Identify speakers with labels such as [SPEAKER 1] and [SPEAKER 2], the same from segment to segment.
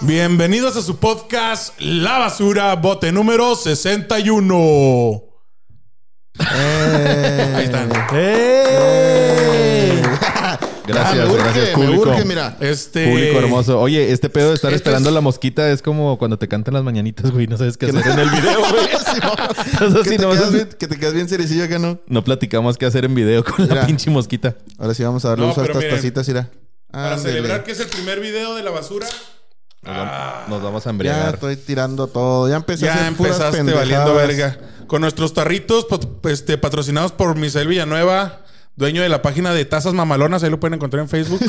[SPEAKER 1] Bienvenidos a su podcast La Basura, bote número 61. Ahí están.
[SPEAKER 2] ¡Ey!
[SPEAKER 3] Gracias,
[SPEAKER 2] Ah, me urge,
[SPEAKER 3] gracias,
[SPEAKER 2] me
[SPEAKER 3] público.
[SPEAKER 2] urge, mira.
[SPEAKER 1] Este,
[SPEAKER 3] Público hermoso. Oye, este pedo de estar
[SPEAKER 1] Esto
[SPEAKER 3] esperando
[SPEAKER 1] es-
[SPEAKER 3] la mosquita es como cuando te cantan las mañanitas, güey. No sabes qué hacer en el video, güey.
[SPEAKER 2] Simón.
[SPEAKER 3] Entonces,
[SPEAKER 2] que,
[SPEAKER 3] sí,
[SPEAKER 2] te
[SPEAKER 3] no,
[SPEAKER 2] quedas
[SPEAKER 3] sí.
[SPEAKER 2] bien, que te quedas bien cerecillo acá, ¿no?
[SPEAKER 3] No platicamos qué hacer en video con la
[SPEAKER 2] Mira.
[SPEAKER 3] pinche mosquita.
[SPEAKER 2] Ahora sí vamos a darle
[SPEAKER 1] No,
[SPEAKER 2] uso a
[SPEAKER 1] pero
[SPEAKER 2] estas
[SPEAKER 1] miren.
[SPEAKER 2] tacitas, Ira.
[SPEAKER 1] Para
[SPEAKER 2] Ándele.
[SPEAKER 1] celebrar que es el primer video de La Basura.
[SPEAKER 3] Nos, vam- nos vamos a
[SPEAKER 2] Ah, Ya
[SPEAKER 3] embriagar.
[SPEAKER 2] estoy tirando todo. Ya empecé a
[SPEAKER 1] Ya
[SPEAKER 2] hacer puras
[SPEAKER 1] empezaste
[SPEAKER 2] pendejadas.
[SPEAKER 1] valiendo verga. Con nuestros tarritos pot- este, patrocinados por Misael Villanueva, dueño de la página de Tazas Mamalonas. Ahí lo pueden encontrar en Facebook.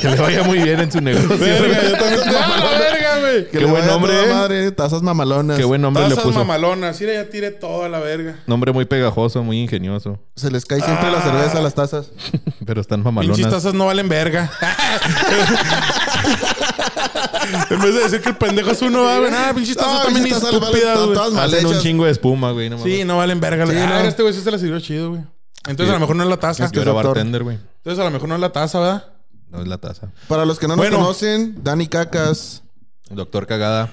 [SPEAKER 3] Que le vaya muy bien en su negocio.
[SPEAKER 1] verga, yo también. ¡Ah, la verga, güey!
[SPEAKER 2] Que
[SPEAKER 3] Qué
[SPEAKER 2] le
[SPEAKER 3] buen
[SPEAKER 2] vaya
[SPEAKER 3] hombre,
[SPEAKER 2] toda
[SPEAKER 3] ¿eh?
[SPEAKER 2] Madre, tazas mamalonas.
[SPEAKER 3] Qué buen nombre le
[SPEAKER 1] Tazas
[SPEAKER 3] puso.
[SPEAKER 1] Mamalonas. Mira, ya tiré toda la verga.
[SPEAKER 3] Nombre muy pegajoso, muy ingenioso.
[SPEAKER 2] Se les cae siempre
[SPEAKER 1] Ah.
[SPEAKER 2] la cerveza a las tazas.
[SPEAKER 3] Pero están
[SPEAKER 1] Pinches
[SPEAKER 3] mamalonas.
[SPEAKER 1] tazas no valen verga. en vez de decir que el pendejo es uno, va, güey. Ah, pinches tazas
[SPEAKER 2] No,
[SPEAKER 1] también
[SPEAKER 2] pinches tazas valen-
[SPEAKER 1] estúpidas, güey.
[SPEAKER 2] todas mal
[SPEAKER 3] Hacen un
[SPEAKER 2] hechas.
[SPEAKER 3] chingo de espuma, güey. No
[SPEAKER 1] Sí,
[SPEAKER 3] mames.
[SPEAKER 1] no valen verga. la-
[SPEAKER 2] Sí,
[SPEAKER 1] ah,
[SPEAKER 2] no.
[SPEAKER 1] este güey sí se la sirvió chido, güey. Entonces
[SPEAKER 3] Sí.
[SPEAKER 1] a lo mejor no es la taza.
[SPEAKER 3] Yo era
[SPEAKER 2] doctor.
[SPEAKER 3] bartender, güey.
[SPEAKER 1] Entonces a lo mejor no es la taza, ¿verdad?
[SPEAKER 3] No es la taza.
[SPEAKER 2] Para los que no nos
[SPEAKER 1] Bueno.
[SPEAKER 2] conocen, Dani Cacas.
[SPEAKER 3] El doctor cagada.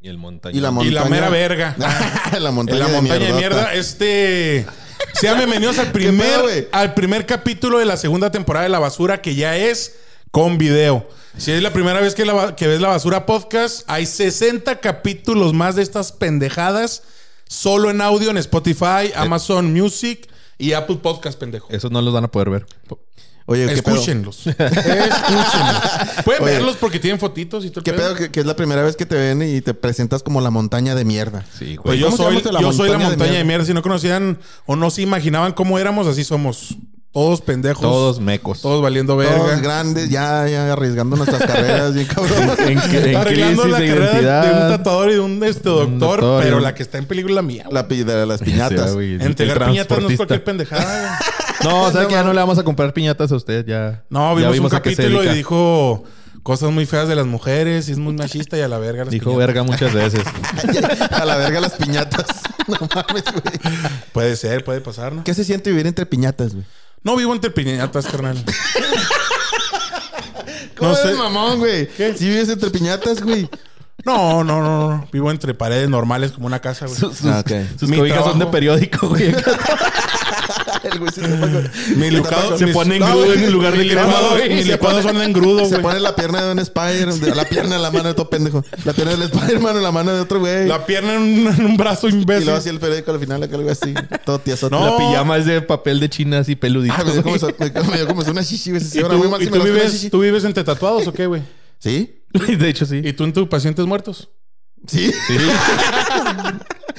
[SPEAKER 3] Y el montaña.
[SPEAKER 2] Y la mon-
[SPEAKER 1] Y la mera
[SPEAKER 2] Montaña.
[SPEAKER 1] verga.
[SPEAKER 2] la montaña,
[SPEAKER 1] En la montaña de mierda, este. Sean bienvenidos al
[SPEAKER 2] pedo,
[SPEAKER 1] primer,
[SPEAKER 2] güey?
[SPEAKER 1] al primer capítulo de la segunda temporada de La Basura, que ya es con video. Si es la primera vez que, la ba- que ves La Basura Podcast, hay 60 capítulos más de estas pendejadas, solo en audio en Spotify,
[SPEAKER 2] Eh.
[SPEAKER 1] Amazon Music y Apple Podcast, pendejo.
[SPEAKER 3] Esos no los van a poder ver.
[SPEAKER 1] eh,
[SPEAKER 2] Oye, Eh, ¿qué pedo?
[SPEAKER 1] Escúchenlos. Escúchenlos. Pueden
[SPEAKER 2] Oye.
[SPEAKER 1] verlos porque tienen fotitos y todo. el
[SPEAKER 2] ¿Qué
[SPEAKER 1] pedo.
[SPEAKER 2] pedo que, que es la primera vez que te ven y te presentas como la montaña de mierda?
[SPEAKER 3] Sí,
[SPEAKER 1] Pues
[SPEAKER 3] güey.
[SPEAKER 1] yo
[SPEAKER 2] ¿Cómo te
[SPEAKER 1] soy,
[SPEAKER 2] llamas de la
[SPEAKER 1] yo soy la
[SPEAKER 2] montaña de
[SPEAKER 1] montaña de mierda.
[SPEAKER 2] mierda?
[SPEAKER 1] Si no conocían o no se imaginaban cómo éramos, así somos. Todos pendejos.
[SPEAKER 3] Todos mecos.
[SPEAKER 1] Todos valiendo verga.
[SPEAKER 2] Todos grandes, ya, ya arriesgando nuestras carreras, bien cabrón.
[SPEAKER 3] En, que- en
[SPEAKER 1] Arreglando
[SPEAKER 3] crisis
[SPEAKER 1] la
[SPEAKER 3] de
[SPEAKER 1] carrera de un
[SPEAKER 3] identidad.
[SPEAKER 1] tatuador y de un este
[SPEAKER 3] Un
[SPEAKER 1] doctor,
[SPEAKER 3] doctor y
[SPEAKER 1] pero
[SPEAKER 3] un-
[SPEAKER 1] la que está en peligro es la mía. güey.
[SPEAKER 2] La pi- de las
[SPEAKER 3] Sí,
[SPEAKER 2] piñatas.
[SPEAKER 3] güey, el
[SPEAKER 1] Entregar piñatas no es
[SPEAKER 3] transportista.
[SPEAKER 1] cualquier pendejada. güey.
[SPEAKER 3] No, o sea que ya no le vamos a comprar piñatas a usted, ya.
[SPEAKER 1] No,
[SPEAKER 3] ya
[SPEAKER 1] vimos, un
[SPEAKER 3] a qué se
[SPEAKER 1] capítulo y
[SPEAKER 3] dedica.
[SPEAKER 1] dijo cosas muy feas de las mujeres y es muy machista y a la verga. las
[SPEAKER 3] Dijo
[SPEAKER 1] piñatas.
[SPEAKER 3] verga muchas veces.
[SPEAKER 2] A la verga las piñatas. No mames, güey.
[SPEAKER 1] Puede ser, puede pasar, ¿no?
[SPEAKER 2] ¿Qué se siente vivir entre piñatas, güey?
[SPEAKER 1] No vivo entre piñatas, carnal.
[SPEAKER 2] ¿Cómo
[SPEAKER 1] No
[SPEAKER 2] eres
[SPEAKER 1] sé.
[SPEAKER 2] mamón, güey? Si vives entre piñatas, güey.
[SPEAKER 1] No, no, no, no. Vivo entre paredes normales como una casa, güey.
[SPEAKER 3] Sus, sus-
[SPEAKER 2] Ah, ok.
[SPEAKER 3] sus
[SPEAKER 1] Mi
[SPEAKER 3] cobijas son de
[SPEAKER 1] trabajo.
[SPEAKER 3] periódico, güey.
[SPEAKER 2] El güey se tapa con-
[SPEAKER 1] Mi licuado
[SPEAKER 3] Se
[SPEAKER 1] mis-
[SPEAKER 3] pone
[SPEAKER 1] No,
[SPEAKER 3] engrudo
[SPEAKER 1] güey,
[SPEAKER 3] en lugar de
[SPEAKER 1] mi
[SPEAKER 3] crema,
[SPEAKER 1] licuado-
[SPEAKER 3] güey.
[SPEAKER 1] Mi
[SPEAKER 3] Se
[SPEAKER 1] licuado son de engrudo,
[SPEAKER 2] Se
[SPEAKER 1] güey.
[SPEAKER 2] pone la pierna de un Spider, de- la pierna de la mano de todo pendejo. La pierna del Spider, mano, la mano de otro güey.
[SPEAKER 1] La pierna en un, en un brazo
[SPEAKER 2] Y
[SPEAKER 1] imbécil.
[SPEAKER 2] luego así el periódico al final, acá algo así. Todo tieso.
[SPEAKER 1] No.
[SPEAKER 3] La pijama es de papel de china así peludito.
[SPEAKER 2] Ah, me dio como,
[SPEAKER 3] güey.
[SPEAKER 2] so- me me dio como so- una shishi, güey. Sí,
[SPEAKER 1] ¿Y
[SPEAKER 2] ahora
[SPEAKER 1] tú,
[SPEAKER 2] muy mal
[SPEAKER 1] y
[SPEAKER 2] si
[SPEAKER 1] tú
[SPEAKER 2] me das una
[SPEAKER 1] vives,
[SPEAKER 2] shishi.
[SPEAKER 1] tú vives entre tatuados o qué, güey?
[SPEAKER 2] ¿Sí?
[SPEAKER 3] de hecho, sí.
[SPEAKER 1] ¿Y tú en tus pacientes muertos?
[SPEAKER 2] ¿Sí?
[SPEAKER 3] Sí.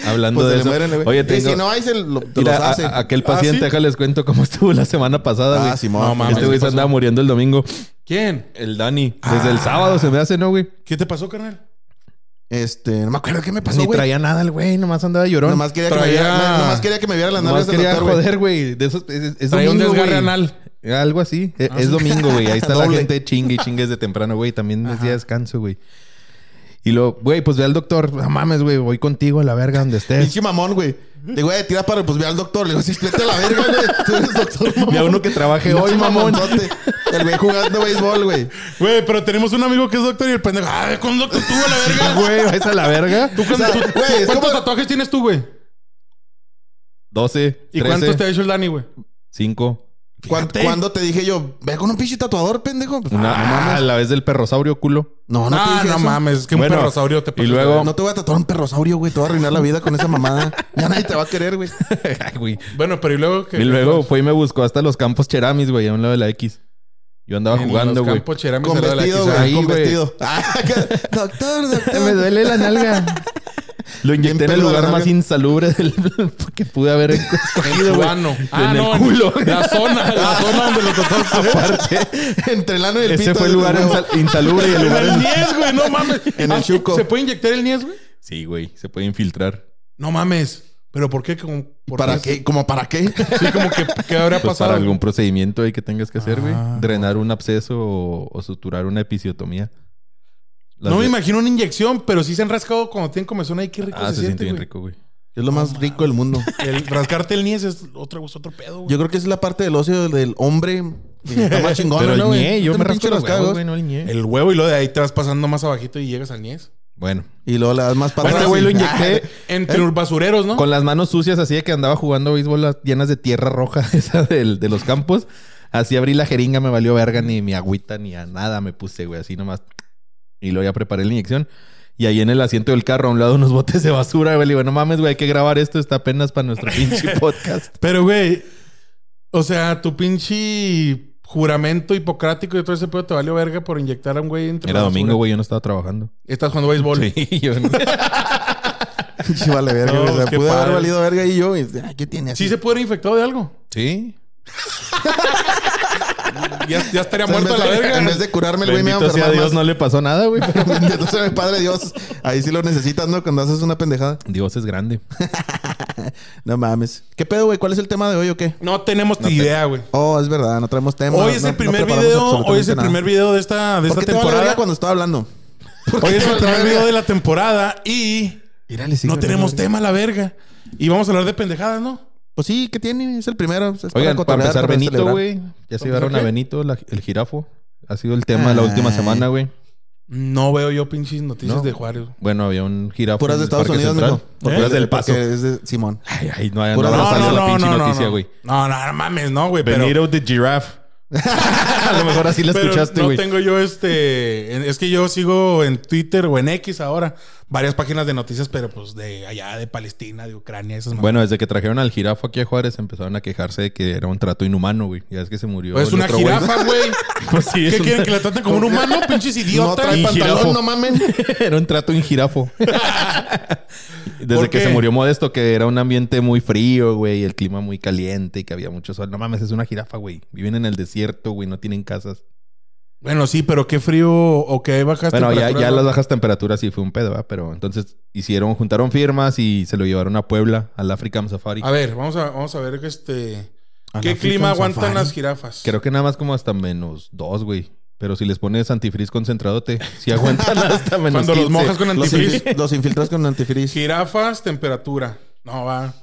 [SPEAKER 3] Hablando
[SPEAKER 2] Pues se
[SPEAKER 3] de
[SPEAKER 2] le
[SPEAKER 3] eso.
[SPEAKER 2] mueren, güey.
[SPEAKER 3] Oye,
[SPEAKER 2] Y
[SPEAKER 3] tengo...
[SPEAKER 2] si no hay, se lo, te
[SPEAKER 3] Mira,
[SPEAKER 2] los
[SPEAKER 3] a-
[SPEAKER 2] hace.
[SPEAKER 3] a- aquel
[SPEAKER 1] Ah,
[SPEAKER 3] paciente,
[SPEAKER 1] ¿sí?
[SPEAKER 3] acá les cuento cómo estuvo la semana pasada,
[SPEAKER 2] ah,
[SPEAKER 3] güey.
[SPEAKER 2] Simón.
[SPEAKER 1] No mames.
[SPEAKER 3] este güey se
[SPEAKER 1] ¿qué pasó?
[SPEAKER 3] andaba muriendo el domingo.
[SPEAKER 1] ¿Quién?
[SPEAKER 3] El Dani. Desde el sábado se me hace, ¿no, güey?
[SPEAKER 1] Ah, ¿Qué te pasó, carnal?
[SPEAKER 2] Este, no me acuerdo qué me pasó,
[SPEAKER 3] Pues Ni
[SPEAKER 2] güey.
[SPEAKER 3] traía nada el güey, nomás andaba llorón.
[SPEAKER 2] Nomás quería, que me
[SPEAKER 1] traía-
[SPEAKER 2] viera, me- nomás quería que me viera las
[SPEAKER 3] Nomás
[SPEAKER 2] nalgas del
[SPEAKER 3] quería
[SPEAKER 2] doctor, güey.
[SPEAKER 3] joder, güey. De esos- es, es- es
[SPEAKER 1] Traía un
[SPEAKER 3] domingo,
[SPEAKER 1] desgarre
[SPEAKER 3] güey.
[SPEAKER 1] anal.
[SPEAKER 3] Algo así. E- es domingo, güey. Ahí está la
[SPEAKER 2] Doble.
[SPEAKER 3] gente chingue y chingue desde temprano, güey. También es día de descanso, güey. Y luego, güey, pues ve al doctor. No mames, güey. Voy contigo a la verga donde estés.
[SPEAKER 2] Pinche mamón, güey. Le digo, güey, tira para, pues ve al doctor. Le digo, sí, vete a la verga, güey. Tú eres doctor, mamón.
[SPEAKER 3] Ve a uno que trabaje
[SPEAKER 2] Pinche
[SPEAKER 3] hoy, mamón.
[SPEAKER 2] mamonzote. El güey jugando béisbol, güey.
[SPEAKER 1] Güey, pero tenemos un amigo que es doctor y el pendejo. ¡Ah, con un doctor tú, a la verga!
[SPEAKER 3] Güey, vais a la verga.
[SPEAKER 1] ¿Tú,
[SPEAKER 2] O sea,
[SPEAKER 1] tú-
[SPEAKER 2] güey,
[SPEAKER 1] tú-
[SPEAKER 2] es
[SPEAKER 1] ¿Cuántos
[SPEAKER 2] como-
[SPEAKER 1] tatuajes tienes tú, güey?
[SPEAKER 3] 12,
[SPEAKER 1] ¿Y
[SPEAKER 3] 13,
[SPEAKER 1] cuántos te ha hecho el Dani, güey?
[SPEAKER 3] 5.
[SPEAKER 2] ¿Cuándo, cuándo te dije yo, ve con un pinche tatuador, pendejo? Pues,
[SPEAKER 3] Una, a la vez del perrosaurio, culo.
[SPEAKER 2] No, no, te
[SPEAKER 1] Ah,
[SPEAKER 2] dije
[SPEAKER 1] no
[SPEAKER 2] eso.
[SPEAKER 1] mames. Es que
[SPEAKER 3] Bueno,
[SPEAKER 1] un perrosaurio te
[SPEAKER 3] y luego-
[SPEAKER 2] No te voy a tatuar un perrosaurio, güey. Te voy a arruinar la vida con esa mamada. Ya nadie te va a querer, güey.
[SPEAKER 3] Ay, güey.
[SPEAKER 1] Bueno, pero y luego... que-
[SPEAKER 3] Y luego fue y me buscó hasta los campos Cheramis, güey, a un lado de la X. Yo andaba
[SPEAKER 1] En
[SPEAKER 3] jugando,
[SPEAKER 1] los
[SPEAKER 3] güey.
[SPEAKER 1] campos Cheramis
[SPEAKER 2] Con
[SPEAKER 1] al lado de la
[SPEAKER 2] vestido,
[SPEAKER 1] Quizá.
[SPEAKER 3] Ahí,
[SPEAKER 2] güey. Con
[SPEAKER 3] güey.
[SPEAKER 2] vestido. Ah, que- doctor, doctor.
[SPEAKER 3] Me duele la nalga. Lo
[SPEAKER 2] Bien
[SPEAKER 3] inyecté en el
[SPEAKER 2] peluda
[SPEAKER 3] lugar
[SPEAKER 2] la
[SPEAKER 3] más
[SPEAKER 2] nalga.
[SPEAKER 3] insalubre del que pude haber escogido, güey.
[SPEAKER 1] Cubano.
[SPEAKER 3] en
[SPEAKER 1] Ah,
[SPEAKER 3] el
[SPEAKER 1] no,
[SPEAKER 3] culo.
[SPEAKER 1] La zona, la zona donde lo tatuaste.
[SPEAKER 3] Aparte,
[SPEAKER 2] Entre el ano y el pito.
[SPEAKER 3] ese fue el
[SPEAKER 2] güey,
[SPEAKER 3] lugar
[SPEAKER 2] güey.
[SPEAKER 3] insal- insalubre y el
[SPEAKER 1] En
[SPEAKER 3] lugar.
[SPEAKER 1] el 10, güey, no mames.
[SPEAKER 2] En el
[SPEAKER 1] Ah,
[SPEAKER 2] chuco.
[SPEAKER 1] ¿Se puede inyectar el 10, güey?
[SPEAKER 3] Sí, güey, se puede infiltrar.
[SPEAKER 1] No mames. ¿Pero por qué? Como- por
[SPEAKER 2] ¿Para qué? ¿Como para qué?
[SPEAKER 1] Sí, como que ¿qué Ah, habrá
[SPEAKER 3] Pues
[SPEAKER 1] pasado?
[SPEAKER 3] para algún procedimiento ahí que tengas que hacer, güey. Drenar un absceso o, o suturar una episiotomía. Las
[SPEAKER 1] no me
[SPEAKER 3] de-
[SPEAKER 1] imagino una inyección, pero sí se han rascado cuando tienen comezón ahí. Qué rico
[SPEAKER 3] Ah,
[SPEAKER 1] se,
[SPEAKER 3] se,
[SPEAKER 1] siente,
[SPEAKER 3] siente bien
[SPEAKER 1] güey.
[SPEAKER 3] rico, güey.
[SPEAKER 2] Es lo más rico del mundo.
[SPEAKER 1] El rascarte el niés es otro, es otro pedo, güey.
[SPEAKER 2] Yo creo que esa es la parte del ocio del hombre Y está más chingón,
[SPEAKER 3] Pero
[SPEAKER 2] ¿no,
[SPEAKER 3] el
[SPEAKER 2] güey?
[SPEAKER 3] ñe,
[SPEAKER 2] Yo
[SPEAKER 3] yo me
[SPEAKER 2] también
[SPEAKER 3] rasco
[SPEAKER 2] pincho
[SPEAKER 3] los
[SPEAKER 2] los cagos.
[SPEAKER 3] huevos, güey, no el ñe.
[SPEAKER 1] El huevo y lo de ahí te vas pasando más abajito y llegas al ñez.
[SPEAKER 3] Bueno.
[SPEAKER 2] Y luego le das más para
[SPEAKER 1] A este güey lo
[SPEAKER 2] inyecté.
[SPEAKER 1] inyecté entre los basureros, ¿no?
[SPEAKER 3] Con las manos sucias, así de que andaba jugando béisbol las- llenas de tierra roja, esa del- de los campos. Así abrí la jeringa, me valió verga, ni mi agüita, ni a nada me puse, güey. Así nomás. Y luego ya preparé la inyección. Y ahí en el asiento del carro, a un lado, unos botes de basura, güey. Le digo, no mames, güey, hay que grabar esto. Está apenas para nuestro pinche podcast.
[SPEAKER 1] Pero, güey, o sea, tu pinche juramento hipocrático y todo ese pedo te valió verga por inyectar a un güey entre
[SPEAKER 3] Era
[SPEAKER 1] la
[SPEAKER 3] domingo,
[SPEAKER 1] basura.
[SPEAKER 3] güey, yo no estaba trabajando.
[SPEAKER 1] Estás jugando béisbol.
[SPEAKER 3] Sí, yo no.
[SPEAKER 2] Sí, vale verga.
[SPEAKER 1] No,
[SPEAKER 2] güey. o sea,
[SPEAKER 1] pues, qué
[SPEAKER 2] pude haber
[SPEAKER 1] padre.
[SPEAKER 2] valido verga y yo. y, ah, ¿Qué tiene así?
[SPEAKER 1] ¿Sí se puede haber infectado de algo?
[SPEAKER 3] Sí.
[SPEAKER 1] Ya, ya estaría
[SPEAKER 2] O sea, en
[SPEAKER 1] muerto a
[SPEAKER 2] vez
[SPEAKER 1] la
[SPEAKER 2] de-
[SPEAKER 1] verga.
[SPEAKER 2] En vez de curarme el güey, me iba a
[SPEAKER 3] Bendito sea
[SPEAKER 2] enfermar
[SPEAKER 3] Dios,
[SPEAKER 2] más.
[SPEAKER 3] no le pasó nada, güey. pero
[SPEAKER 2] Bendito sea mi padre Dios. Ahí sí lo necesitas, ¿no? Cuando haces una pendejada.
[SPEAKER 3] Dios es grande.
[SPEAKER 2] No mames. ¿Qué pedo, güey? ¿Cuál es el tema de hoy o qué?
[SPEAKER 1] No tenemos ni idea, güey.
[SPEAKER 2] Oh, es verdad, no traemos tema.
[SPEAKER 1] Hoy
[SPEAKER 2] no-
[SPEAKER 1] es
[SPEAKER 2] no-
[SPEAKER 1] el
[SPEAKER 2] no
[SPEAKER 1] primer
[SPEAKER 2] preparamos
[SPEAKER 1] video, hoy es
[SPEAKER 2] absolutamente
[SPEAKER 1] el
[SPEAKER 2] nada.
[SPEAKER 1] primer video de esta, de esta
[SPEAKER 2] ¿Por qué te vale verga
[SPEAKER 1] temporada.
[SPEAKER 2] cuando estaba hablando?
[SPEAKER 1] Hoy es el
[SPEAKER 2] te vale
[SPEAKER 1] primer
[SPEAKER 2] verga?
[SPEAKER 1] video de la temporada y no tenemos tema a la verga. Y vamos a hablar de pendejadas, ¿no?
[SPEAKER 2] Pues sí, ¿qué tiene? Es el primero. es para
[SPEAKER 3] Oigan, para
[SPEAKER 2] cotorrear,
[SPEAKER 3] empezar,
[SPEAKER 2] para
[SPEAKER 3] Benito,
[SPEAKER 2] celebrar.
[SPEAKER 3] güey. Ya se llevaron
[SPEAKER 1] ¿Empezar
[SPEAKER 3] a
[SPEAKER 1] qué?
[SPEAKER 3] Benito, la- el jirafo. Ha sido el tema de la última
[SPEAKER 2] Ay.
[SPEAKER 3] semana, güey.
[SPEAKER 1] No veo yo pinches noticias
[SPEAKER 3] No.
[SPEAKER 1] de Juárez. ¿Eh?
[SPEAKER 3] Bueno, había un jirafo.
[SPEAKER 2] Puras
[SPEAKER 3] en
[SPEAKER 2] de
[SPEAKER 3] el
[SPEAKER 2] Estados
[SPEAKER 3] Parque
[SPEAKER 2] Unidos,
[SPEAKER 3] Central.
[SPEAKER 2] mijo. Porque-
[SPEAKER 3] Puras del
[SPEAKER 2] porque
[SPEAKER 3] Paso.
[SPEAKER 2] Es de Simón.
[SPEAKER 3] Ay, ay, no, no,
[SPEAKER 2] Puras de
[SPEAKER 3] habrá
[SPEAKER 2] Estados
[SPEAKER 3] salido
[SPEAKER 2] Unidos.
[SPEAKER 3] la pinche
[SPEAKER 1] no,
[SPEAKER 3] noticia,
[SPEAKER 1] no.
[SPEAKER 3] güey.
[SPEAKER 1] No, no, no mames, no, güey. Pero,
[SPEAKER 3] the Giraffe. a lo mejor así la
[SPEAKER 1] pero
[SPEAKER 3] escuchaste,
[SPEAKER 1] no
[SPEAKER 3] güey.
[SPEAKER 1] tengo yo este. en- Es que yo sigo en Twitter o en X ahora varias páginas de noticias, pero pues de allá, de Palestina, de Ucrania, esas
[SPEAKER 3] Bueno, desde que trajeron al jirafo aquí a Juárez empezaron a quejarse de que era un trato inhumano, güey. Ya es que se murió.
[SPEAKER 1] mamadas. es
[SPEAKER 3] el
[SPEAKER 1] Pues, una
[SPEAKER 3] otro güey.
[SPEAKER 1] jirafa, güey.
[SPEAKER 3] Pues sí, es
[SPEAKER 1] ¿Qué
[SPEAKER 3] un-
[SPEAKER 1] quieren que la traten como un humano, pinches
[SPEAKER 2] No
[SPEAKER 1] idiotas?
[SPEAKER 2] trae
[SPEAKER 3] Y
[SPEAKER 2] pantalón,
[SPEAKER 3] jirafo.
[SPEAKER 2] no mamen.
[SPEAKER 3] Era un trato en jirafo. Desde
[SPEAKER 1] ¿Por
[SPEAKER 3] que
[SPEAKER 1] qué?
[SPEAKER 3] se murió Modesto, que era un ambiente muy frío, güey, y el clima muy caliente y que había mucho sol. No mames, es una jirafa, güey. Viven en el desierto, güey, no tienen casas.
[SPEAKER 1] Bueno, sí, pero qué frío o qué bajas
[SPEAKER 3] Bueno, ya,
[SPEAKER 1] temperaturas,
[SPEAKER 3] ya
[SPEAKER 1] ¿no?
[SPEAKER 3] las bajas temperaturas sí fue un pedo, ¿verdad? Pero entonces hicieron, juntaron firmas y se lo llevaron a Puebla, al African Safari.
[SPEAKER 1] A ver, vamos a, vamos a ver que este.
[SPEAKER 2] Al
[SPEAKER 1] ¿Qué
[SPEAKER 2] African
[SPEAKER 1] clima aguantan
[SPEAKER 2] Safari.
[SPEAKER 1] las jirafas?
[SPEAKER 3] Creo que nada más como hasta menos dos, güey. Pero si les pones antifriz concentradote, sí aguantan hasta menos
[SPEAKER 1] Cuando los
[SPEAKER 3] 15.
[SPEAKER 1] mojas con
[SPEAKER 2] Los,
[SPEAKER 1] antifriz.
[SPEAKER 2] infil- los infiltras con antifriz.
[SPEAKER 1] Jirafas, temperatura. No, va.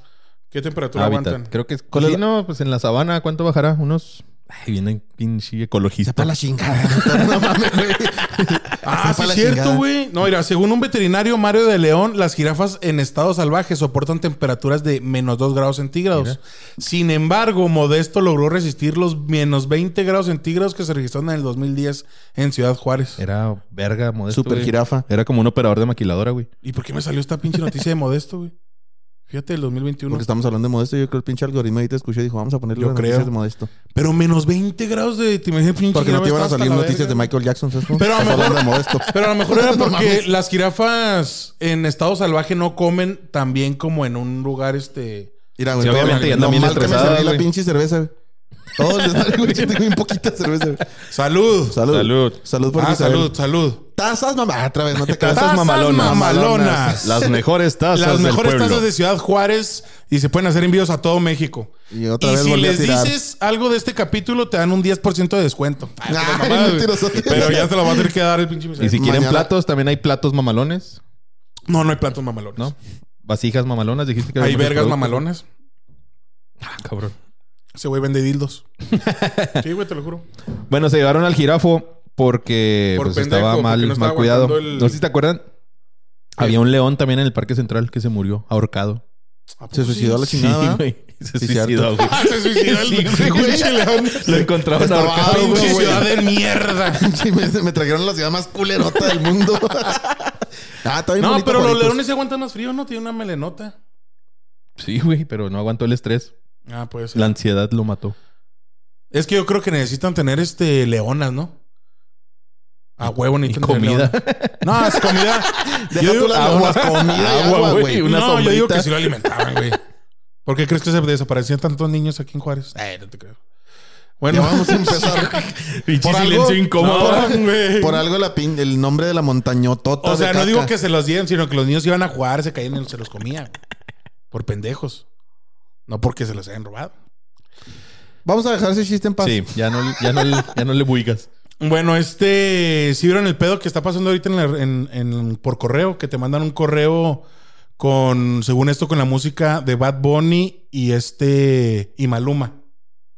[SPEAKER 1] ¿Qué temperatura
[SPEAKER 3] Hábitat.
[SPEAKER 1] aguantan?
[SPEAKER 3] Creo que es...
[SPEAKER 2] ¿Cuál es
[SPEAKER 3] sí,
[SPEAKER 2] la-
[SPEAKER 3] no, pues en la sabana, ¿cuánto bajará? Unos... Ay, vienen pinche ecologista.
[SPEAKER 2] Para la chingada. No mames, güey.
[SPEAKER 1] Ah, sí,
[SPEAKER 2] Está pa'
[SPEAKER 1] es
[SPEAKER 2] la
[SPEAKER 1] cierto,
[SPEAKER 2] chingada.
[SPEAKER 1] güey. No, mira, según un veterinario Mario de León, las jirafas en estado salvaje soportan temperaturas de menos 2 grados centígrados. Sin embargo, Modesto logró resistir los menos 20 grados centígrados que se registraron en el 2010 en Ciudad Juárez.
[SPEAKER 2] Er-
[SPEAKER 3] Era verga, modesto.
[SPEAKER 2] Super
[SPEAKER 3] güey.
[SPEAKER 2] jirafa.
[SPEAKER 3] Era como un operador de maquiladora, güey.
[SPEAKER 1] ¿Y por qué me salió esta pinche noticia de Modesto, güey? Fíjate, el 2021.
[SPEAKER 2] Porque estamos hablando de modesto. Yo creo el pinche algoritmo ahí te escuchó y dijo, vamos a ponerle
[SPEAKER 1] Yo
[SPEAKER 2] las
[SPEAKER 1] creo.
[SPEAKER 2] noticias de modesto.
[SPEAKER 1] Pero menos 20 grados de... ¿Te imaginas, pinche
[SPEAKER 2] Porque no
[SPEAKER 1] jirafas,
[SPEAKER 2] te iban a
[SPEAKER 1] hasta
[SPEAKER 2] salir
[SPEAKER 1] la
[SPEAKER 2] noticias de
[SPEAKER 1] verga?
[SPEAKER 2] Michael Jackson, ¿sabes? cómo?
[SPEAKER 1] Pero a lo
[SPEAKER 2] Estamos
[SPEAKER 1] mejor-
[SPEAKER 2] hablando de modesto.
[SPEAKER 1] Pero a lo mejor era
[SPEAKER 2] No
[SPEAKER 1] porque
[SPEAKER 2] mames.
[SPEAKER 1] las jirafas en estado salvaje no comen tan bien como en un lugar este...
[SPEAKER 2] Mira, güey.
[SPEAKER 3] Sí, obviamente,
[SPEAKER 2] todo-
[SPEAKER 3] y andan
[SPEAKER 2] lo
[SPEAKER 3] bien
[SPEAKER 2] mal que me
[SPEAKER 3] estresadas,
[SPEAKER 2] serví la
[SPEAKER 3] güey.
[SPEAKER 2] pinche cerveza, güey. Todos les vale, güey. Yo tengo bien poquita cerveza, güey.
[SPEAKER 1] ¡Salud!
[SPEAKER 2] Salud.
[SPEAKER 3] Salud.
[SPEAKER 2] Salud por
[SPEAKER 1] Ah,
[SPEAKER 2] Isabel.
[SPEAKER 1] salud, salud.
[SPEAKER 2] Tazas, mamá. ah, Otra vez, no te
[SPEAKER 3] Tazas
[SPEAKER 2] cansas.
[SPEAKER 3] mamalonas.
[SPEAKER 1] mamalonas.
[SPEAKER 3] Las mejores tazas
[SPEAKER 1] Las
[SPEAKER 3] del
[SPEAKER 1] mejores
[SPEAKER 3] pueblo.
[SPEAKER 1] tazas de Ciudad Juárez y se pueden hacer envíos a todo México.
[SPEAKER 2] Y otra vez
[SPEAKER 1] si
[SPEAKER 2] volví a
[SPEAKER 1] les
[SPEAKER 2] tirar.
[SPEAKER 1] dices algo de este capítulo, te dan un 10% de descuento. Ay,
[SPEAKER 2] Ay,
[SPEAKER 1] puta mamada, güey.
[SPEAKER 2] mentiroso.
[SPEAKER 1] Pero ya te lo va a tener que dar el pinche
[SPEAKER 3] Y si
[SPEAKER 1] Misael.
[SPEAKER 3] quieren
[SPEAKER 2] Mañana-
[SPEAKER 3] platos, también hay platos mamalones,
[SPEAKER 1] No, no hay platos mamalones.
[SPEAKER 3] ¿no? Vasijas mamalonas, dijiste que había
[SPEAKER 1] Hay
[SPEAKER 3] muchos
[SPEAKER 1] vergas
[SPEAKER 3] productos.
[SPEAKER 1] mamalones.
[SPEAKER 3] Ah, cabrón.
[SPEAKER 1] Ese güey vende dildos. sí, güey, te lo juro.
[SPEAKER 3] Bueno, se llevaron al jirafo porque
[SPEAKER 1] Por
[SPEAKER 3] pues,
[SPEAKER 1] pendejo,
[SPEAKER 3] estaba
[SPEAKER 1] porque
[SPEAKER 3] mal,
[SPEAKER 1] no estaba
[SPEAKER 3] mal cuidado.
[SPEAKER 1] aguantando el-
[SPEAKER 3] No sé si te acuerdan. Había un león también en el Parque Central que se murió ahorcado.
[SPEAKER 1] ¿A poco
[SPEAKER 2] Se suicidó
[SPEAKER 1] sí?
[SPEAKER 2] la chingada.
[SPEAKER 3] güey. Se
[SPEAKER 2] Sí,
[SPEAKER 3] suicidó, güey.
[SPEAKER 1] Ah, se suicidó el
[SPEAKER 3] Sí, güey.
[SPEAKER 1] pinche león.
[SPEAKER 3] Lo encontraron
[SPEAKER 2] Estaba
[SPEAKER 3] ahorcado,
[SPEAKER 2] ahogado,
[SPEAKER 3] güey.
[SPEAKER 1] Pinche
[SPEAKER 2] güey.
[SPEAKER 1] ciudad de mierda.
[SPEAKER 2] Sí, me, me trajeron a la ciudad más culerota del mundo. ah, está bien
[SPEAKER 1] No,
[SPEAKER 2] bonito,
[SPEAKER 1] pero los
[SPEAKER 2] Juaritos.
[SPEAKER 1] leones se aguantan más frío, ¿no? Tiene una melenota.
[SPEAKER 3] Sí, güey, pero no aguantó el estrés.
[SPEAKER 1] Ah, pues.
[SPEAKER 3] La ansiedad lo mató.
[SPEAKER 1] Es que yo creo que necesitan tener este leonas, ¿no? A huevo
[SPEAKER 3] Y
[SPEAKER 1] necesitan tener
[SPEAKER 3] comida.
[SPEAKER 1] leonas. No, es comida.
[SPEAKER 2] Deja tú las leonas, comida y agua, güey.
[SPEAKER 3] Una
[SPEAKER 1] no, yo digo
[SPEAKER 3] sombrita.
[SPEAKER 1] que sí lo alimentaban, güey. ¿Por qué crees que se desaparecían tantos niños aquí en Juárez? Eh, no te creo.
[SPEAKER 2] Ya
[SPEAKER 1] Bueno,
[SPEAKER 2] vamos a empezar. Por silencio algo- incómodo.
[SPEAKER 1] No, güey.
[SPEAKER 2] Por algo la pin- el nombre de la montañotota.
[SPEAKER 1] o sea,
[SPEAKER 2] de
[SPEAKER 1] no
[SPEAKER 2] caca.
[SPEAKER 1] digo que se los dieran, sino que los niños iban a jugar, se caían y se los comían. Por pendejos. No porque se los hayan robado.
[SPEAKER 2] Vamos a dejar ese chiste en paz.
[SPEAKER 3] Sí, ya no, ya no, ya no le buigas.
[SPEAKER 1] Bueno, este, si vieron el pedo que está pasando ahorita en la- en- en- por correo, que te mandan un correo con, según esto, con la música de Bad Bunny y este, y Maluma.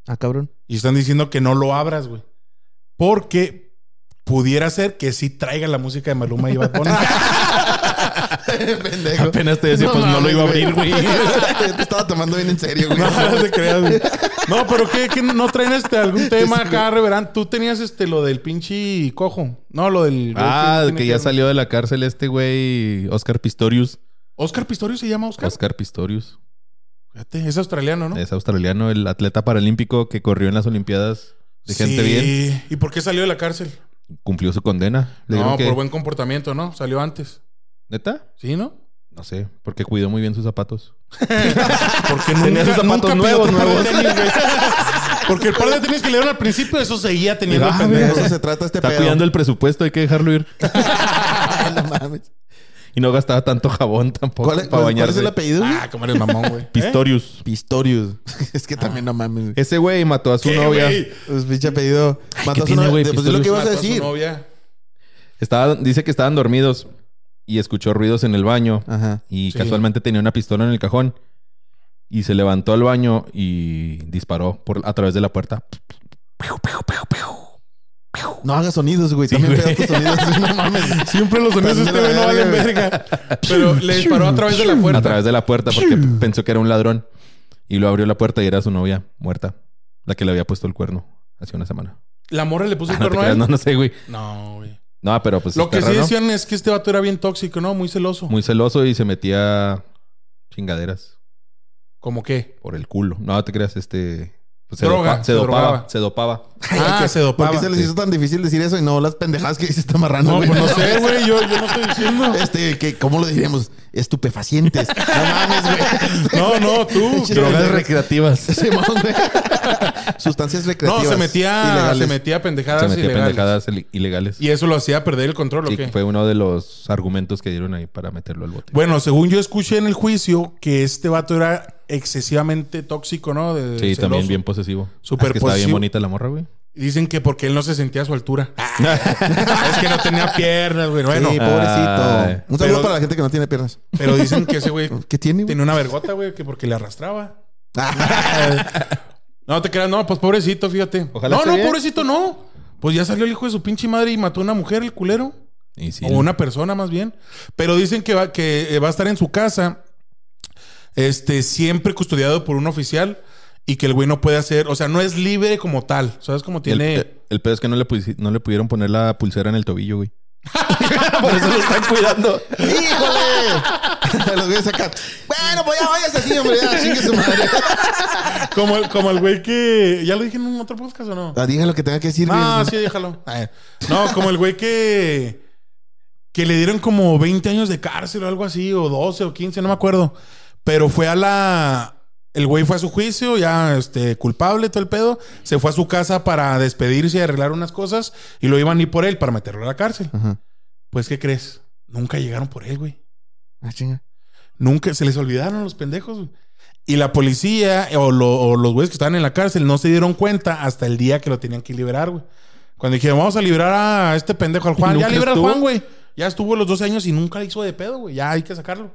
[SPEAKER 2] Ah, cabrón.
[SPEAKER 1] Y están diciendo que no lo abras, güey. Porque pudiera ser que sí traiga la música de Maluma y Bad Bunny. Ah,
[SPEAKER 2] Pendejo.
[SPEAKER 3] Apenas te decía, pues no lo
[SPEAKER 2] mames,
[SPEAKER 3] iba a abrir, güey.
[SPEAKER 2] te estaba tomando bien en serio, güey.
[SPEAKER 1] No, no te creas, güey. No, pero ¿qué, qué no traen este, algún tema acá, reverán? Tú tenías este, lo del pinche cojo. No, lo del...
[SPEAKER 3] Ah,
[SPEAKER 1] tiene
[SPEAKER 3] que ya salió de la cárcel este güey, Oscar Pistorius.
[SPEAKER 1] Oscar Pistorius se llama Oscar.
[SPEAKER 3] Oscar Pistorius.
[SPEAKER 1] Fíjate, es australiano, ¿no?
[SPEAKER 3] Es australiano, el atleta paralímpico que corrió en las Olimpiadas de gente
[SPEAKER 1] Sí.
[SPEAKER 3] bien.
[SPEAKER 1] ¿Y por qué salió de la cárcel?
[SPEAKER 3] Cumplió su condena. Le
[SPEAKER 1] no,
[SPEAKER 3] dijeron que-
[SPEAKER 1] por buen comportamiento, ¿no? Salió antes.
[SPEAKER 3] ¿Neta?
[SPEAKER 1] ¿Sí, no?
[SPEAKER 3] No sé, porque cuidó muy bien sus zapatos.
[SPEAKER 1] Porque nunca,
[SPEAKER 3] Tenía sus
[SPEAKER 1] nunca pidió
[SPEAKER 3] zapatos nuevos,
[SPEAKER 1] otro par de tenis,
[SPEAKER 3] nuevos.
[SPEAKER 1] güey. Porque el par de tenis que le dieron al principio, eso seguía teniendo
[SPEAKER 3] Ah,
[SPEAKER 1] el
[SPEAKER 2] De
[SPEAKER 1] pendejo.
[SPEAKER 2] eso se trata este
[SPEAKER 3] Está
[SPEAKER 2] pedo. Ah,
[SPEAKER 3] cuidando el presupuesto, hay que dejarlo ir.
[SPEAKER 2] No mames.
[SPEAKER 3] Y no gastaba tanto jabón tampoco
[SPEAKER 2] ¿Cuál, es-
[SPEAKER 3] para
[SPEAKER 2] cuál es
[SPEAKER 3] bañarse.
[SPEAKER 2] el apellido? güey?
[SPEAKER 1] Ah, como eres mamón, güey.
[SPEAKER 3] Pistorius.
[SPEAKER 2] Pistorius. es que también no mames. güey.
[SPEAKER 3] Ese güey mató a su
[SPEAKER 1] ¿Qué,
[SPEAKER 3] novia.
[SPEAKER 1] güey?
[SPEAKER 2] Pues pinche apellido. Mató a su
[SPEAKER 3] tiene,
[SPEAKER 2] novia.
[SPEAKER 3] güey,
[SPEAKER 2] Pues es lo que ibas a
[SPEAKER 1] Mató su
[SPEAKER 2] decir.
[SPEAKER 1] novia.
[SPEAKER 3] Estaba, dice que estaban dormidos y escuchó ruidos en el baño.
[SPEAKER 2] Ajá.
[SPEAKER 3] Y
[SPEAKER 1] Sí.
[SPEAKER 3] casualmente tenía una pistola en el cajón. Y se levantó al baño y disparó por, a través de la puerta.
[SPEAKER 2] No hagas sonidos, güey.
[SPEAKER 3] Sí,
[SPEAKER 2] También
[SPEAKER 3] güey.
[SPEAKER 2] feas tus sonidos. No mames.
[SPEAKER 1] Siempre los sonidos de este güey no valen verga. Pero le disparó a través de la
[SPEAKER 3] A
[SPEAKER 1] puerta.
[SPEAKER 3] través de la puerta porque pensó que era un ladrón. Y lo abrió la puerta y era su novia muerta. La que le había puesto el cuerno hace una semana.
[SPEAKER 1] La morra le puso
[SPEAKER 3] Ah,
[SPEAKER 1] el
[SPEAKER 3] no, te
[SPEAKER 1] cuerno a
[SPEAKER 3] creas,
[SPEAKER 1] él.
[SPEAKER 3] no, no sé, güey.
[SPEAKER 1] No, güey.
[SPEAKER 3] No, pero pues
[SPEAKER 1] Lo
[SPEAKER 3] está
[SPEAKER 1] que sí
[SPEAKER 3] raro, ¿no?
[SPEAKER 1] decían es que este vato era bien tóxico, ¿no? Muy celoso.
[SPEAKER 3] Muy celoso y se metía chingaderas
[SPEAKER 1] ¿Cómo qué?
[SPEAKER 3] por el culo. No, te creas, este... pues, se,
[SPEAKER 1] Droga,
[SPEAKER 3] dopa- se
[SPEAKER 1] se
[SPEAKER 3] dopaba,
[SPEAKER 1] drogaba.
[SPEAKER 3] se dopaba.
[SPEAKER 1] Ah, se
[SPEAKER 2] ¿Por
[SPEAKER 1] dopaba.
[SPEAKER 2] qué se les hizo tan difícil decir eso y no las pendejadas que dice esta marrano?
[SPEAKER 1] No,
[SPEAKER 2] güey?
[SPEAKER 1] pues no sé, güey. Yo, yo no estoy diciendo.
[SPEAKER 2] Este, que, ¿cómo lo diríamos? Estupefacientes. No mames, güey.
[SPEAKER 1] No, no, tú.
[SPEAKER 2] Pinche
[SPEAKER 3] Drogas
[SPEAKER 2] pendejo.
[SPEAKER 3] recreativas.
[SPEAKER 2] Simón, güey. Sustancias
[SPEAKER 1] No,
[SPEAKER 2] recreativas.
[SPEAKER 1] se metía,
[SPEAKER 2] ilegales.
[SPEAKER 1] se metía pendejadas
[SPEAKER 3] se metía
[SPEAKER 1] ilegales.
[SPEAKER 3] pendejadas ili- ilegales.
[SPEAKER 1] Y eso lo hacía perder el control, ¿o
[SPEAKER 3] Sí,
[SPEAKER 1] qué?
[SPEAKER 3] fue uno de los argumentos que dieron ahí para meterlo al bote.
[SPEAKER 1] Bueno, según yo escuché en el juicio que este vato era excesivamente tóxico, ¿no? De-
[SPEAKER 3] sí,
[SPEAKER 1] celoso.
[SPEAKER 3] también bien posesivo. Ah,
[SPEAKER 1] Súper
[SPEAKER 3] Es que Está bien
[SPEAKER 1] posesivo.
[SPEAKER 3] bonita la morra, güey.
[SPEAKER 1] Dicen que porque él no se sentía a su altura. es que no tenía piernas, güey. Bueno,
[SPEAKER 2] Sí, pobrecito.
[SPEAKER 3] Ay.
[SPEAKER 2] Un saludo
[SPEAKER 1] Pero-
[SPEAKER 2] para la gente que no tiene piernas.
[SPEAKER 1] pero dicen que ese güey
[SPEAKER 2] ¿Qué tiene, güey? Ah.
[SPEAKER 1] tenía una vergota, güey, que porque le arrastraba. no te creas, no, pues pobrecito, fíjate.
[SPEAKER 3] Ojalá
[SPEAKER 1] no,
[SPEAKER 3] esté
[SPEAKER 1] no,
[SPEAKER 3] bien.
[SPEAKER 1] pobrecito, no. Pues ya salió el hijo de su pinche madre y mató a una mujer, el culero.
[SPEAKER 3] Y sí,
[SPEAKER 1] O una persona más bien. Pero dicen que va, que eh, va a estar en su casa, este, siempre custodiado por un oficial y que el güey no puede hacer, o sea, no es libre como tal. ¿Sabes cómo
[SPEAKER 3] el,
[SPEAKER 1] tiene?
[SPEAKER 3] el- el pedo es que no le, pusi- no le pudieron poner la pulsera en el tobillo, güey. Por eso lo están cuidando.
[SPEAKER 2] ¡Híjole! Los güeyes acá. Bueno, pues ya vayas así, hombre. Ya, chingue su madre.
[SPEAKER 1] Como, el, como el güey que. ¿Ya lo dije en un otro podcast o no?
[SPEAKER 2] Ah, Diga lo que tenga que decir.
[SPEAKER 1] No,
[SPEAKER 2] güey.
[SPEAKER 1] sí, déjalo. Eh, No, como el güey que. Que le dieron como 20 años de cárcel o algo así, o 12 o 15, no me acuerdo. Pero fue a la. El güey fue a su juicio, ya este, culpable, todo el pedo. Se fue a su casa para despedirse y arreglar unas cosas. Y lo iban a ir por él para meterlo a la cárcel.
[SPEAKER 2] Ajá.
[SPEAKER 1] Pues, ¿qué crees? Nunca llegaron por él, güey.
[SPEAKER 2] Ah, chinga.
[SPEAKER 1] Nunca se les olvidaron los pendejos. güey. Y la policía eh, o, lo- o los güeyes que estaban en la cárcel no se dieron cuenta hasta el día que lo tenían que liberar, güey. Cuando dijeron, vamos a liberar a este pendejo, al Juan. Ya
[SPEAKER 3] nunca
[SPEAKER 1] libera al
[SPEAKER 3] estuvo.
[SPEAKER 1] Juan, güey. Ya estuvo los 12 años y nunca hizo de pedo, güey. Ya hay que sacarlo.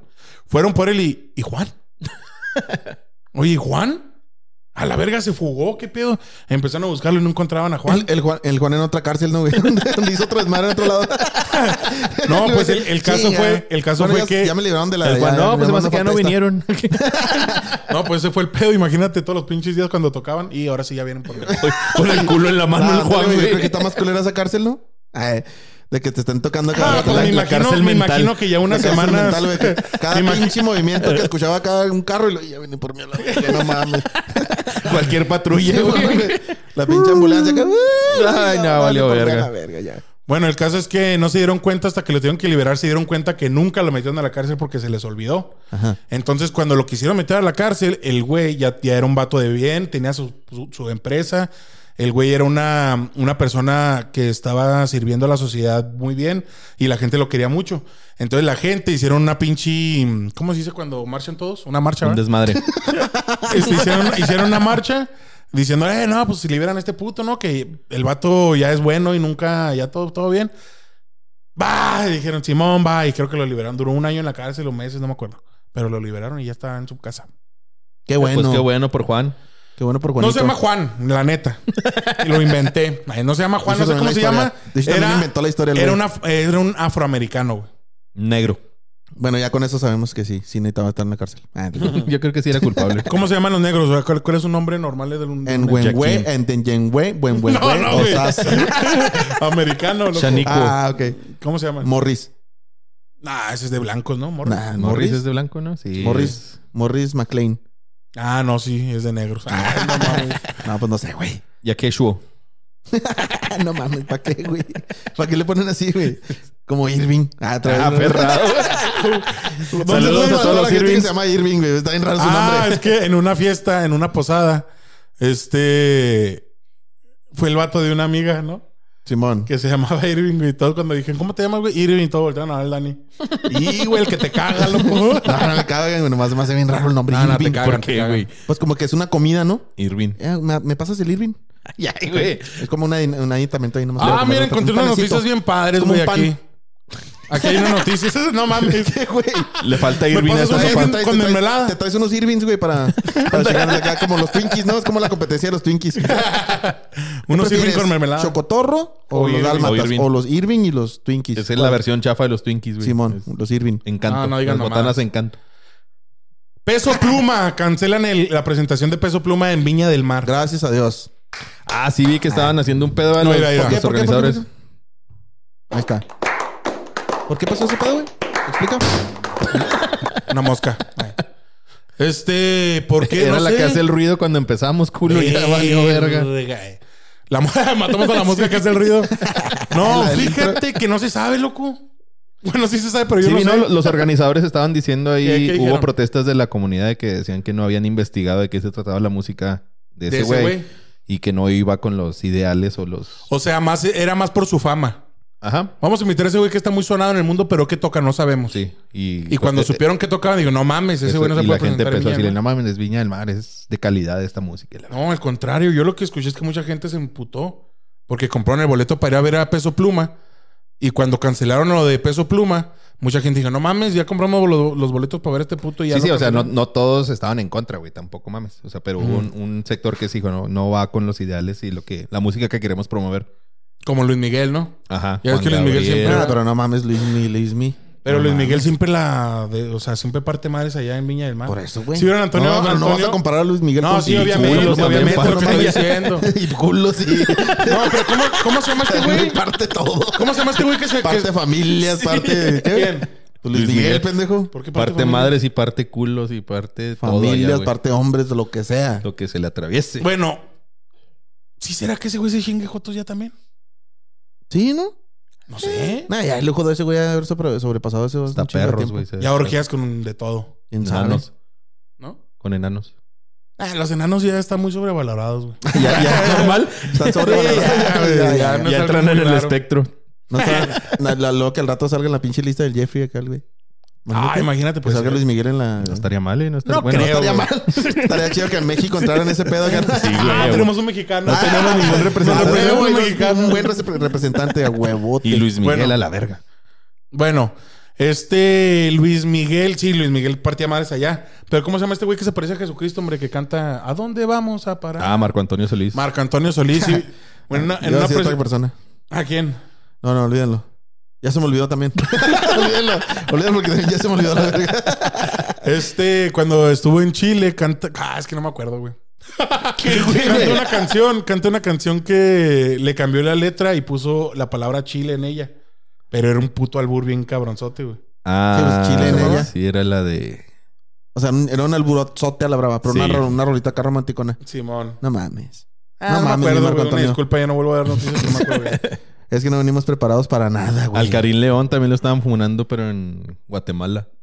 [SPEAKER 1] Fueron por él y, ¿y Juan. Oye, ¿y Juan? A la verga se fugó, ¿qué pedo? Empezaron a buscarlo y no encontraban a Juan.
[SPEAKER 2] El, el Juan, el Juan en otra cárcel, ¿no, güey? Donde hizo otro desmadre en otro lado.
[SPEAKER 1] No, pues el, el caso
[SPEAKER 2] Chinga.
[SPEAKER 1] fue, el caso
[SPEAKER 2] Bueno,
[SPEAKER 1] fue
[SPEAKER 2] ya-
[SPEAKER 1] que.
[SPEAKER 2] Ya me libraron de la.
[SPEAKER 3] El Juan,
[SPEAKER 2] ya-
[SPEAKER 3] no, pues se me hace
[SPEAKER 2] mandó
[SPEAKER 3] que ya no
[SPEAKER 2] foto esta.
[SPEAKER 3] vinieron.
[SPEAKER 1] No, pues ese fue el pedo. Imagínate todos los pinches días cuando tocaban y ahora sí ya vienen por mí.
[SPEAKER 3] Con el culo en la mano
[SPEAKER 2] Ah,
[SPEAKER 3] el Juan,
[SPEAKER 2] ándale, Yo
[SPEAKER 3] güey.
[SPEAKER 2] creo que está más culera esa cárcel, ¿no? Ay, de que te están tocando
[SPEAKER 1] Ah,
[SPEAKER 2] cada
[SPEAKER 1] pues
[SPEAKER 3] la-
[SPEAKER 1] me,
[SPEAKER 3] la
[SPEAKER 1] imagino,
[SPEAKER 3] cárcel
[SPEAKER 1] me
[SPEAKER 3] mental.
[SPEAKER 1] imagino que ya
[SPEAKER 2] Una
[SPEAKER 1] una
[SPEAKER 2] semana.
[SPEAKER 1] semana.
[SPEAKER 2] cada pinche movimiento que escuchaba cada un carro y lo, ya viene por mí a la verga, no mames.
[SPEAKER 3] Cualquier patrulla,
[SPEAKER 2] Sí,
[SPEAKER 3] güey.
[SPEAKER 2] mames. la pinche ambulancia que.
[SPEAKER 3] Ay, no, valió verga.
[SPEAKER 2] ya.
[SPEAKER 1] Bueno, el caso es que no se dieron cuenta hasta que lo tuvieron que liberar, se dieron cuenta que nunca lo metieron a la cárcel porque se les olvidó. Entonces, cuando lo quisieron meter a la cárcel, el güey ya, ya era un vato de bien, tenía su, su- su empresa. El güey era una, una persona que estaba sirviendo a la sociedad muy bien y la gente lo quería mucho. Entonces la gente hicieron una pinche... ¿Cómo se dice cuando marchan todos? Una marcha.
[SPEAKER 3] Un
[SPEAKER 1] ¿verdad?
[SPEAKER 3] desmadre.
[SPEAKER 1] Este, hicieron, hicieron una marcha diciendo, eh, no, pues si liberan a este puto, ¿no? Que el vato ya es bueno y nunca, ya todo, todo bien. Va, y dijeron, Simón, va, y creo que lo liberaron. Duró un año en la cárcel o meses, no me acuerdo. Pero lo liberaron y ya está en su casa.
[SPEAKER 2] Qué
[SPEAKER 3] Pues
[SPEAKER 2] bueno.
[SPEAKER 3] qué bueno por Juan. Qué bueno por
[SPEAKER 1] No
[SPEAKER 3] Juanito.
[SPEAKER 1] se llama Juan, la neta. Y lo inventé. Ay, no se llama Juan,
[SPEAKER 2] De
[SPEAKER 1] no
[SPEAKER 2] hecho,
[SPEAKER 1] sé cómo se
[SPEAKER 2] también la
[SPEAKER 1] llama.
[SPEAKER 2] historia- de hecho, también inventó la historia el
[SPEAKER 1] Era,
[SPEAKER 2] güey.
[SPEAKER 1] una, era un afroamericano, güey.
[SPEAKER 3] Negro.
[SPEAKER 2] Bueno, ya con eso sabemos que sí, sí necesitaba estar en la cárcel. Ah,
[SPEAKER 3] Yo creo que sí era culpable.
[SPEAKER 1] ¿Cómo se llaman los negros? O sea, ¿Cuál, cuál es su nombre normal de un de
[SPEAKER 2] En
[SPEAKER 1] un-
[SPEAKER 2] Wenwe, en Denyenwe, Wenwenwe,
[SPEAKER 1] No, no, güey.
[SPEAKER 2] Osas.
[SPEAKER 1] americano, loco.
[SPEAKER 3] Shanico.
[SPEAKER 2] Ah, ok.
[SPEAKER 1] ¿Cómo se llaman?
[SPEAKER 2] Morris.
[SPEAKER 1] Ah, ese es de blancos, ¿no? Morris.
[SPEAKER 2] Nah,
[SPEAKER 3] Ah, Morris es
[SPEAKER 2] Morris.
[SPEAKER 3] de blanco, ¿no? Sí.
[SPEAKER 2] Morris. Morris McLean.
[SPEAKER 1] Ah, no, sí, es de negros. Ah, no mames.
[SPEAKER 2] No, pues no sé, güey.
[SPEAKER 3] Yakeshuo.
[SPEAKER 2] Ah, No mames, ¿para qué, güey? ¿Para qué le ponen así, güey? Como Irving. Ah, otra vez.
[SPEAKER 3] Ah, perra. Saludos
[SPEAKER 2] ¿Dónde fue
[SPEAKER 3] a
[SPEAKER 2] la-
[SPEAKER 3] todos
[SPEAKER 2] la
[SPEAKER 3] los
[SPEAKER 2] gente que
[SPEAKER 3] Irvings.
[SPEAKER 2] Se llama Irving, güey. Está bien raro su
[SPEAKER 1] Ah,
[SPEAKER 2] nombre.
[SPEAKER 1] es que en una fiesta, en una posada, este. Fue el vato de una amiga, ¿no?
[SPEAKER 2] Simón.
[SPEAKER 1] Que se llamaba Irving, güey. Y todos cuando dije, ¿cómo te llamas, güey? Irving, y todos voltearon a ver al Dani. Y, güey, el que te caga, loco. Ah,
[SPEAKER 2] No, no me cagan, güey. Nomás se me hace bien raro el nombre.
[SPEAKER 1] No, no, te
[SPEAKER 2] Irving.
[SPEAKER 1] cagan,
[SPEAKER 2] ¿Por
[SPEAKER 1] te
[SPEAKER 2] qué,
[SPEAKER 1] cagan.
[SPEAKER 2] güey? Pues como que es una comida, ¿no?
[SPEAKER 3] Irvin.
[SPEAKER 2] Eh, ¿Me, me pasas el Irving?
[SPEAKER 3] Ya, güey.
[SPEAKER 2] Es como una- un aditamento ahí nomás.
[SPEAKER 1] Ah,
[SPEAKER 2] Como
[SPEAKER 1] mira,
[SPEAKER 2] un-
[SPEAKER 1] encontré
[SPEAKER 2] un
[SPEAKER 1] unas
[SPEAKER 2] panecito.
[SPEAKER 1] noticias bien padres,
[SPEAKER 2] Como
[SPEAKER 1] güey,
[SPEAKER 2] un pan.
[SPEAKER 1] aquí. Aquí hay unas noticias. No mames.
[SPEAKER 2] Güey.
[SPEAKER 3] Le falta
[SPEAKER 1] ¿Me
[SPEAKER 3] Irvin a
[SPEAKER 1] pasas
[SPEAKER 3] esta
[SPEAKER 1] un
[SPEAKER 2] Traes-
[SPEAKER 1] Irving
[SPEAKER 3] sopa.
[SPEAKER 2] traes-
[SPEAKER 1] Ah, con
[SPEAKER 2] te traes-
[SPEAKER 1] mermelada.
[SPEAKER 2] Te traes unos Irvings, güey, para, para chingarnos acá. Como los Twinkies, ¿no? Es como la competencia de los Twinkies.
[SPEAKER 1] Unos Irving
[SPEAKER 2] prefieres,
[SPEAKER 1] con mermelada.
[SPEAKER 2] ¿Chocotorro o,
[SPEAKER 1] O
[SPEAKER 2] los
[SPEAKER 1] Irving.
[SPEAKER 3] O
[SPEAKER 2] dálmatas?
[SPEAKER 3] Irving.
[SPEAKER 2] O, los Irving y los Twinkies.
[SPEAKER 3] Esa es la versión chafa de los Twinkies, güey.
[SPEAKER 2] Simón,
[SPEAKER 3] Es-
[SPEAKER 2] los Irving.
[SPEAKER 3] Encanto.
[SPEAKER 1] Ah, no digan
[SPEAKER 3] Las
[SPEAKER 1] mamadas.
[SPEAKER 3] botanas encanto.
[SPEAKER 1] Peso Pluma. Cancelan el- la presentación de Peso Pluma en Viña del Mar.
[SPEAKER 2] Gracias a Dios.
[SPEAKER 3] Ah, sí vi que estaban haciendo un pedo a
[SPEAKER 1] No,
[SPEAKER 3] los,
[SPEAKER 1] mira, mira. ¿Por
[SPEAKER 3] los
[SPEAKER 1] qué?
[SPEAKER 2] ¿Por qué?
[SPEAKER 3] organizadores.
[SPEAKER 2] ¿Por qué? Ahí está. ¿Por qué pasó ese pedo, güey? ¿Explica?
[SPEAKER 1] Una mosca. Ay. Este, ¿por qué?
[SPEAKER 3] Era
[SPEAKER 1] No
[SPEAKER 3] la
[SPEAKER 1] sé.
[SPEAKER 3] que hace el ruido cuando empezamos, culo. Ya
[SPEAKER 1] Eh,
[SPEAKER 3] valió verga.
[SPEAKER 1] eh. La mo- matamos a la mosca que hace el ruido. No, fíjate que no se sabe, loco. Bueno, sí se sabe, pero yo
[SPEAKER 3] Sí,
[SPEAKER 1] no
[SPEAKER 3] vi,
[SPEAKER 1] sé.
[SPEAKER 3] ¿no? los organizadores estaban diciendo ahí,
[SPEAKER 1] ¿Qué- qué
[SPEAKER 3] hubo
[SPEAKER 1] dijeron?
[SPEAKER 3] protestas de la comunidad de que decían que no habían investigado de qué se trataba la música de
[SPEAKER 1] De ese
[SPEAKER 3] ese güey
[SPEAKER 1] güey.
[SPEAKER 3] y que no iba con los ideales o los...
[SPEAKER 1] O sea, más era más por su fama.
[SPEAKER 3] Ajá,
[SPEAKER 1] Vamos a invitar a ese güey que está muy sonado en el mundo, pero que toca no sabemos.
[SPEAKER 3] sí. Y, pues, eh,
[SPEAKER 1] Y cuando supieron que tocaba, digo, no mames, ese
[SPEAKER 3] eso-
[SPEAKER 1] güey no se
[SPEAKER 3] y
[SPEAKER 1] puede
[SPEAKER 3] la gente
[SPEAKER 1] presentar en
[SPEAKER 3] empezó a
[SPEAKER 1] Viña,
[SPEAKER 3] decirle,
[SPEAKER 1] ¿no?
[SPEAKER 3] no mames, es Viña del Mar, es de calidad esta música. y la
[SPEAKER 1] No, al contrario, yo lo que escuché es que mucha gente se emputó porque compraron el boleto para ir a ver a Peso Pluma y cuando cancelaron lo de Peso Pluma, mucha gente dijo, no mames, ya compramos lo- los boletos para ver a este puto y ya
[SPEAKER 3] Sí,
[SPEAKER 1] lo
[SPEAKER 3] sí, o sea, no,
[SPEAKER 1] cancelaron".
[SPEAKER 3] no todos estaban en contra, güey, tampoco mames. O sea, pero hubo un, un sector que sí dijo, no, no va con los ideales y lo que la música que queremos promover.
[SPEAKER 1] Como Luis Miguel, ¿no?
[SPEAKER 3] Ajá.
[SPEAKER 1] Ya ves
[SPEAKER 3] Juan
[SPEAKER 1] que Luis Miguel
[SPEAKER 3] Gabriel.
[SPEAKER 1] siempre-
[SPEAKER 2] Ah, pero no mames, Luis Mi, Luis Mi.
[SPEAKER 1] Pero
[SPEAKER 2] No
[SPEAKER 1] Luis
[SPEAKER 2] mames.
[SPEAKER 1] Miguel siempre la... de- o sea, siempre parte madres allá en Viña del Mar.
[SPEAKER 2] Por eso, güey.
[SPEAKER 1] Si vieron a Ah. Antonio...
[SPEAKER 2] No, pero no vas
[SPEAKER 1] Antonio-
[SPEAKER 2] a comparar a Luis Miguel
[SPEAKER 1] No,
[SPEAKER 2] con
[SPEAKER 1] sí,
[SPEAKER 2] Piti,
[SPEAKER 1] obviamente,
[SPEAKER 2] güey.
[SPEAKER 3] culo también,
[SPEAKER 1] obviamente, lo que estoy
[SPEAKER 3] parte.
[SPEAKER 1] diciendo.
[SPEAKER 2] Y culo, sí.
[SPEAKER 1] No, pero ¿cómo, cómo se llama este güey?
[SPEAKER 2] Parte todo.
[SPEAKER 1] ¿Cómo se llama este güey que se...
[SPEAKER 2] Parte
[SPEAKER 1] Que...
[SPEAKER 2] familias,
[SPEAKER 1] Sí.
[SPEAKER 2] parte. ¿qué?
[SPEAKER 1] ¿Quién?
[SPEAKER 2] Pues Luis,
[SPEAKER 3] Luis
[SPEAKER 2] Miguel,
[SPEAKER 3] Miguel.
[SPEAKER 2] pendejo.
[SPEAKER 1] ¿Por qué
[SPEAKER 3] Parte
[SPEAKER 1] familia?
[SPEAKER 3] madres y parte culos y parte todo allá,
[SPEAKER 2] Familias,
[SPEAKER 3] güey.
[SPEAKER 2] parte hombres, de lo que sea.
[SPEAKER 3] Lo que se le atraviese.
[SPEAKER 1] Bueno, ¿sí será que ese güey se chingue Jotos ya también?
[SPEAKER 2] Sí, ¿no?
[SPEAKER 1] No sé.
[SPEAKER 2] Nah, ya el lujo de ese güey ha haber sobre- sobrepasado ese
[SPEAKER 3] Hasta
[SPEAKER 2] un chingo de
[SPEAKER 3] perros,
[SPEAKER 2] tiempo.
[SPEAKER 3] güey.
[SPEAKER 1] Ya orgías con de todo,
[SPEAKER 2] ¿Quién sabe?
[SPEAKER 3] Enanos.
[SPEAKER 1] ¿no?
[SPEAKER 3] Con enanos.
[SPEAKER 1] Ah, los enanos ya están muy sobrevalorados, güey.
[SPEAKER 3] Ya, ya, normal.
[SPEAKER 2] Están sobrevalorados.
[SPEAKER 1] Ya, güey,
[SPEAKER 2] Ya, ya,
[SPEAKER 1] ya,
[SPEAKER 2] ya.
[SPEAKER 1] no es
[SPEAKER 3] ya
[SPEAKER 1] algo
[SPEAKER 3] entran
[SPEAKER 1] muy
[SPEAKER 3] en el
[SPEAKER 1] raro.
[SPEAKER 3] espectro.
[SPEAKER 2] No está, la, la- luego que al rato salga en la pinche lista del Jeffrey acá, el güey.
[SPEAKER 1] Ah,
[SPEAKER 2] Imagínate
[SPEAKER 1] imagínate,
[SPEAKER 2] que
[SPEAKER 1] pues.
[SPEAKER 2] salga Luis Miguel en la.
[SPEAKER 3] No estaría mal, ¿eh? No estaría
[SPEAKER 1] No
[SPEAKER 3] bueno,
[SPEAKER 1] creo,
[SPEAKER 2] estaría
[SPEAKER 1] güey.
[SPEAKER 2] mal. Estaría chido que en México entraran ese pedo acá.
[SPEAKER 3] Sí, güey,
[SPEAKER 1] Ah,
[SPEAKER 3] güey.
[SPEAKER 1] tenemos un mexicano.
[SPEAKER 2] No tenemos ningún representante.
[SPEAKER 1] No tenemos
[SPEAKER 2] Güey,
[SPEAKER 1] un
[SPEAKER 2] no es
[SPEAKER 1] mexicano.
[SPEAKER 2] Un buen repre- representante a huevote.
[SPEAKER 3] Y Luis Miguel
[SPEAKER 1] Bueno.
[SPEAKER 3] a la verga.
[SPEAKER 1] Bueno, este Luis Miguel, sí, Luis Miguel partía madres allá. Pero ¿cómo se llama este güey que se parece a Jesucristo, hombre? Que canta ¿A dónde vamos a parar?
[SPEAKER 3] Ah, Marco Antonio Solís.
[SPEAKER 1] Marco Antonio Solís. sí. Bueno, en una-
[SPEAKER 2] Yo
[SPEAKER 1] en una
[SPEAKER 2] decía otra
[SPEAKER 1] presen-
[SPEAKER 2] persona.
[SPEAKER 1] ¿A quién?
[SPEAKER 2] No, no, olvídenlo. Ya se me olvidó también. olvídenlo. Olvídenlo porque también ya se me olvidó la verga.
[SPEAKER 1] Este, cuando estuvo en Chile, canta. Ah, es que no me acuerdo, güey. Cantó una canción, cantó una canción que le cambió la letra y puso la palabra Chile en ella. Pero era un puto albur bien cabronzote, güey.
[SPEAKER 3] Ah,
[SPEAKER 2] Sí, pues, chilena ella.
[SPEAKER 3] sí, era la de...
[SPEAKER 2] O sea, un- era un alburozote a la brava, pero una,
[SPEAKER 3] Sí.
[SPEAKER 2] ro- una rolita acá romanticona.
[SPEAKER 1] Simón.
[SPEAKER 2] No mames.
[SPEAKER 1] Ah, no,
[SPEAKER 2] mames,
[SPEAKER 1] me acuerdo,
[SPEAKER 2] Marco
[SPEAKER 1] güey. Una
[SPEAKER 2] Antonio.
[SPEAKER 1] disculpa, ya no vuelvo a dar noticias. No me acuerdo, güey.
[SPEAKER 2] Es que no venimos preparados para nada, güey.
[SPEAKER 3] Al Karim León también lo estaban funando, pero en Guatemala.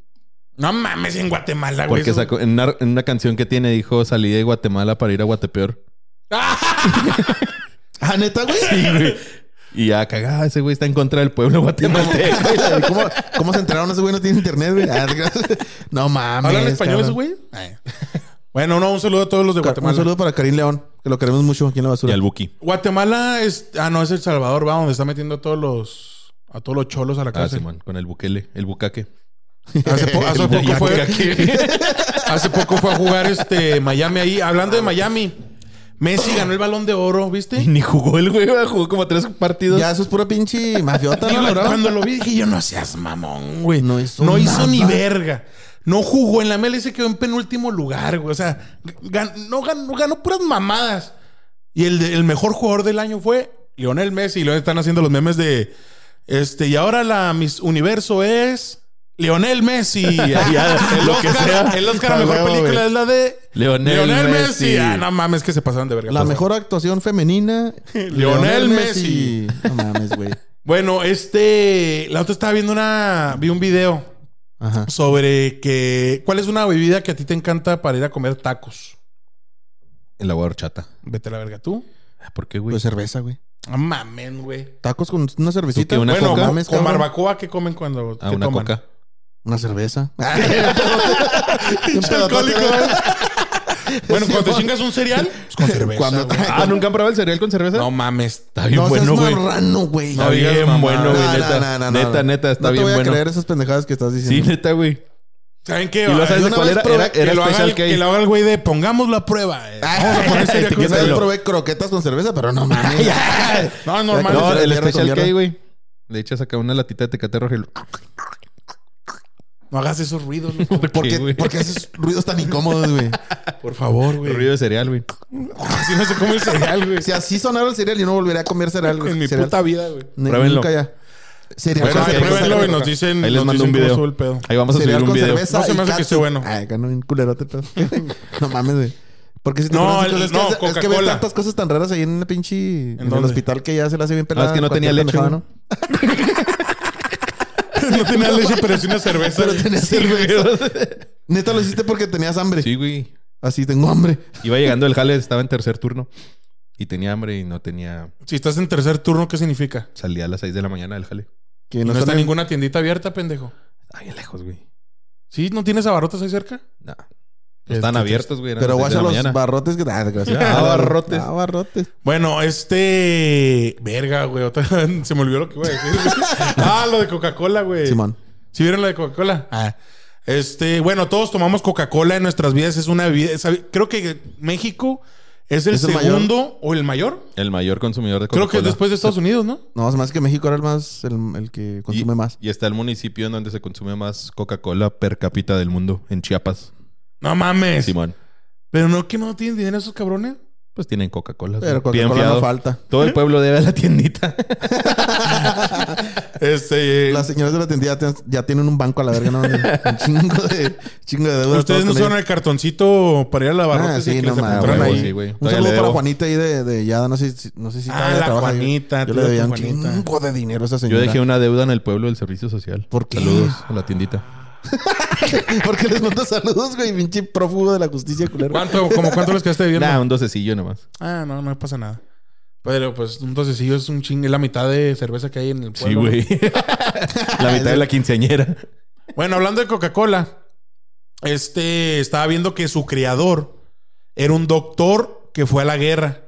[SPEAKER 1] No mames, en Guatemala, Ah, güey.
[SPEAKER 3] Porque
[SPEAKER 1] eso-
[SPEAKER 3] sacó, en, una, en una canción que tiene dijo salí de Guatemala para ir a Guatepeor.
[SPEAKER 2] Ah, neta, güey.
[SPEAKER 3] Y ya cagada, ese güey está en contra del pueblo guatemalteco.
[SPEAKER 2] ¿Cómo, ¿Cómo se enteraron? Ese güey no tiene internet, güey. Ah, gracias. No mames.
[SPEAKER 1] ¿Hablan español
[SPEAKER 2] cabrón.
[SPEAKER 1] esos, güey? Bueno, no, un saludo a todos los de Guatemala.
[SPEAKER 2] Un saludo para Karim León, que lo queremos mucho aquí en la
[SPEAKER 3] y
[SPEAKER 2] basura.
[SPEAKER 3] al Buki.
[SPEAKER 1] Guatemala es. Ah, no, es El Salvador, va, donde está metiendo a todos los. A todos los cholos a la
[SPEAKER 3] Ah,
[SPEAKER 1] cárcel.
[SPEAKER 3] Simón, con el Bukele, el Bucaque.
[SPEAKER 1] Hace, po- hace
[SPEAKER 3] El
[SPEAKER 1] poco
[SPEAKER 3] Bucaque.
[SPEAKER 1] fue. Hace poco fue a jugar este Miami ahí. Hablando de Miami, Messi ganó el balón de oro, ¿viste?
[SPEAKER 3] Y ni jugó el güey, güey, jugó como tres partidos.
[SPEAKER 2] Ya, eso es pura pinche mafiota,
[SPEAKER 1] Y
[SPEAKER 2] ¿no?
[SPEAKER 1] lo-
[SPEAKER 2] bro?
[SPEAKER 1] cuando lo vi dije yo, no seas mamón, güey.
[SPEAKER 2] No hizo nada.
[SPEAKER 1] ni verga. No jugó en la MLE se quedó en penúltimo lugar, güey. O sea, gan- no ganó, ganó puras mamadas. Y el, de- el mejor jugador del año fue Lionel Messi. Y luego están haciendo los memes de... Este, y ahora la Miss Universo es... Lionel Messi.
[SPEAKER 3] Ya, ya,
[SPEAKER 1] el
[SPEAKER 3] lo que
[SPEAKER 1] Oscar,
[SPEAKER 3] sea.
[SPEAKER 1] El Oscar a
[SPEAKER 3] Ah,
[SPEAKER 1] mejor
[SPEAKER 3] huevo,
[SPEAKER 1] película
[SPEAKER 3] güey.
[SPEAKER 1] es la de...
[SPEAKER 3] Lionel Messi.
[SPEAKER 1] Ah, no mames, que se pasaron de verga.
[SPEAKER 2] La
[SPEAKER 1] Pues,
[SPEAKER 2] mejor actuación femenina.
[SPEAKER 1] Lionel Messi.
[SPEAKER 2] No mames, güey.
[SPEAKER 1] Bueno, este... La otra estaba viendo una... Vi un video.
[SPEAKER 2] Ajá.
[SPEAKER 1] sobre que cuál es una bebida que a ti te encanta para ir a comer tacos.
[SPEAKER 3] El agua de horchata.
[SPEAKER 1] Vete a la verga tú.
[SPEAKER 3] ¿Por qué, güey?
[SPEAKER 2] Pues cerveza, güey.
[SPEAKER 1] Ah, mamen, güey.
[SPEAKER 2] Tacos con una cervecita.
[SPEAKER 3] ¿Tú qué, una
[SPEAKER 1] Bueno,
[SPEAKER 3] coca?
[SPEAKER 1] con-
[SPEAKER 2] mames,
[SPEAKER 1] con
[SPEAKER 2] cabrón.
[SPEAKER 1] barbacoa que comen cuando
[SPEAKER 3] Ah,
[SPEAKER 1] qué
[SPEAKER 3] una
[SPEAKER 1] toman?
[SPEAKER 3] coca.
[SPEAKER 2] Una cerveza.
[SPEAKER 1] Pinche alcohólico. bueno,
[SPEAKER 2] Sí,
[SPEAKER 1] cuando te
[SPEAKER 2] amor.
[SPEAKER 1] chingas un cereal, pues con cerveza.
[SPEAKER 2] Cuando-
[SPEAKER 1] güey.
[SPEAKER 3] Ah, ¿nunca han probado el cereal con cerveza?
[SPEAKER 1] No mames.
[SPEAKER 3] Está bien bueno, güey.
[SPEAKER 2] marrano, güey.
[SPEAKER 3] Está bien
[SPEAKER 1] digas mamá.
[SPEAKER 3] bueno, güey.
[SPEAKER 1] No,
[SPEAKER 3] neta, neta, neta, está
[SPEAKER 2] no
[SPEAKER 3] bien
[SPEAKER 2] te voy
[SPEAKER 3] bueno.
[SPEAKER 2] a creer esas pendejadas que estás
[SPEAKER 3] Sí,
[SPEAKER 2] diciendo.
[SPEAKER 3] neta, güey.
[SPEAKER 1] ¿Saben qué?
[SPEAKER 3] ¿Y lo
[SPEAKER 1] Ay,
[SPEAKER 3] sabes
[SPEAKER 1] yo
[SPEAKER 3] de
[SPEAKER 1] una
[SPEAKER 3] cuál
[SPEAKER 1] vez
[SPEAKER 3] era?
[SPEAKER 1] probé
[SPEAKER 3] Era, era
[SPEAKER 1] que, lo haga
[SPEAKER 3] Special
[SPEAKER 1] el,
[SPEAKER 3] K. Ah,
[SPEAKER 1] que lo haga el güey de pongamos la prueba. eh. Vamos a poner cereal con
[SPEAKER 2] Ah, Yo también
[SPEAKER 1] cerveza.
[SPEAKER 2] probé croquetas con cerveza, pero no mames.
[SPEAKER 1] No, normal.
[SPEAKER 3] No,
[SPEAKER 2] Mierda
[SPEAKER 3] el
[SPEAKER 2] con
[SPEAKER 3] Special
[SPEAKER 2] mierda.
[SPEAKER 3] K, güey. Le echas acá una latita de tecate roja y lo-
[SPEAKER 1] No hagas esos ruidos, loco.
[SPEAKER 2] ¿Por qué,
[SPEAKER 3] güey?
[SPEAKER 2] por qué haces ruidos tan incómodos, güey?
[SPEAKER 1] por favor,
[SPEAKER 3] El
[SPEAKER 1] güey.
[SPEAKER 3] ruido de cereal, güey.
[SPEAKER 1] Así no se come el cereal, güey.
[SPEAKER 2] Si así sonara el cereal, yo no volvería a comer cereal, güey.
[SPEAKER 1] En mi
[SPEAKER 2] Cereal.
[SPEAKER 1] puta vida, güey.
[SPEAKER 2] Ni-
[SPEAKER 3] Pruébenlo.
[SPEAKER 2] Nunca ya. Cereal
[SPEAKER 1] Bueno,
[SPEAKER 2] con
[SPEAKER 1] ahí
[SPEAKER 2] cerveza.
[SPEAKER 1] pruébenlo y
[SPEAKER 2] güey.
[SPEAKER 1] nos dicen,
[SPEAKER 3] Ahí les
[SPEAKER 1] nos
[SPEAKER 3] mando
[SPEAKER 1] dicen
[SPEAKER 3] un
[SPEAKER 1] cómo
[SPEAKER 3] video.
[SPEAKER 1] estuvo el pedo.
[SPEAKER 3] Ahí vamos a
[SPEAKER 2] Cereal
[SPEAKER 3] subir un
[SPEAKER 2] con
[SPEAKER 3] video.
[SPEAKER 2] cerveza
[SPEAKER 1] No se
[SPEAKER 2] y
[SPEAKER 1] me hace que esté
[SPEAKER 2] catsup.
[SPEAKER 1] bueno.
[SPEAKER 2] Ay, ganó un culerote. pero- no mames, güey. Porque si te
[SPEAKER 1] No,
[SPEAKER 2] pones
[SPEAKER 1] el-
[SPEAKER 2] cosas, es que
[SPEAKER 1] no,
[SPEAKER 2] hace- es, que ves
[SPEAKER 1] Coca-Cola.
[SPEAKER 2] tantas cosas tan raras ahí en la pinche... En, el
[SPEAKER 1] dónde?
[SPEAKER 2] hospital que ya se la hace bien pelada.
[SPEAKER 3] Ah, es que no
[SPEAKER 2] cualquier
[SPEAKER 3] tenía leche,
[SPEAKER 2] pendejada,
[SPEAKER 3] güey.
[SPEAKER 2] ¿no?
[SPEAKER 1] No tenía leche, pero sí una cerveza.
[SPEAKER 2] Pero
[SPEAKER 1] güey.
[SPEAKER 2] tenía cerveza. Neta, lo hiciste porque tenías hambre.
[SPEAKER 3] Sí, güey.
[SPEAKER 2] Así, tengo hambre.
[SPEAKER 3] Iba llegando el jale, estaba en tercer turno. Y tenía hambre y no tenía...
[SPEAKER 1] Si estás en tercer turno, ¿qué significa?
[SPEAKER 3] Salía a las 6 de la mañana del jale.
[SPEAKER 2] Que
[SPEAKER 1] Y
[SPEAKER 2] no,
[SPEAKER 1] no está
[SPEAKER 2] están en-
[SPEAKER 1] ninguna tiendita abierta, pendejo.
[SPEAKER 3] Está bien lejos, güey.
[SPEAKER 1] ¿Sí? ¿No tienes abarrotes ahí cerca?
[SPEAKER 3] Nah. No
[SPEAKER 1] Este,
[SPEAKER 3] están abiertos, güey. eran
[SPEAKER 2] Pero
[SPEAKER 3] las seis de
[SPEAKER 2] guacha
[SPEAKER 3] la
[SPEAKER 2] los
[SPEAKER 3] mañana.
[SPEAKER 2] barrotes que... Ah, desgraciado.
[SPEAKER 3] Ah, barrotes.
[SPEAKER 2] Ah, barrotes.
[SPEAKER 1] Bueno, este... Verga, güey. otra- Se me olvidó lo que iba a decir. güey. ah, lo de Coca-Cola, güey.
[SPEAKER 2] Simón.
[SPEAKER 1] ¿Sí vieron lo de Coca-Cola? Ah. Este... Bueno, todos tomamos Coca-Cola en nuestras vidas. Es una bebida... es- Creo que México es el
[SPEAKER 2] ¿Es el mayor?
[SPEAKER 1] segundo o el mayor.
[SPEAKER 3] El mayor consumidor de
[SPEAKER 1] Creo que
[SPEAKER 3] Coca-Cola.
[SPEAKER 1] es después de Estados Unidos, ¿no?
[SPEAKER 2] No, es más que México era el más... El, el que consume
[SPEAKER 3] y,
[SPEAKER 2] más.
[SPEAKER 3] Y está el municipio en donde se consume más Coca-Cola per cápita del mundo, en Chiapas.
[SPEAKER 1] No mames.
[SPEAKER 3] Simón.
[SPEAKER 1] Pero no, que no tienen dinero esos cabrones.
[SPEAKER 3] Pues tienen Coca-Cola.
[SPEAKER 2] Pero
[SPEAKER 3] güey. Bien
[SPEAKER 2] Coca-Cola no
[SPEAKER 3] fiado.
[SPEAKER 2] falta.
[SPEAKER 3] Todo el pueblo debe a la tiendita.
[SPEAKER 1] Este...
[SPEAKER 2] Las señoras de la tienda ya, ya tienen un banco a la verga, ¿no? Un chingo de, chingo de deudas.
[SPEAKER 1] Ustedes
[SPEAKER 2] todos
[SPEAKER 1] no
[SPEAKER 2] con
[SPEAKER 1] usaron
[SPEAKER 2] ellos.
[SPEAKER 1] el cartoncito para ir a la barrotes
[SPEAKER 2] Ah,
[SPEAKER 1] y
[SPEAKER 2] sí,
[SPEAKER 1] que
[SPEAKER 2] no
[SPEAKER 1] les
[SPEAKER 2] mames.
[SPEAKER 1] apuntaran
[SPEAKER 3] huevo,
[SPEAKER 1] ahí.
[SPEAKER 3] sí, güey.
[SPEAKER 2] Un
[SPEAKER 3] Todavía
[SPEAKER 2] saludo
[SPEAKER 3] le
[SPEAKER 2] para
[SPEAKER 3] debo.
[SPEAKER 2] Juanita ahí de, de Yada. No sé, si- no sé si
[SPEAKER 1] Ah,
[SPEAKER 2] todavía
[SPEAKER 1] la
[SPEAKER 2] trabaja ahí.
[SPEAKER 1] Juanita,
[SPEAKER 2] Yo
[SPEAKER 1] tú
[SPEAKER 2] le
[SPEAKER 1] eres
[SPEAKER 2] debía un
[SPEAKER 1] Juanita.
[SPEAKER 2] chingo de dinero a esa
[SPEAKER 3] Yo
[SPEAKER 2] señora.
[SPEAKER 3] dejé una deuda en el pueblo del servicio social.
[SPEAKER 2] ¿Por qué?
[SPEAKER 3] Saludos a la tiendita.
[SPEAKER 2] Porque les mando saludos, güey. Pinche prófugo de la justicia, culero.
[SPEAKER 1] ¿Cuánto, como cuánto les quedaste viendo?
[SPEAKER 3] Nah, un docecillo nomás.
[SPEAKER 1] Ah, no, no pasa nada. Pero pues un docecillo es un chingo, es la mitad de cerveza que hay en el pueblo.
[SPEAKER 3] Sí, güey. la mitad de la quinceañera.
[SPEAKER 1] Bueno, hablando de Coca-Cola, este estaba viendo que su criador era un doctor que fue a la guerra.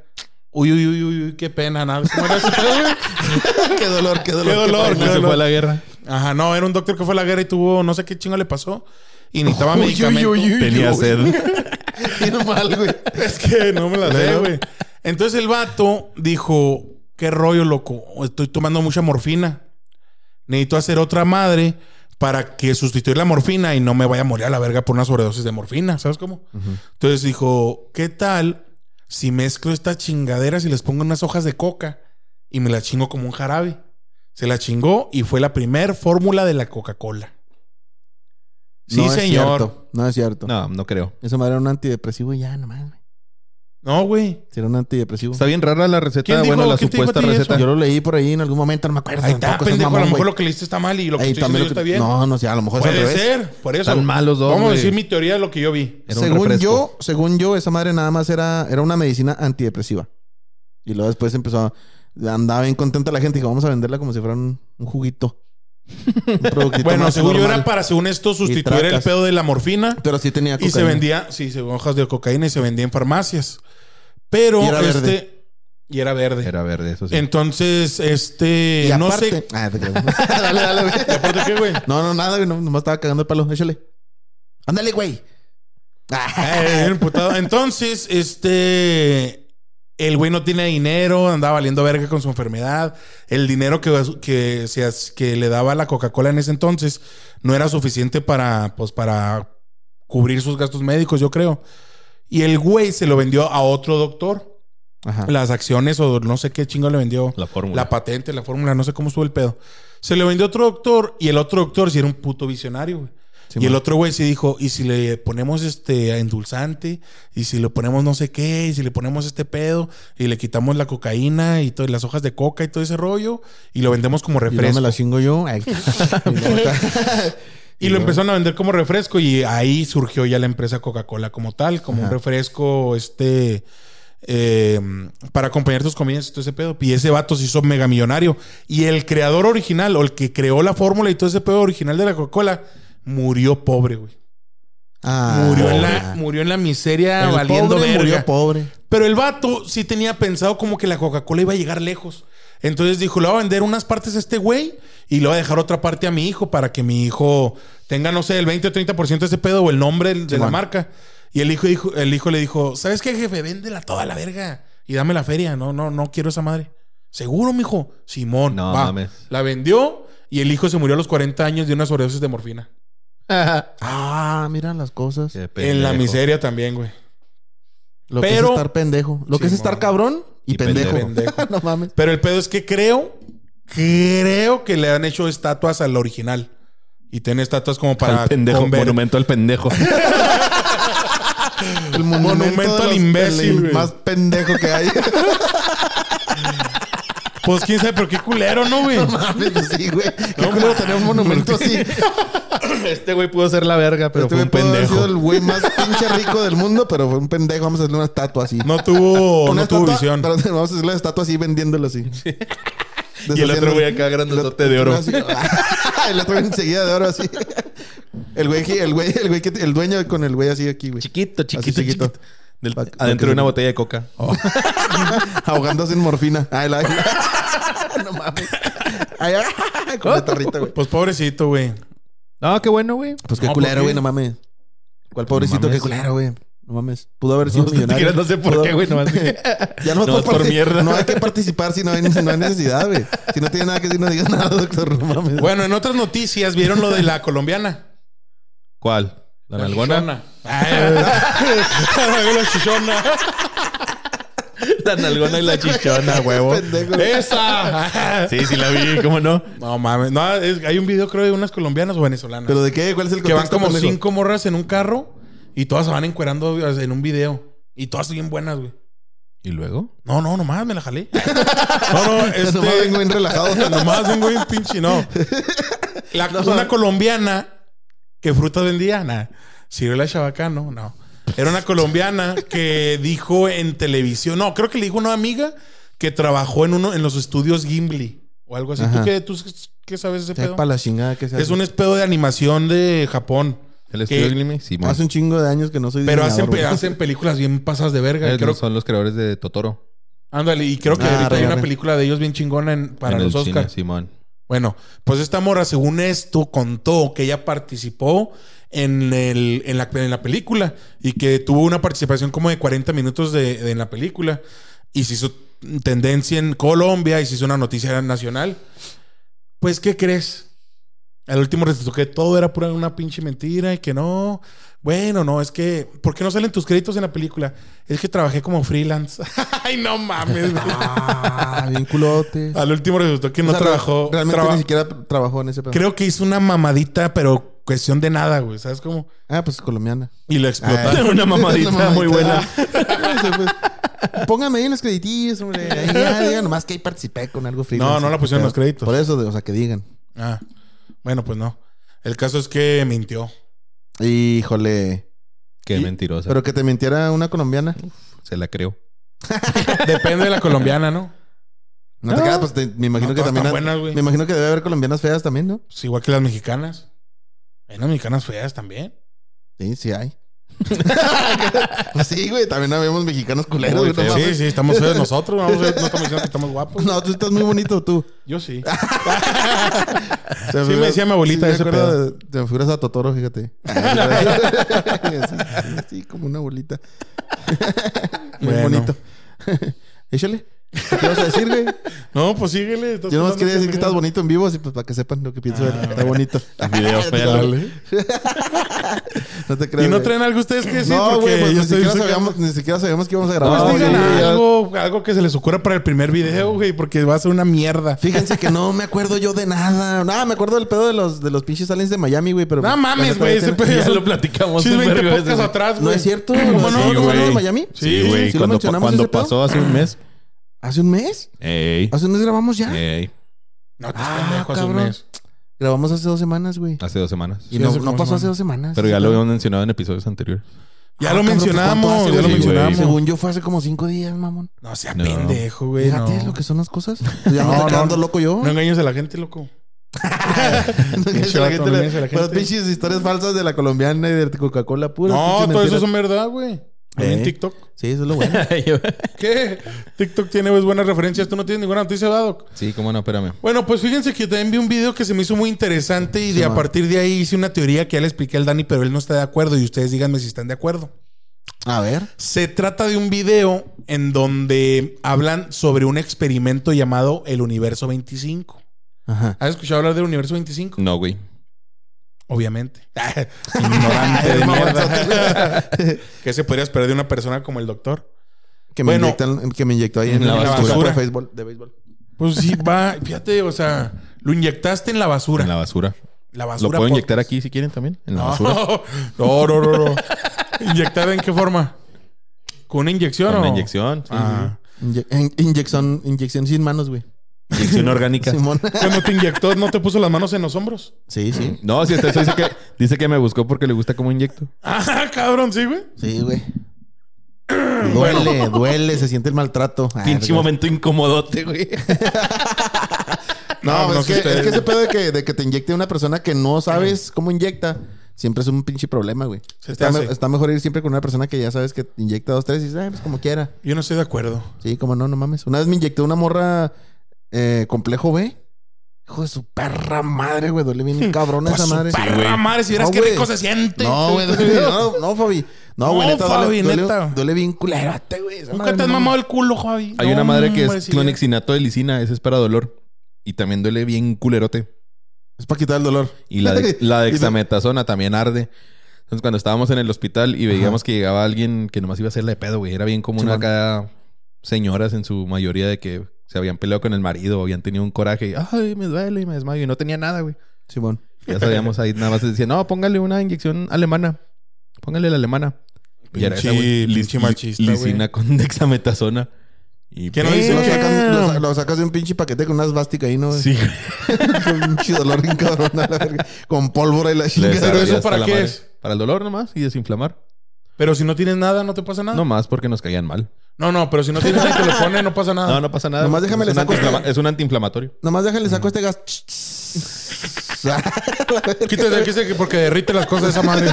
[SPEAKER 1] Uy, uy, uy, uy, uy, qué pena, nada. ¿Cómo era ese pedo, güey?
[SPEAKER 2] qué dolor, qué dolor.
[SPEAKER 1] Qué dolor,
[SPEAKER 3] ¿Cómo
[SPEAKER 1] qué
[SPEAKER 3] se
[SPEAKER 1] dolor.
[SPEAKER 3] fue a la guerra?
[SPEAKER 1] Ajá, no, era un doctor que fue a la guerra y tuvo, no sé qué chingo le pasó. Y necesitaba
[SPEAKER 2] Uy, uy,
[SPEAKER 1] medicamento.
[SPEAKER 2] uy, uy, uy.
[SPEAKER 3] Tenía
[SPEAKER 2] güey.
[SPEAKER 3] sed.
[SPEAKER 2] Bien mal, güey.
[SPEAKER 1] Es que no me la sé,
[SPEAKER 2] Luego.
[SPEAKER 1] güey. Entonces el vato dijo, qué rollo, loco. Estoy tomando mucha morfina. Necesito hacer otra madre para que sustituir la morfina y no me vaya a morir a la verga por una sobredosis de morfina. ¿Sabes cómo? Entonces dijo, ¿qué tal si mezclo estas chingaderas y les pongo unas hojas de coca y me las chingo como un jarabe? Se la chingó y fue la primer fórmula de la Coca-Cola. Sí,
[SPEAKER 2] No es
[SPEAKER 1] señor.
[SPEAKER 2] cierto, No es cierto.
[SPEAKER 3] No, no creo.
[SPEAKER 2] Esa madre era un antidepresivo y ya, no mames. güey.
[SPEAKER 1] No, güey.
[SPEAKER 2] Si era un antidepresivo.
[SPEAKER 3] Está bien rara la receta.
[SPEAKER 1] ¿Quién dijo-
[SPEAKER 3] bueno, la
[SPEAKER 1] quién te dijo a
[SPEAKER 3] supuesta
[SPEAKER 1] ti eso?
[SPEAKER 3] receta.
[SPEAKER 2] Yo lo leí por ahí en algún momento, no me acuerdo.
[SPEAKER 1] Ahí está,
[SPEAKER 2] tampoco seas
[SPEAKER 1] pendejo. a lo
[SPEAKER 2] mamón,
[SPEAKER 1] mejor
[SPEAKER 2] güey.
[SPEAKER 1] lo que le hiciste está mal y lo que
[SPEAKER 2] Ey,
[SPEAKER 1] estoy diciendo yo
[SPEAKER 2] también lo que-
[SPEAKER 1] está bien.
[SPEAKER 2] No, no sé, a lo mejor es al
[SPEAKER 1] Puede
[SPEAKER 2] revés.
[SPEAKER 1] ser, por eso.
[SPEAKER 3] Están malos dos,
[SPEAKER 1] Vamos a
[SPEAKER 3] güey.
[SPEAKER 1] decir mi teoría de lo que yo vi.
[SPEAKER 3] Era un
[SPEAKER 2] Según
[SPEAKER 3] refresco.
[SPEAKER 2] yo, según yo, esa madre nada más era, era una medicina antidepresiva. Y luego después empezó a... Andaba bien contenta la gente y dijo, vamos a venderla como si fuera un, un juguito. Un productito
[SPEAKER 1] Bueno,
[SPEAKER 2] más
[SPEAKER 1] según yo
[SPEAKER 2] normal.
[SPEAKER 1] era para, según esto, sustituir el
[SPEAKER 2] tracas.
[SPEAKER 1] pedo de la morfina
[SPEAKER 2] Pero sí tenía
[SPEAKER 1] y se
[SPEAKER 2] cocaína.
[SPEAKER 1] vendía, sí, según hojas de cocaína y se vendía en farmacias. Pero
[SPEAKER 2] Y era
[SPEAKER 1] este.
[SPEAKER 2] verde.
[SPEAKER 1] Y era verde.
[SPEAKER 3] Era verde, eso sí.
[SPEAKER 1] Entonces, este.
[SPEAKER 2] Y
[SPEAKER 1] no
[SPEAKER 2] aparte...
[SPEAKER 1] sé.
[SPEAKER 2] Ah, te creas. dale, dale, güey.
[SPEAKER 1] ¿Y aparte qué, güey?
[SPEAKER 2] No, no, nada, güey. no- nomás estaba cagando el palo. Échale. Ándale, güey.
[SPEAKER 1] Eh, Ah, bien emputado. Entonces, este. El güey no tiene dinero, andaba valiendo verga con su enfermedad. El dinero que, que, se as- que le daba la Coca-Cola en ese entonces no era suficiente para, pues, para cubrir sus gastos médicos, yo creo. Y el güey se lo vendió a otro doctor.
[SPEAKER 2] Ajá.
[SPEAKER 1] Las acciones o no sé qué chingo le vendió.
[SPEAKER 3] La fórmula.
[SPEAKER 1] La patente, la fórmula, no sé cómo estuvo el pedo. Se le vendió a otro doctor y el otro doctor sí era un puto visionario, güey.
[SPEAKER 2] Sí,
[SPEAKER 1] y el
[SPEAKER 2] man.
[SPEAKER 1] otro güey sí dijo, y si le ponemos este endulzante, y si le ponemos no sé qué, y si le ponemos este pedo, y le quitamos la cocaína y todas las hojas de coca y todo ese rollo, y lo vendemos como
[SPEAKER 2] Y luego
[SPEAKER 1] refresco.
[SPEAKER 2] me
[SPEAKER 1] Y,
[SPEAKER 2] la chingo yo. Ay. Y luego acá.
[SPEAKER 1] lo
[SPEAKER 2] luego-
[SPEAKER 1] empezaron a vender como refresco y ahí surgió ya la empresa Coca-Cola como tal, como un
[SPEAKER 2] Ajá.
[SPEAKER 1] refresco este... eh, para acompañar tus comidas y todo ese pedo. Y ese vato se hizo mega millonario. Y el creador original, o el que creó la fórmula y todo ese pedo original de la Coca-Cola, murió pobre, güey.
[SPEAKER 2] Ah.
[SPEAKER 1] Murió, en la, murió en la miseria
[SPEAKER 2] El
[SPEAKER 1] valiendo
[SPEAKER 2] pobre
[SPEAKER 1] verga.
[SPEAKER 2] Murió pobre.
[SPEAKER 1] Pero el vato sí tenía pensado como que la Coca-Cola iba a llegar lejos. Entonces dijo, le voy a vender unas partes a este güey y le voy a dejar otra parte a mi hijo para que mi hijo tenga, no sé, el 20 o 30% de ese pedo o el nombre de la
[SPEAKER 2] Simón.
[SPEAKER 1] marca. Y el hijo, dijo- el hijo le dijo, ¿sabes qué, jefe? Véndela toda la verga y dame la feria. No, no, no quiero esa madre. Seguro, mijo. Simón,
[SPEAKER 3] No
[SPEAKER 1] va.
[SPEAKER 3] mames.
[SPEAKER 1] La vendió y el hijo se murió a los 40 años de una sobredosis de morfina.
[SPEAKER 2] Ah, mira las cosas.
[SPEAKER 3] Qué
[SPEAKER 1] En la
[SPEAKER 3] pendejo.
[SPEAKER 1] miseria también, güey.
[SPEAKER 2] Lo que
[SPEAKER 1] Pero-
[SPEAKER 2] es estar pendejo. Lo que es
[SPEAKER 1] Simón.
[SPEAKER 2] estar cabrón y,
[SPEAKER 3] Y
[SPEAKER 2] pendejo.
[SPEAKER 1] pendejo.
[SPEAKER 2] no mames.
[SPEAKER 1] Pero el pedo es que creo, creo que le han hecho estatuas al original. Y tiene estatuas como para.
[SPEAKER 3] Al pendejo,
[SPEAKER 1] conver-
[SPEAKER 3] monumento al pendejo.
[SPEAKER 2] El
[SPEAKER 1] Monumento
[SPEAKER 2] de
[SPEAKER 1] al
[SPEAKER 2] los-
[SPEAKER 1] imbécil,
[SPEAKER 2] el
[SPEAKER 1] güey.
[SPEAKER 2] más pendejo que hay.
[SPEAKER 1] Pues quién sabe, pero qué culero, ¿no, güey?
[SPEAKER 2] mames, pues sí, güey. Qué culero tener un monumento así.
[SPEAKER 3] este güey pudo ser la verga, pero
[SPEAKER 2] este
[SPEAKER 3] fue
[SPEAKER 2] güey
[SPEAKER 3] un
[SPEAKER 2] pudo haber sido
[SPEAKER 3] pendejo.
[SPEAKER 2] el güey más pinche rico del mundo, pero fue un pendejo. Vamos a hacerle una estatua así.
[SPEAKER 1] No tuvo,
[SPEAKER 2] Una
[SPEAKER 1] no tuvo
[SPEAKER 2] estatua-
[SPEAKER 1] visión.
[SPEAKER 2] Pero vamos a hacerle una estatua así vendiéndolo así.
[SPEAKER 3] Y el otro güey acá grandote de oro.
[SPEAKER 2] Así. ah, el otro güey enseguida de oro así. El güey, que- el güey, el güey, que- el dueño con el güey así aquí, güey.
[SPEAKER 3] Chiquito,
[SPEAKER 2] Así
[SPEAKER 3] chiquito,
[SPEAKER 2] chiquito.
[SPEAKER 3] chiquito. Del-
[SPEAKER 2] Pa- pa que
[SPEAKER 3] adentro de una
[SPEAKER 2] se-
[SPEAKER 3] botella de coca.
[SPEAKER 2] Ahogándose en morfina. Ay, la... no mames. Ay, ay, con la tarrita, güey.
[SPEAKER 1] Pues pobrecito, güey.
[SPEAKER 3] No, qué bueno, güey.
[SPEAKER 2] Pues qué
[SPEAKER 1] No, ¿por
[SPEAKER 2] culero,
[SPEAKER 1] qué?
[SPEAKER 2] güey, no mames. ¿Cuál pobrecito?
[SPEAKER 3] mames.
[SPEAKER 2] qué culero, güey. No mames. Pudo haber sido
[SPEAKER 3] Ni siquiera
[SPEAKER 2] millonario.
[SPEAKER 3] no sé por
[SPEAKER 2] Pudo-
[SPEAKER 3] qué, güey. Nomás dije,
[SPEAKER 2] Ya no,
[SPEAKER 3] No,
[SPEAKER 2] puedo
[SPEAKER 3] es por
[SPEAKER 2] partic-
[SPEAKER 3] mierda.
[SPEAKER 2] No hay que participar si no hay, si no hay necesidad, güey. Si no tiene nada que decir, no digas nada, doctor. No mames.
[SPEAKER 1] Bueno, en otras noticias, ¿vieron lo de la colombiana?
[SPEAKER 3] ¿Cuál? ¿La nalgona?
[SPEAKER 1] chichona. Ay, la chichona.
[SPEAKER 3] La nalgona y la chichona, huevo.
[SPEAKER 2] Pendejo.
[SPEAKER 1] eh, Esa.
[SPEAKER 3] Sí, sí la vi, ¿cómo no?
[SPEAKER 1] No mames. No, es- hay un video, creo, de unas colombianas o venezolanas.
[SPEAKER 2] ¿Pero de qué? ¿Cuál es el
[SPEAKER 1] que van
[SPEAKER 2] contexto,
[SPEAKER 1] como
[SPEAKER 2] pendejo?
[SPEAKER 1] cinco morras en un carro y todas se van encuerando o sea, en un video. Y todas bien buenas, güey.
[SPEAKER 3] ¿Y luego?
[SPEAKER 1] No, no, nomás me la jalé. No, no, este.
[SPEAKER 2] Nomás vengo bien relajado.
[SPEAKER 1] nomás vengo bien pinche, no. La- una colombiana que fruta vendía, nada. Ciruela Chabacano, no. Era una colombiana que dijo en televisión, no, creo que le dijo una amiga que trabajó en uno en los estudios Gimli o algo así. ¿Tú
[SPEAKER 2] Ajá.
[SPEAKER 1] qué, tú qué sabes de ese pedo?
[SPEAKER 2] Para la chingada que se
[SPEAKER 1] Es
[SPEAKER 2] hace.
[SPEAKER 1] un espedo de animación de Japón.
[SPEAKER 3] ¿El estudio
[SPEAKER 1] Que-
[SPEAKER 3] Ghibli? Sí,
[SPEAKER 2] Hace un chingo de años que no soy
[SPEAKER 1] Pero
[SPEAKER 2] diseñador,
[SPEAKER 1] hacen, pe-
[SPEAKER 2] güey.
[SPEAKER 1] hacen películas bien pasas de verga. Creo,
[SPEAKER 3] son los creadores de Totoro.
[SPEAKER 1] ándale, y creo que
[SPEAKER 2] Ah,
[SPEAKER 1] ahorita hay una
[SPEAKER 2] arre.
[SPEAKER 1] película de ellos bien chingona en- para
[SPEAKER 3] en
[SPEAKER 1] los
[SPEAKER 3] el cine,
[SPEAKER 1] Oscars.
[SPEAKER 3] Simón.
[SPEAKER 1] Bueno, pues esta mora, según esto, contó que ella participó en, el, en, la, en la película y que tuvo una participación como de 40 minutos de, de- en la película y se hizo tendencia en Colombia y se hizo una noticia nacional. Pues, ¿qué crees? Al último resultó que todo era pura una pinche mentira y que no. Bueno, no, es que. ¿Por qué no salen tus créditos en la película? Es que trabajé como freelance. Ay, no mames. güey.
[SPEAKER 2] Ah, bien culote.
[SPEAKER 1] Al último resultó que no
[SPEAKER 2] O sea,
[SPEAKER 1] trabajó.
[SPEAKER 2] Realmente
[SPEAKER 1] traba-
[SPEAKER 2] ni siquiera trabajó en ese pedo.
[SPEAKER 1] Creo que hizo una mamadita, pero cuestión de nada, güey. ¿Sabes cómo?
[SPEAKER 2] Ah, pues colombiana.
[SPEAKER 1] Y lo explotaron.
[SPEAKER 3] Una mamadita
[SPEAKER 2] Una
[SPEAKER 3] muy buena.
[SPEAKER 2] Eso, pues. Póngame ahí en los creditillos, hombre. Ahí ya digan nomás que ahí participé con algo frío.
[SPEAKER 1] No, no la pusieron en los créditos.
[SPEAKER 2] Por eso, o sea, que digan.
[SPEAKER 1] Ah, bueno, pues no. El caso es que mintió.
[SPEAKER 2] Híjole.
[SPEAKER 3] Qué
[SPEAKER 1] Y-
[SPEAKER 3] mentirosa.
[SPEAKER 2] Pero que te mintiera una colombiana.
[SPEAKER 3] se la creo.
[SPEAKER 1] Depende de la colombiana, ¿no?
[SPEAKER 2] No te
[SPEAKER 3] Ah.
[SPEAKER 2] creas, pues te- me imagino
[SPEAKER 1] No,
[SPEAKER 2] que
[SPEAKER 1] todas
[SPEAKER 2] también.
[SPEAKER 1] están buenas, güey.
[SPEAKER 2] me imagino que debe haber colombianas feas también, ¿no?
[SPEAKER 1] Pues igual que las mexicanas. Hay unas mexicanas feas también.
[SPEAKER 2] Sí, sí hay. Pues sí, güey, también habemos mexicanos culeros.
[SPEAKER 1] Muy
[SPEAKER 2] güey,
[SPEAKER 1] feas.
[SPEAKER 2] no
[SPEAKER 1] sí,
[SPEAKER 2] mames.
[SPEAKER 1] sí, estamos feos nosotros. vamos a ver, no estamos diciendo que estamos guapos.
[SPEAKER 2] No, Ah, tú estás muy bonito, tú.
[SPEAKER 1] Yo sí.
[SPEAKER 2] O sea,
[SPEAKER 1] Sí, me decía mi abuelita
[SPEAKER 2] me
[SPEAKER 1] ese
[SPEAKER 2] acuerdo de- Te figuras a Totoro, fíjate. sí, sí, como una abuelita. Muy
[SPEAKER 1] Bueno.
[SPEAKER 2] bonito. Échale. ¿Qué vas a decir, güey?
[SPEAKER 1] No, pues síguele. estás
[SPEAKER 2] Yo nomás
[SPEAKER 1] tratando
[SPEAKER 2] quería decir que
[SPEAKER 1] terminar.
[SPEAKER 2] estás bonito en vivo, así pues para que sepan lo que pienso
[SPEAKER 1] Ah,
[SPEAKER 2] de él. Está bonito.
[SPEAKER 3] Video, véalo.
[SPEAKER 1] Dale.
[SPEAKER 2] No te creas.
[SPEAKER 1] ¿Y no
[SPEAKER 2] güey.
[SPEAKER 1] traen algo ustedes que decir?
[SPEAKER 2] No,
[SPEAKER 1] Porque
[SPEAKER 2] güey, pues
[SPEAKER 1] yo
[SPEAKER 2] ni
[SPEAKER 1] estoy
[SPEAKER 2] siquiera,
[SPEAKER 1] sacando-
[SPEAKER 2] sabíamos, ni siquiera sabíamos que íbamos a grabar.
[SPEAKER 1] Pues
[SPEAKER 3] No,
[SPEAKER 1] digan
[SPEAKER 3] sí, ya-
[SPEAKER 1] algo, algo que se les ocurra para el primer video, güey, porque va a ser una mierda.
[SPEAKER 2] Fíjense que no me acuerdo yo de nada. Nada, me acuerdo del pedo de los, de los pinches aliens de Miami, güey. Pero
[SPEAKER 1] No mames,
[SPEAKER 2] la neta,
[SPEAKER 1] güey,
[SPEAKER 2] ya
[SPEAKER 1] ese
[SPEAKER 2] tiene-
[SPEAKER 1] pedo
[SPEAKER 3] Ya
[SPEAKER 1] es un-
[SPEAKER 3] lo platicamos.
[SPEAKER 1] Sí,
[SPEAKER 3] un
[SPEAKER 1] 20
[SPEAKER 3] vergo de
[SPEAKER 1] podcasts
[SPEAKER 3] veces.
[SPEAKER 1] atrás, güey.
[SPEAKER 2] No es cierto.
[SPEAKER 1] ¿Cómo
[SPEAKER 2] ¿Sí,
[SPEAKER 1] no,
[SPEAKER 2] los aliens
[SPEAKER 1] güey?
[SPEAKER 2] de Miami?
[SPEAKER 3] Sí,
[SPEAKER 1] Sí,
[SPEAKER 3] güey.
[SPEAKER 2] sí lo
[SPEAKER 3] cuando
[SPEAKER 2] mencionamos
[SPEAKER 3] cuando
[SPEAKER 2] ese pedo.
[SPEAKER 3] pasó hace un mes.
[SPEAKER 2] ¿Hace un mes?
[SPEAKER 3] Ey.
[SPEAKER 2] ¿Hace un mes grabamos ya?
[SPEAKER 1] Eh.
[SPEAKER 3] Ey.
[SPEAKER 1] No te
[SPEAKER 2] Ah,
[SPEAKER 1] pendejo, hace un
[SPEAKER 2] cabrón.
[SPEAKER 1] mes.
[SPEAKER 2] Grabamos hace dos semanas, güey.
[SPEAKER 3] Hace dos semanas.
[SPEAKER 2] Y
[SPEAKER 1] Ah, sí,
[SPEAKER 2] no,
[SPEAKER 1] hace
[SPEAKER 2] no
[SPEAKER 1] como
[SPEAKER 2] pasó hace
[SPEAKER 1] semana.
[SPEAKER 2] dos semanas.
[SPEAKER 3] Pero ya lo habíamos mencionado en episodios anteriores.
[SPEAKER 1] Ya
[SPEAKER 2] Ah,
[SPEAKER 1] lo
[SPEAKER 2] cabrón, pues, ¿cuánto
[SPEAKER 1] mencionamos,
[SPEAKER 2] hace,
[SPEAKER 1] ya lo
[SPEAKER 2] güey?
[SPEAKER 3] Sí, güey.
[SPEAKER 1] mencionamos.
[SPEAKER 2] Según yo fue hace como cinco días, mamón.
[SPEAKER 1] No sea
[SPEAKER 3] No.
[SPEAKER 1] pendejo, güey.
[SPEAKER 2] Fíjate
[SPEAKER 1] Pues No.
[SPEAKER 2] lo que son las cosas. Ya me
[SPEAKER 1] No,
[SPEAKER 2] estoy
[SPEAKER 1] no,
[SPEAKER 2] quedando
[SPEAKER 1] no.
[SPEAKER 2] loco yo.
[SPEAKER 1] No engañes a la gente, loco.
[SPEAKER 2] Engañes a
[SPEAKER 1] Pinche
[SPEAKER 2] la gente,
[SPEAKER 1] vato, no engañes a la
[SPEAKER 2] la- Las
[SPEAKER 1] gente.
[SPEAKER 2] pinches historias falsas de la colombiana y de Coca-Cola pura.
[SPEAKER 1] No,
[SPEAKER 2] pinches
[SPEAKER 1] todo eso
[SPEAKER 2] mentiras.
[SPEAKER 1] es verdad, güey. Ahí En
[SPEAKER 2] Eh.
[SPEAKER 1] TikTok.
[SPEAKER 2] Sí, eso es lo bueno.
[SPEAKER 1] ¿Qué? TikTok tiene pues, buenas referencias. Tú no tienes ninguna noticia, ¿verdad, Doc?
[SPEAKER 3] sí, cómo no, espérame.
[SPEAKER 1] Bueno, pues fíjense que yo también vi un video que se me hizo muy interesante y de, a
[SPEAKER 2] ma.
[SPEAKER 1] partir de ahí hice una teoría que ya le expliqué al Dani, pero él no está de acuerdo y ustedes díganme si están de acuerdo.
[SPEAKER 2] A ver.
[SPEAKER 1] Se trata de un video en donde hablan sobre un experimento llamado el Universo 25.
[SPEAKER 2] Ajá.
[SPEAKER 1] ¿Has escuchado hablar del Universo 25?
[SPEAKER 3] No, güey.
[SPEAKER 1] Obviamente. Ignorante de mierda. ¿Qué se podría esperar de una persona como el doctor?
[SPEAKER 2] Que me,
[SPEAKER 1] Bueno.
[SPEAKER 2] inyectan- que me inyectó ahí en,
[SPEAKER 3] En la
[SPEAKER 2] la
[SPEAKER 3] basura.
[SPEAKER 2] basura de béisbol. De béisbol.
[SPEAKER 1] Pues sí, va. Fíjate, o sea, lo inyectaste en la basura.
[SPEAKER 3] En
[SPEAKER 1] La,
[SPEAKER 3] la basura.
[SPEAKER 1] basura.
[SPEAKER 3] Lo puedo
[SPEAKER 1] podcast.
[SPEAKER 3] inyectar aquí si quieren también. En la
[SPEAKER 1] No,
[SPEAKER 3] basura.
[SPEAKER 1] no, no, no. no. ¿Inyectada en qué forma? ¿Con una inyección
[SPEAKER 3] Con
[SPEAKER 1] o?
[SPEAKER 3] una inyección. sí,
[SPEAKER 1] Ah.
[SPEAKER 2] Inye- in- inyección, inyección sin manos, güey.
[SPEAKER 3] sí. Inyección orgánica.
[SPEAKER 2] Simón.
[SPEAKER 1] Cuando te inyectó, ¿no te puso las manos en los hombros?
[SPEAKER 2] Sí, sí.
[SPEAKER 3] No, si hasta eso dice que, dice que me buscó porque le gusta cómo inyecto.
[SPEAKER 1] Ah, cabrón, sí, güey.
[SPEAKER 2] Sí, güey. Duele, duele, se siente el maltrato. Ah,
[SPEAKER 3] Pinche
[SPEAKER 2] güey.
[SPEAKER 3] momento
[SPEAKER 1] este,
[SPEAKER 3] incomodote, güey.
[SPEAKER 2] No, pues
[SPEAKER 1] No, no
[SPEAKER 2] es,
[SPEAKER 1] sé
[SPEAKER 2] que,
[SPEAKER 1] ustedes.
[SPEAKER 2] es que ese pedo de que, de que te inyecte una persona que no sabes cómo inyecta, siempre es un pinche problema, güey.
[SPEAKER 1] Se te
[SPEAKER 2] Está,
[SPEAKER 1] hace.
[SPEAKER 2] me- está mejor ir siempre con una persona que ya sabes que te inyecta dos, tres y dices, "Ay, pues como quiera.
[SPEAKER 1] Yo no estoy de acuerdo.
[SPEAKER 2] Sí, como no, no mames. Una vez me inyectó una morra eh, complejo B. Hijo de su perra madre, güey. Duele bien cabrón esa madre.
[SPEAKER 1] Parra Pues madre, si vieras
[SPEAKER 2] No,
[SPEAKER 1] qué
[SPEAKER 2] güey.
[SPEAKER 1] rico se siente.
[SPEAKER 2] No, güey. duele- No, no, Fabi. No, güey.
[SPEAKER 1] No,
[SPEAKER 2] neta, duele-
[SPEAKER 1] Fabi,
[SPEAKER 2] duele,
[SPEAKER 1] neta.
[SPEAKER 2] duele bien culerote, güey. Esa
[SPEAKER 1] Nunca
[SPEAKER 2] madre,
[SPEAKER 1] te has
[SPEAKER 2] no
[SPEAKER 1] mamado
[SPEAKER 2] mames.
[SPEAKER 1] el culo, Javi.
[SPEAKER 3] Hay
[SPEAKER 1] No,
[SPEAKER 3] una madre que
[SPEAKER 1] hombre,
[SPEAKER 3] es
[SPEAKER 1] sí,
[SPEAKER 3] clonexinato de lisina, ese es para dolor. Y también duele bien culerote.
[SPEAKER 2] Es para quitar el dolor.
[SPEAKER 3] Y la, de, la dexametasona también arde. Entonces, cuando estábamos en el hospital y veíamos que llegaba alguien que nomás iba a hacerle de pedo, güey. Era bien común
[SPEAKER 2] Simón.
[SPEAKER 3] acá señoras en su mayoría de que se habían peleado con el marido, habían tenido un coraje. Y, Ay, me duele y me desmayo. Y no tenía nada, güey.
[SPEAKER 2] Simón.
[SPEAKER 3] Ya sabíamos ahí, nada más decía, no, póngale una inyección alemana. Póngale la alemana. Y era esa, güey.
[SPEAKER 1] Pinche-
[SPEAKER 3] Lis-
[SPEAKER 1] pinche machista, güey.
[SPEAKER 3] Lisina con dexametasona. Y
[SPEAKER 1] ¿Qué no
[SPEAKER 2] Lo
[SPEAKER 1] dice?
[SPEAKER 3] ¡Pam!
[SPEAKER 2] sacas, lo sa- lo sacas de un pinche paquete con una esvástica ahí, ¿no? güey?
[SPEAKER 3] Sí, güey.
[SPEAKER 2] Con un pinche dolor bien cabrón a la verga. Con pólvora y la
[SPEAKER 3] Le
[SPEAKER 2] chingada.
[SPEAKER 1] desarrolla. eso
[SPEAKER 3] desarrollé hasta
[SPEAKER 1] para
[SPEAKER 3] la
[SPEAKER 1] qué
[SPEAKER 3] madre.
[SPEAKER 1] es?
[SPEAKER 3] Para el dolor nomás y desinflamar.
[SPEAKER 1] Pero si no tienes nada, no te pasa nada.
[SPEAKER 3] No
[SPEAKER 1] No,
[SPEAKER 3] más porque nos caían mal.
[SPEAKER 1] no, pero si no tienes nada y te lo pone, no pasa nada.
[SPEAKER 3] No, no pasa nada.
[SPEAKER 2] Nomás déjame
[SPEAKER 3] es,
[SPEAKER 2] le
[SPEAKER 3] un
[SPEAKER 2] saco este-
[SPEAKER 3] antiinflama- es un antiinflamatorio.
[SPEAKER 2] Nomás déjale, saco este gas.
[SPEAKER 1] Quítate el que dice que porque derrite las cosas de esa madre.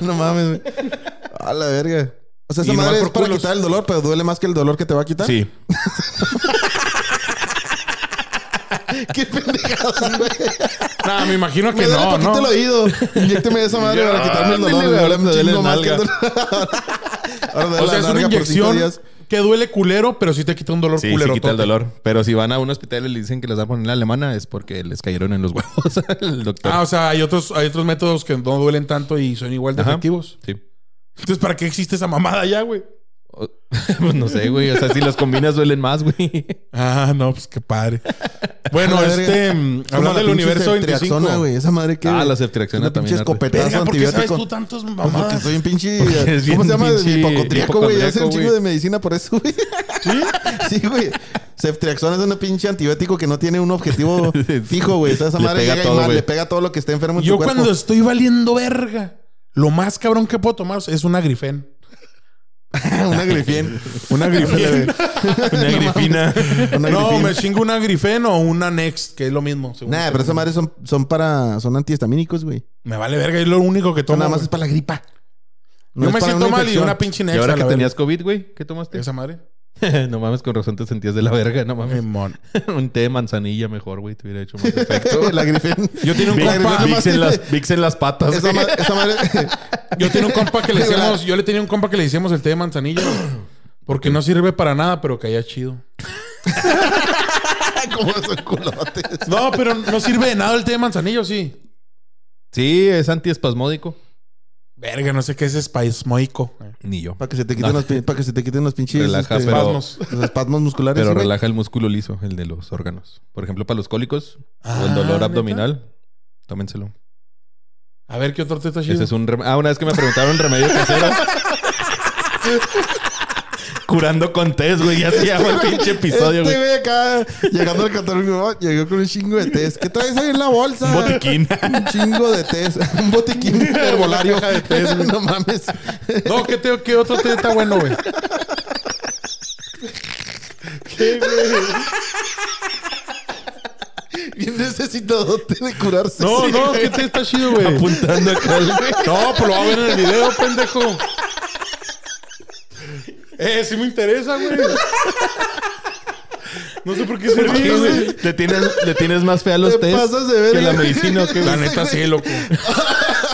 [SPEAKER 2] no mames, güey. A la verga. O sea, esa
[SPEAKER 1] Y nomás
[SPEAKER 2] madre es
[SPEAKER 1] por
[SPEAKER 2] para
[SPEAKER 1] culos.
[SPEAKER 2] quitar el dolor, pero duele más que el dolor que te va a quitar.
[SPEAKER 3] Sí.
[SPEAKER 2] Qué pendejada, güey.
[SPEAKER 1] no, me imagino
[SPEAKER 2] Me
[SPEAKER 1] que
[SPEAKER 2] duele
[SPEAKER 1] no,
[SPEAKER 2] poquito
[SPEAKER 1] no.
[SPEAKER 2] el oído. Inyécteme esa madre para quitarme el dolor.
[SPEAKER 3] Ándale,
[SPEAKER 2] Me
[SPEAKER 3] güey,
[SPEAKER 2] duele,
[SPEAKER 3] me duele
[SPEAKER 2] chingo
[SPEAKER 3] el
[SPEAKER 2] más que el
[SPEAKER 3] nalga.
[SPEAKER 2] dolor. Ahora duele
[SPEAKER 1] O sea,
[SPEAKER 2] la
[SPEAKER 1] es una
[SPEAKER 2] nalga por cinco
[SPEAKER 1] inyección
[SPEAKER 2] días.
[SPEAKER 1] que duele culero, pero sí te quita un dolor
[SPEAKER 3] Sí, sí
[SPEAKER 1] culero.
[SPEAKER 3] quita el dolor. Pero si van a un hospital y le dicen que les van a poner la alemana, es porque les cayeron en los huevos al doctor.
[SPEAKER 1] Ah, o sea, hay otros, hay otros métodos que no duelen tanto y son igual de
[SPEAKER 3] Ajá.
[SPEAKER 1] efectivos.
[SPEAKER 3] Sí.
[SPEAKER 1] Entonces, ¿para qué existe esa mamada ya, güey?
[SPEAKER 3] O- pues no sé, güey. O sea, si los combinas duelen más, güey.
[SPEAKER 1] Ah, no, pues qué padre. Bueno,
[SPEAKER 2] A la
[SPEAKER 1] este,
[SPEAKER 2] verga.
[SPEAKER 1] mm,
[SPEAKER 2] Como
[SPEAKER 1] hablando
[SPEAKER 2] la
[SPEAKER 1] del
[SPEAKER 2] pinche
[SPEAKER 1] universo
[SPEAKER 2] ceftriaxona,
[SPEAKER 1] 25.
[SPEAKER 2] güey. Esa madre que...
[SPEAKER 3] Ah, la ceftriaxona
[SPEAKER 2] una pinche
[SPEAKER 3] también, Arthur.
[SPEAKER 2] escopetazo
[SPEAKER 1] Verga, ¿por qué sabes
[SPEAKER 2] antibiótico.
[SPEAKER 1] tú tantas
[SPEAKER 2] Pues porque
[SPEAKER 1] mamadas?
[SPEAKER 2] soy un pinche.
[SPEAKER 3] Porque es bien
[SPEAKER 2] ¿Cómo se llama?
[SPEAKER 3] pinche
[SPEAKER 2] Hipocondríaco, güey. Yo soy un
[SPEAKER 3] hipocondríaco,
[SPEAKER 2] chingo
[SPEAKER 3] güey.
[SPEAKER 2] de medicina por eso, güey. ¿Sí? Sí, güey. Ceftriaxona es un pinche antibiótico que no tiene un objetivo fijo, güey. O sea, esa
[SPEAKER 3] Le
[SPEAKER 2] madre
[SPEAKER 3] pega
[SPEAKER 2] llega y
[SPEAKER 3] todo,
[SPEAKER 2] ma-
[SPEAKER 3] güey.
[SPEAKER 2] le pega todo lo que esté enfermo en
[SPEAKER 1] Yo
[SPEAKER 2] tu cuerpo.
[SPEAKER 1] cuando estoy valiendo verga, lo más cabrón que puedo tomar es una grifen.
[SPEAKER 2] una grifien. Una grifien.
[SPEAKER 3] Una grifina.
[SPEAKER 2] Una
[SPEAKER 1] No,
[SPEAKER 2] grifien.
[SPEAKER 1] me chingo una grifen o una next, que es lo mismo. según
[SPEAKER 2] Nah,
[SPEAKER 1] yo.
[SPEAKER 2] pero esa madre son, son para. Son antihistamínicos, güey.
[SPEAKER 1] Me vale verga, es lo único que
[SPEAKER 2] Son
[SPEAKER 1] tomo.
[SPEAKER 2] nada más
[SPEAKER 1] güey.
[SPEAKER 2] es para la gripa. No
[SPEAKER 1] Yo
[SPEAKER 2] es
[SPEAKER 1] me
[SPEAKER 2] para
[SPEAKER 1] siento mal y
[SPEAKER 2] infección.
[SPEAKER 1] una pinche
[SPEAKER 3] y
[SPEAKER 1] next.
[SPEAKER 3] ahora
[SPEAKER 1] a
[SPEAKER 3] que
[SPEAKER 1] la
[SPEAKER 3] tenías COVID, güey, ¿qué tomaste?
[SPEAKER 1] verga. esa madre.
[SPEAKER 3] no mames, con razón te sentías de la verga, no mames.
[SPEAKER 1] Simón.
[SPEAKER 3] un té de manzanilla mejor, güey, te hubiera hecho más efecto.
[SPEAKER 2] la grifien.
[SPEAKER 1] Yo tenía un
[SPEAKER 2] Vic-
[SPEAKER 1] compa-
[SPEAKER 2] Vic-
[SPEAKER 3] Vix en, las, Vicks en las patas.
[SPEAKER 2] Esa,
[SPEAKER 3] güey.
[SPEAKER 2] ma- esa madre.
[SPEAKER 1] Yo tenía un compa que le
[SPEAKER 2] Sí, ¿verdad?
[SPEAKER 1] decíamos, yo le tenía un compa que le decíamos el té de manzanilla. güey. Porque no sirve para nada, pero caía chido.
[SPEAKER 2] Como son culotes.
[SPEAKER 1] No, pero no sirve de nada el té de manzanillo, sí.
[SPEAKER 3] Sí, es antiespasmódico.
[SPEAKER 1] Verga, no sé qué es espasmoico.
[SPEAKER 3] Ni yo.
[SPEAKER 2] Para que se te quiten
[SPEAKER 3] No.
[SPEAKER 2] los, pin- para que se te quiten los pinches
[SPEAKER 3] Relaja,
[SPEAKER 2] este,
[SPEAKER 3] pero-
[SPEAKER 1] Espasmos.
[SPEAKER 2] los espasmos musculares.
[SPEAKER 3] Pero
[SPEAKER 2] sí, güey.
[SPEAKER 3] relaja el músculo liso, el de los órganos. Por ejemplo, para los cólicos o el
[SPEAKER 1] Ah,
[SPEAKER 3] dolor
[SPEAKER 1] ¿neta?
[SPEAKER 3] abdominal, tómenselo.
[SPEAKER 1] A ver qué otro té está chido.
[SPEAKER 3] Ese es un rem- Ah, una vez que me preguntaron el remedio casero. Curando con test, güey. Ya se llama el pinche episodio,
[SPEAKER 2] Este
[SPEAKER 3] güey.
[SPEAKER 2] güey acá llegando al catálogo, oh, llegó con un chingo de test. ¿Qué traes ahí en la bolsa?
[SPEAKER 3] Un botiquín.
[SPEAKER 2] Un chingo de test. Un botiquín herbolario.
[SPEAKER 1] caja de test,
[SPEAKER 2] no mames.
[SPEAKER 1] No, ¿qué, te, qué otro té está bueno, güey?
[SPEAKER 2] Bien necesitado de curarse.
[SPEAKER 1] No,
[SPEAKER 2] Sí,
[SPEAKER 1] Oh, no,
[SPEAKER 2] güey.
[SPEAKER 1] ¿qué té está chido, güey?
[SPEAKER 3] Apuntando acá. el-
[SPEAKER 1] No, pero lo va a ver en el video, pendejo. Eh, sí me interesa, güey. No sé por qué se
[SPEAKER 3] Sí,
[SPEAKER 1] ríe,
[SPEAKER 3] güey.
[SPEAKER 1] güey.
[SPEAKER 3] Le tienes, le tienes más fe a los
[SPEAKER 2] Te
[SPEAKER 3] test
[SPEAKER 2] pasas de ver.
[SPEAKER 3] que la medicina. ¿o qué, güey?
[SPEAKER 1] La neta sí, loco.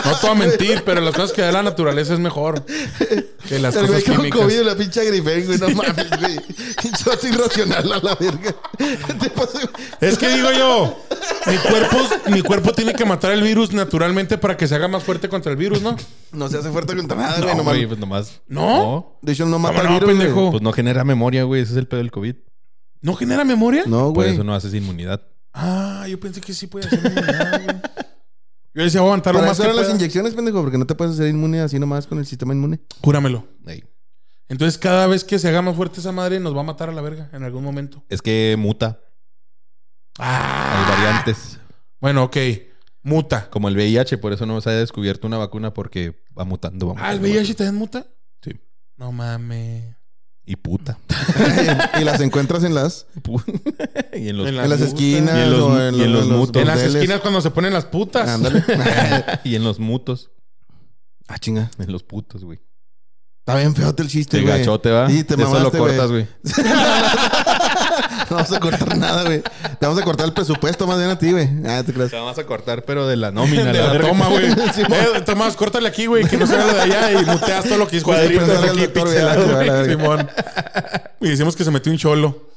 [SPEAKER 1] No te voy a mentir, pero las cosas que da la naturaleza es mejor que las
[SPEAKER 2] El
[SPEAKER 1] cosas
[SPEAKER 2] güey con
[SPEAKER 1] químicas.
[SPEAKER 2] COVID y la pinche gripen, güey. No mames, güey. Yo soy irracional a la verga. Te pasas-
[SPEAKER 1] Es que digo yo, mi cuerpo, mi cuerpo tiene que matar el virus naturalmente para que se haga más fuerte contra el virus, ¿no?
[SPEAKER 2] No se hace fuerte contra
[SPEAKER 1] Ah,
[SPEAKER 2] nada, güey.
[SPEAKER 3] No,
[SPEAKER 2] No, mames.
[SPEAKER 3] güey, pues nomás.
[SPEAKER 1] ¿No?
[SPEAKER 2] De hecho, no mata
[SPEAKER 1] ¿Cómo
[SPEAKER 2] el
[SPEAKER 1] no,
[SPEAKER 2] virus. güey.
[SPEAKER 1] pendejo?
[SPEAKER 3] Pues no genera memoria, güey. Ese es el pedo del COVID.
[SPEAKER 1] ¿No genera memoria?
[SPEAKER 2] No,
[SPEAKER 3] Por
[SPEAKER 2] güey.
[SPEAKER 3] eso no haces inmunidad.
[SPEAKER 1] Ah, yo pensé que sí podía hacer memoria, güey. Yo decía, voy a aguantar lo
[SPEAKER 2] Para
[SPEAKER 1] más
[SPEAKER 2] eso
[SPEAKER 1] que
[SPEAKER 2] eran las
[SPEAKER 1] pueda.
[SPEAKER 2] inyecciones, pendejo, porque no te puedes hacer inmune así nomás con el sistema inmune.
[SPEAKER 1] Cúramelo.
[SPEAKER 3] Ey.
[SPEAKER 1] Entonces, cada vez que se haga más fuerte esa madre, nos va a matar a la verga en algún momento.
[SPEAKER 3] Es que muta. Hay
[SPEAKER 1] Ah,
[SPEAKER 3] variantes.
[SPEAKER 1] bueno, ok. Muta.
[SPEAKER 3] Como el VIH, por eso no se ha descubierto una vacuna porque va mutando. va
[SPEAKER 1] Ah,
[SPEAKER 3] mutando,
[SPEAKER 1] ¿el
[SPEAKER 3] va
[SPEAKER 1] VIH también muta?
[SPEAKER 3] Sí.
[SPEAKER 1] No mames.
[SPEAKER 3] Y puta.
[SPEAKER 2] y las encuentras en las,
[SPEAKER 3] y en los,
[SPEAKER 1] En la-
[SPEAKER 2] en las
[SPEAKER 1] putas.
[SPEAKER 2] esquinas.
[SPEAKER 3] Y en los-
[SPEAKER 2] o
[SPEAKER 3] y en los mutos.
[SPEAKER 1] En las
[SPEAKER 2] bordeles.
[SPEAKER 1] esquinas cuando se ponen las putas.
[SPEAKER 2] Ándale.
[SPEAKER 3] y en los mutos.
[SPEAKER 2] ah, chinga.
[SPEAKER 3] En los putos, güey.
[SPEAKER 2] Está bien feote el chiste,
[SPEAKER 3] Te
[SPEAKER 2] güey.
[SPEAKER 3] gachote, va.
[SPEAKER 2] Y te
[SPEAKER 3] De eso
[SPEAKER 2] mamaste,
[SPEAKER 3] lo cortas, güey.
[SPEAKER 2] No vamos a cortar nada, güey. Te vamos a cortar el presupuesto más bien a ti, güey. Ah, te creas.
[SPEAKER 3] Te vas a cortar, pero de la nómina.
[SPEAKER 1] De
[SPEAKER 3] la
[SPEAKER 1] la
[SPEAKER 3] verga.
[SPEAKER 1] toma, güey. Eh, Tomás, córtale aquí, güey, que no se vea lo de allá y muteas todo lo que es
[SPEAKER 2] Cuadritos del
[SPEAKER 1] aquí
[SPEAKER 2] doctor
[SPEAKER 1] pixelado,
[SPEAKER 2] Vidal, que va a la
[SPEAKER 1] güey,
[SPEAKER 2] verga.
[SPEAKER 1] Simón. Y decimos que se metió un cholo.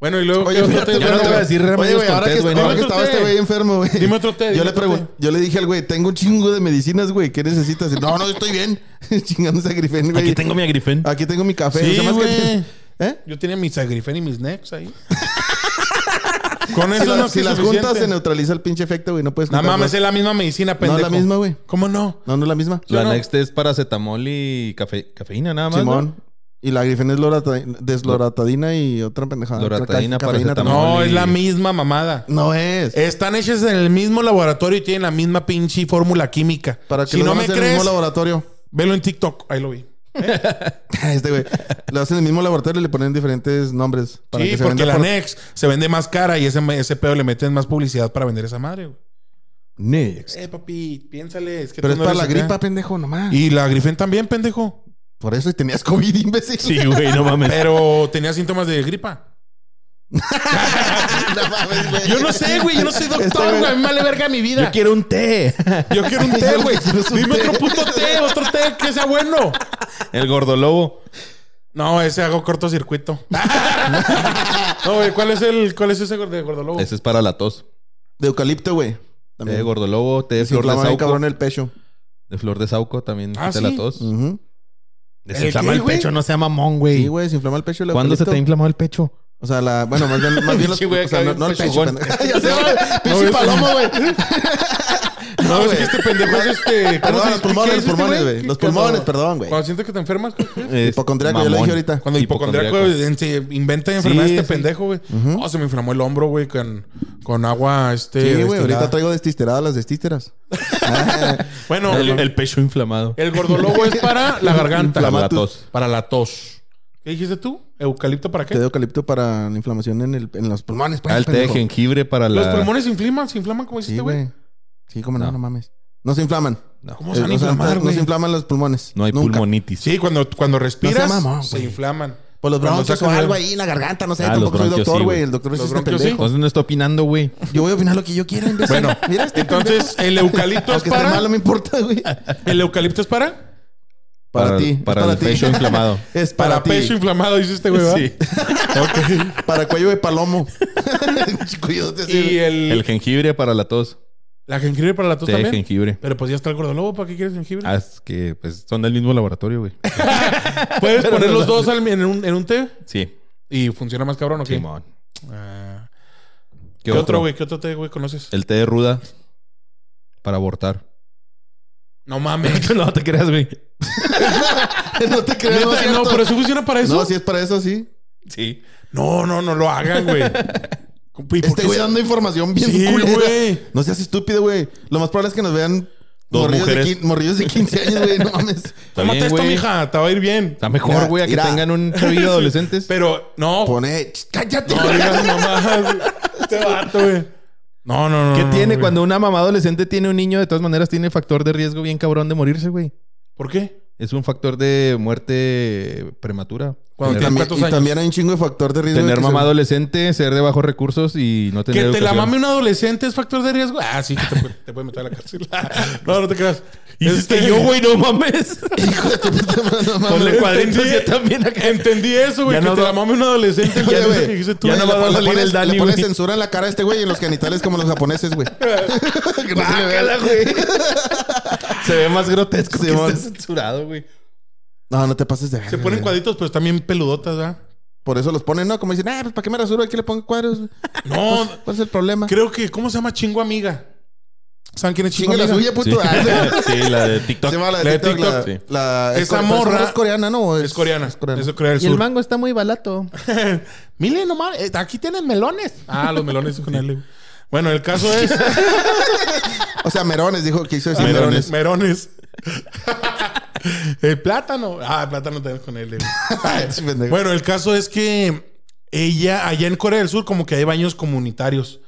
[SPEAKER 1] Bueno, y luego,
[SPEAKER 2] Oye,
[SPEAKER 1] ¿qué otro
[SPEAKER 2] fíjate,
[SPEAKER 1] té?
[SPEAKER 2] yo
[SPEAKER 1] Bueno,
[SPEAKER 2] no te voy a
[SPEAKER 3] decir
[SPEAKER 1] güey.
[SPEAKER 3] remedios
[SPEAKER 1] Oye, güey,
[SPEAKER 3] con
[SPEAKER 1] ahora
[SPEAKER 3] test,
[SPEAKER 1] que-
[SPEAKER 3] güey,
[SPEAKER 2] Bueno,
[SPEAKER 3] Dime
[SPEAKER 1] ahora
[SPEAKER 2] ahora que estaba este güey enfermo, güey.
[SPEAKER 1] Dime otro té,
[SPEAKER 2] Yo
[SPEAKER 1] dime
[SPEAKER 2] le,
[SPEAKER 1] otro
[SPEAKER 2] pregun-
[SPEAKER 1] té.
[SPEAKER 2] yo le dije al güey, tengo un chingo de medicinas, güey. ¿Qué necesitas? Y, no, no, estoy bien. Chingándose a Grifen, güey.
[SPEAKER 3] Aquí tengo mi agrifen.
[SPEAKER 2] Aquí tengo mi café.
[SPEAKER 1] Sí,
[SPEAKER 2] O sea, más que-
[SPEAKER 1] güey.
[SPEAKER 2] ¿Eh?
[SPEAKER 1] Yo tenía mis agrifen y mis necks ahí. Con
[SPEAKER 2] Si,
[SPEAKER 1] eso
[SPEAKER 2] la-
[SPEAKER 1] no
[SPEAKER 2] si
[SPEAKER 1] es
[SPEAKER 2] las
[SPEAKER 1] suficiente.
[SPEAKER 2] juntas se neutraliza el pinche efecto, güey. No puedes
[SPEAKER 1] No
[SPEAKER 2] juntar
[SPEAKER 1] mames,
[SPEAKER 2] dos.
[SPEAKER 1] es la misma medicina,
[SPEAKER 2] No
[SPEAKER 1] pendejo.
[SPEAKER 2] es la misma, güey.
[SPEAKER 1] ¿Cómo no?
[SPEAKER 2] No, no es la misma.
[SPEAKER 3] La
[SPEAKER 1] yo no.
[SPEAKER 3] next es paracetamol y cafe- cafeína, nada más.
[SPEAKER 2] Simón. Y la Grifen es lorata- desloratadina y otra pendejada. Otra
[SPEAKER 3] Loratadina,
[SPEAKER 2] ca- cafeína
[SPEAKER 3] paracetamol.
[SPEAKER 2] también.
[SPEAKER 1] No,
[SPEAKER 3] Moli.
[SPEAKER 1] es la misma mamada.
[SPEAKER 2] No es.
[SPEAKER 1] Están hechas en el mismo laboratorio y tienen la misma pinche fórmula química.
[SPEAKER 2] Para que
[SPEAKER 1] si
[SPEAKER 2] lo
[SPEAKER 1] no
[SPEAKER 2] hagan
[SPEAKER 1] me
[SPEAKER 2] en el
[SPEAKER 1] crees,
[SPEAKER 2] mismo laboratorio.
[SPEAKER 1] velo en TikTok. Ahí lo vi.
[SPEAKER 2] Este güey. Lo hacen en el mismo laboratorio y le ponen diferentes nombres. Para
[SPEAKER 1] sí,
[SPEAKER 2] que se
[SPEAKER 1] porque
[SPEAKER 2] venda
[SPEAKER 1] la
[SPEAKER 2] por-
[SPEAKER 1] Nex se vende más cara y ese, ese pedo le meten más publicidad para vender esa madre, güey.
[SPEAKER 2] Next.
[SPEAKER 1] Eh, papi, piénsale. Es que
[SPEAKER 2] Pero es
[SPEAKER 1] tú no
[SPEAKER 2] para la
[SPEAKER 1] eres acá.
[SPEAKER 2] gripa, pendejo, nomás.
[SPEAKER 1] Y la grifen también, pendejo.
[SPEAKER 2] Por eso tenías COVID, imbécil.
[SPEAKER 3] Sí, güey, no mames.
[SPEAKER 1] Pero tenía síntomas de gripa.
[SPEAKER 2] No mames, güey.
[SPEAKER 1] Yo no sé, güey. Yo no soy
[SPEAKER 2] Este
[SPEAKER 1] doctor,
[SPEAKER 2] güey-
[SPEAKER 1] güey. A mí me vale verga mi vida.
[SPEAKER 3] Yo quiero un té.
[SPEAKER 1] Yo quiero un té,
[SPEAKER 2] Yo
[SPEAKER 1] güey.
[SPEAKER 2] quiero un
[SPEAKER 1] Dime
[SPEAKER 2] té.
[SPEAKER 1] otro puto té, otro té que sea bueno.
[SPEAKER 3] El gordolobo.
[SPEAKER 1] No, ese hago cortocircuito. no, güey, ¿cuál es el, cuál es ese gor- de gordolobo?
[SPEAKER 3] Ese es para la tos.
[SPEAKER 2] De eucalipto, güey.
[SPEAKER 3] Té
[SPEAKER 2] También.
[SPEAKER 3] de gordolobo, té de
[SPEAKER 2] Se
[SPEAKER 3] flor de
[SPEAKER 2] inflama bien
[SPEAKER 3] sauco.
[SPEAKER 2] cabrón Mm. el pecho.
[SPEAKER 3] De flor de sauco también
[SPEAKER 1] Ah,
[SPEAKER 3] quita la
[SPEAKER 1] ¿sí?
[SPEAKER 3] tos.
[SPEAKER 2] Ujú.
[SPEAKER 1] ¿El
[SPEAKER 3] Desinflama
[SPEAKER 1] qué,
[SPEAKER 3] el
[SPEAKER 1] güey?
[SPEAKER 3] pecho, no sea mamón, güey.
[SPEAKER 2] Sí, güey, se inflama el pecho. el
[SPEAKER 3] ¿Cuándo se te ha
[SPEAKER 2] eucalipto.
[SPEAKER 3] inflamado el pecho?
[SPEAKER 2] O sea, la... Bueno, más bien, más bien los...
[SPEAKER 3] Pinche güey,
[SPEAKER 2] O sea,
[SPEAKER 3] acá
[SPEAKER 2] no, no el
[SPEAKER 3] bien
[SPEAKER 2] pecho,
[SPEAKER 3] pechugón.
[SPEAKER 2] pendejo. Ya sé, güey. Pinche
[SPEAKER 1] es-
[SPEAKER 2] palomo, güey.
[SPEAKER 1] No, es
[SPEAKER 2] güey.
[SPEAKER 1] que este pendejo es este. ¿cómo se
[SPEAKER 2] Perdón, los
[SPEAKER 1] explica
[SPEAKER 2] pulmones, los
[SPEAKER 1] este,
[SPEAKER 2] pulmones, güey. Los pulmones,
[SPEAKER 1] Cuando-
[SPEAKER 2] perdón, güey.
[SPEAKER 1] Cuando sientes que te enfermas, güey.
[SPEAKER 3] Es
[SPEAKER 2] Hipocondriaco, ya lo dije ahorita.
[SPEAKER 1] Cuando el hipocondriaco güey, se inventa enfermedades este
[SPEAKER 3] sí.
[SPEAKER 1] pendejo, güey. Oh, se me inflamó el hombro, güey, con, con agua, este.
[SPEAKER 2] Sí, güey.
[SPEAKER 1] destilada.
[SPEAKER 2] Ahorita traigo destileradas las destísteras.
[SPEAKER 1] Bueno,
[SPEAKER 3] El,
[SPEAKER 1] el,
[SPEAKER 3] el pecho inflamado.
[SPEAKER 1] el gordolobo es para la garganta.
[SPEAKER 3] Para la
[SPEAKER 2] Inflamatus.
[SPEAKER 3] tos.
[SPEAKER 1] Para la tos. ¿Qué dijiste tú? ¿Eucalipto para qué?
[SPEAKER 2] Té de eucalipto para la inflamación en, el, en los pulmones, pues,
[SPEAKER 3] Ah, el té de
[SPEAKER 2] pendejo.
[SPEAKER 3] jengibre para la...
[SPEAKER 1] Los pulmones se inflaman, se inflaman como
[SPEAKER 2] Sí,
[SPEAKER 1] dijiste, güey.
[SPEAKER 2] güey. Sí, como no,
[SPEAKER 3] No.
[SPEAKER 2] no, mames. No se inflaman.
[SPEAKER 3] No,
[SPEAKER 1] ¿Cómo se van a
[SPEAKER 2] Eh, o sea,
[SPEAKER 1] inflamar,
[SPEAKER 2] no- No
[SPEAKER 1] güey?
[SPEAKER 2] se inflaman los pulmones.
[SPEAKER 3] no hay
[SPEAKER 2] Nunca.
[SPEAKER 3] pulmonitis.
[SPEAKER 1] Sí, cuando, cuando respiras,
[SPEAKER 2] mamón,
[SPEAKER 1] se
[SPEAKER 2] güey.
[SPEAKER 1] inflaman.
[SPEAKER 2] Por los
[SPEAKER 1] Cuando
[SPEAKER 2] bronquios o
[SPEAKER 1] sacas
[SPEAKER 2] algo
[SPEAKER 1] el-
[SPEAKER 2] ahí en la garganta, no sé.
[SPEAKER 3] Ah, los
[SPEAKER 2] tampoco soy
[SPEAKER 3] bronquios
[SPEAKER 2] doctor,
[SPEAKER 3] sí,
[SPEAKER 2] güey.
[SPEAKER 3] güey.
[SPEAKER 2] el doctor es
[SPEAKER 1] Los
[SPEAKER 2] este
[SPEAKER 1] bronquios sí.
[SPEAKER 2] pendejo.
[SPEAKER 3] Entonces no está opinando, güey.
[SPEAKER 2] Yo voy a opinar lo que yo quiera, imbécil.
[SPEAKER 1] Bueno,
[SPEAKER 2] mira este Ah,
[SPEAKER 1] entonces el eucalipto es
[SPEAKER 2] Aunque esté
[SPEAKER 1] para.
[SPEAKER 2] mal, no me importa, güey.
[SPEAKER 1] El eucalipto es para
[SPEAKER 2] Para, ti. es
[SPEAKER 3] Para
[SPEAKER 2] para
[SPEAKER 3] el
[SPEAKER 2] ti.
[SPEAKER 3] pecho inflamado.
[SPEAKER 2] Es para,
[SPEAKER 1] Para
[SPEAKER 2] ti.
[SPEAKER 1] pecho inflamado, dice este güey. ¿verdad?
[SPEAKER 3] Sí.
[SPEAKER 1] Ok.
[SPEAKER 2] Para cuello de palomo. Cuellote así.
[SPEAKER 1] Y el,
[SPEAKER 3] El jengibre para la tos.
[SPEAKER 1] la jengibre para la tos
[SPEAKER 3] Té de
[SPEAKER 1] también.
[SPEAKER 3] jengibre.
[SPEAKER 1] Pero pues ya está el gordolobo, ¿para qué quieres jengibre?
[SPEAKER 3] Ah, es que pues, son del mismo laboratorio, güey.
[SPEAKER 1] Puedes
[SPEAKER 3] pero
[SPEAKER 1] poner
[SPEAKER 3] no
[SPEAKER 1] los
[SPEAKER 3] lo-
[SPEAKER 1] dos al- en, un, en un té
[SPEAKER 3] Sí.
[SPEAKER 1] y funciona más cabrón, ¿o qué?
[SPEAKER 3] Simón.
[SPEAKER 1] Ah. ¿Qué, otro, güey? ¿Qué otro té, güey, conoces?
[SPEAKER 3] El té de ruda para abortar.
[SPEAKER 1] No mames.
[SPEAKER 3] no te creas, güey.
[SPEAKER 2] no te
[SPEAKER 1] Neta,
[SPEAKER 2] creas. No, es
[SPEAKER 1] no,
[SPEAKER 2] cierto.
[SPEAKER 1] pero eso funciona para eso.
[SPEAKER 2] no, si es para eso, sí.
[SPEAKER 3] Sí.
[SPEAKER 1] No, no, no lo hagan, güey. ¿Y por
[SPEAKER 2] Este
[SPEAKER 1] qué
[SPEAKER 2] güey
[SPEAKER 1] se-
[SPEAKER 2] dando información bien
[SPEAKER 1] Sí,
[SPEAKER 2] culera.
[SPEAKER 1] güey.
[SPEAKER 2] No seas estúpido, güey. Lo más probable es que nos vean
[SPEAKER 3] Dos
[SPEAKER 2] morrillos De
[SPEAKER 3] mujeres.
[SPEAKER 2] quin- morrillos de 15 años, güey. No mames.
[SPEAKER 1] Tómate esto,
[SPEAKER 3] güey.
[SPEAKER 1] mija. Te va a ir bien.
[SPEAKER 3] Está mejor,
[SPEAKER 2] Mira,
[SPEAKER 3] güey, a que
[SPEAKER 2] mira.
[SPEAKER 3] tengan un chavillo de adolescentes.
[SPEAKER 1] Pero, no.
[SPEAKER 2] Pone. "Ch, Cállate.
[SPEAKER 1] No digas mamás. güey. Este vato, güey. No, no, no.
[SPEAKER 3] ¿Qué
[SPEAKER 1] no,
[SPEAKER 3] tiene
[SPEAKER 1] güey.
[SPEAKER 3] cuando una mamá adolescente tiene un niño? De todas maneras, tiene factor de riesgo bien cabrón de morirse, güey.
[SPEAKER 1] ¿Por qué?
[SPEAKER 3] Es un factor de muerte prematura.
[SPEAKER 1] Cuando
[SPEAKER 2] Y
[SPEAKER 1] tiene
[SPEAKER 3] tener
[SPEAKER 2] también-
[SPEAKER 1] cuántos
[SPEAKER 2] y
[SPEAKER 1] años.
[SPEAKER 2] también hay un chingo de factor de riesgo. de
[SPEAKER 3] tener
[SPEAKER 2] que
[SPEAKER 3] mamá
[SPEAKER 2] se-
[SPEAKER 3] adolescente, ser de bajos recursos y no
[SPEAKER 1] Que
[SPEAKER 3] tener.
[SPEAKER 1] te la
[SPEAKER 3] educación.
[SPEAKER 1] mame un adolescente es factor de riesgo. Ah, sí, que te, puede- te puede meter a la cárcel. no, no te creas.
[SPEAKER 3] Dices
[SPEAKER 1] Este-
[SPEAKER 3] que yo, güey, no mames.
[SPEAKER 2] Hijo de tu puta madre, no mames.
[SPEAKER 3] Ponle cuadritos
[SPEAKER 1] Entendí.
[SPEAKER 3] yo también acá.
[SPEAKER 1] Entendí eso, güey.
[SPEAKER 3] Ya
[SPEAKER 1] Que
[SPEAKER 3] no
[SPEAKER 1] te
[SPEAKER 3] va-
[SPEAKER 1] la mame un adolescente.
[SPEAKER 2] Oye,
[SPEAKER 1] Ya no
[SPEAKER 2] güey,
[SPEAKER 1] sé qué dijiste tú.
[SPEAKER 3] ya no
[SPEAKER 1] güey.
[SPEAKER 3] va a
[SPEAKER 2] Le
[SPEAKER 3] salir
[SPEAKER 2] pones-
[SPEAKER 3] el Dani,
[SPEAKER 2] Le pones
[SPEAKER 3] güey.
[SPEAKER 2] censura en la cara a este güey y en los genitales como los japoneses, güey. Que no se le vea.
[SPEAKER 3] Guácala, güey. Se ve más grotesco que este.
[SPEAKER 2] Simón.
[SPEAKER 3] esté censurado, güey.
[SPEAKER 2] No, no te pases de verga,
[SPEAKER 1] Se ponen
[SPEAKER 2] güey.
[SPEAKER 1] cuadritos, pero también peludotas, ¿verdad?
[SPEAKER 2] Por eso los ponen, ¿no? Como dicen, ah, pues ¿para qué me rasuro? Aquí le pongo cuadros.
[SPEAKER 3] Pues,
[SPEAKER 1] No,
[SPEAKER 2] ¿Cuál es Pues, el problema?
[SPEAKER 1] creo que. ¿Cómo se llama Chingo Amiga? ¿Saben quién es Chingo
[SPEAKER 2] Chinga la
[SPEAKER 1] Amiga?
[SPEAKER 2] suya,
[SPEAKER 3] Sí.
[SPEAKER 2] puto. Ah, se-
[SPEAKER 3] Sí, la de TikTok.
[SPEAKER 2] Se llama la
[SPEAKER 1] La de
[SPEAKER 2] de TikTok. la-
[SPEAKER 3] TikTok,
[SPEAKER 2] la- es
[SPEAKER 1] Esa
[SPEAKER 2] core- pero esa
[SPEAKER 1] morra-
[SPEAKER 2] morra es coreana, ¿no?
[SPEAKER 1] Es coreana.
[SPEAKER 2] Es coreana.
[SPEAKER 1] Es de Corea del Sur.
[SPEAKER 3] mango está muy barato.
[SPEAKER 1] Mire nomás, eh, aquí tienen melones. Ah, los melones con él. Bueno, el caso es.
[SPEAKER 2] O sea, Merones dijo que hizo decir
[SPEAKER 1] Ah, merones.
[SPEAKER 2] Merones.
[SPEAKER 1] Merones. el plátano. Ah, el plátano también con él.
[SPEAKER 2] Sí, Ah, pendejo.
[SPEAKER 1] Bueno, el caso es que ella, allá en Corea del Sur, como que hay baños comunitarios.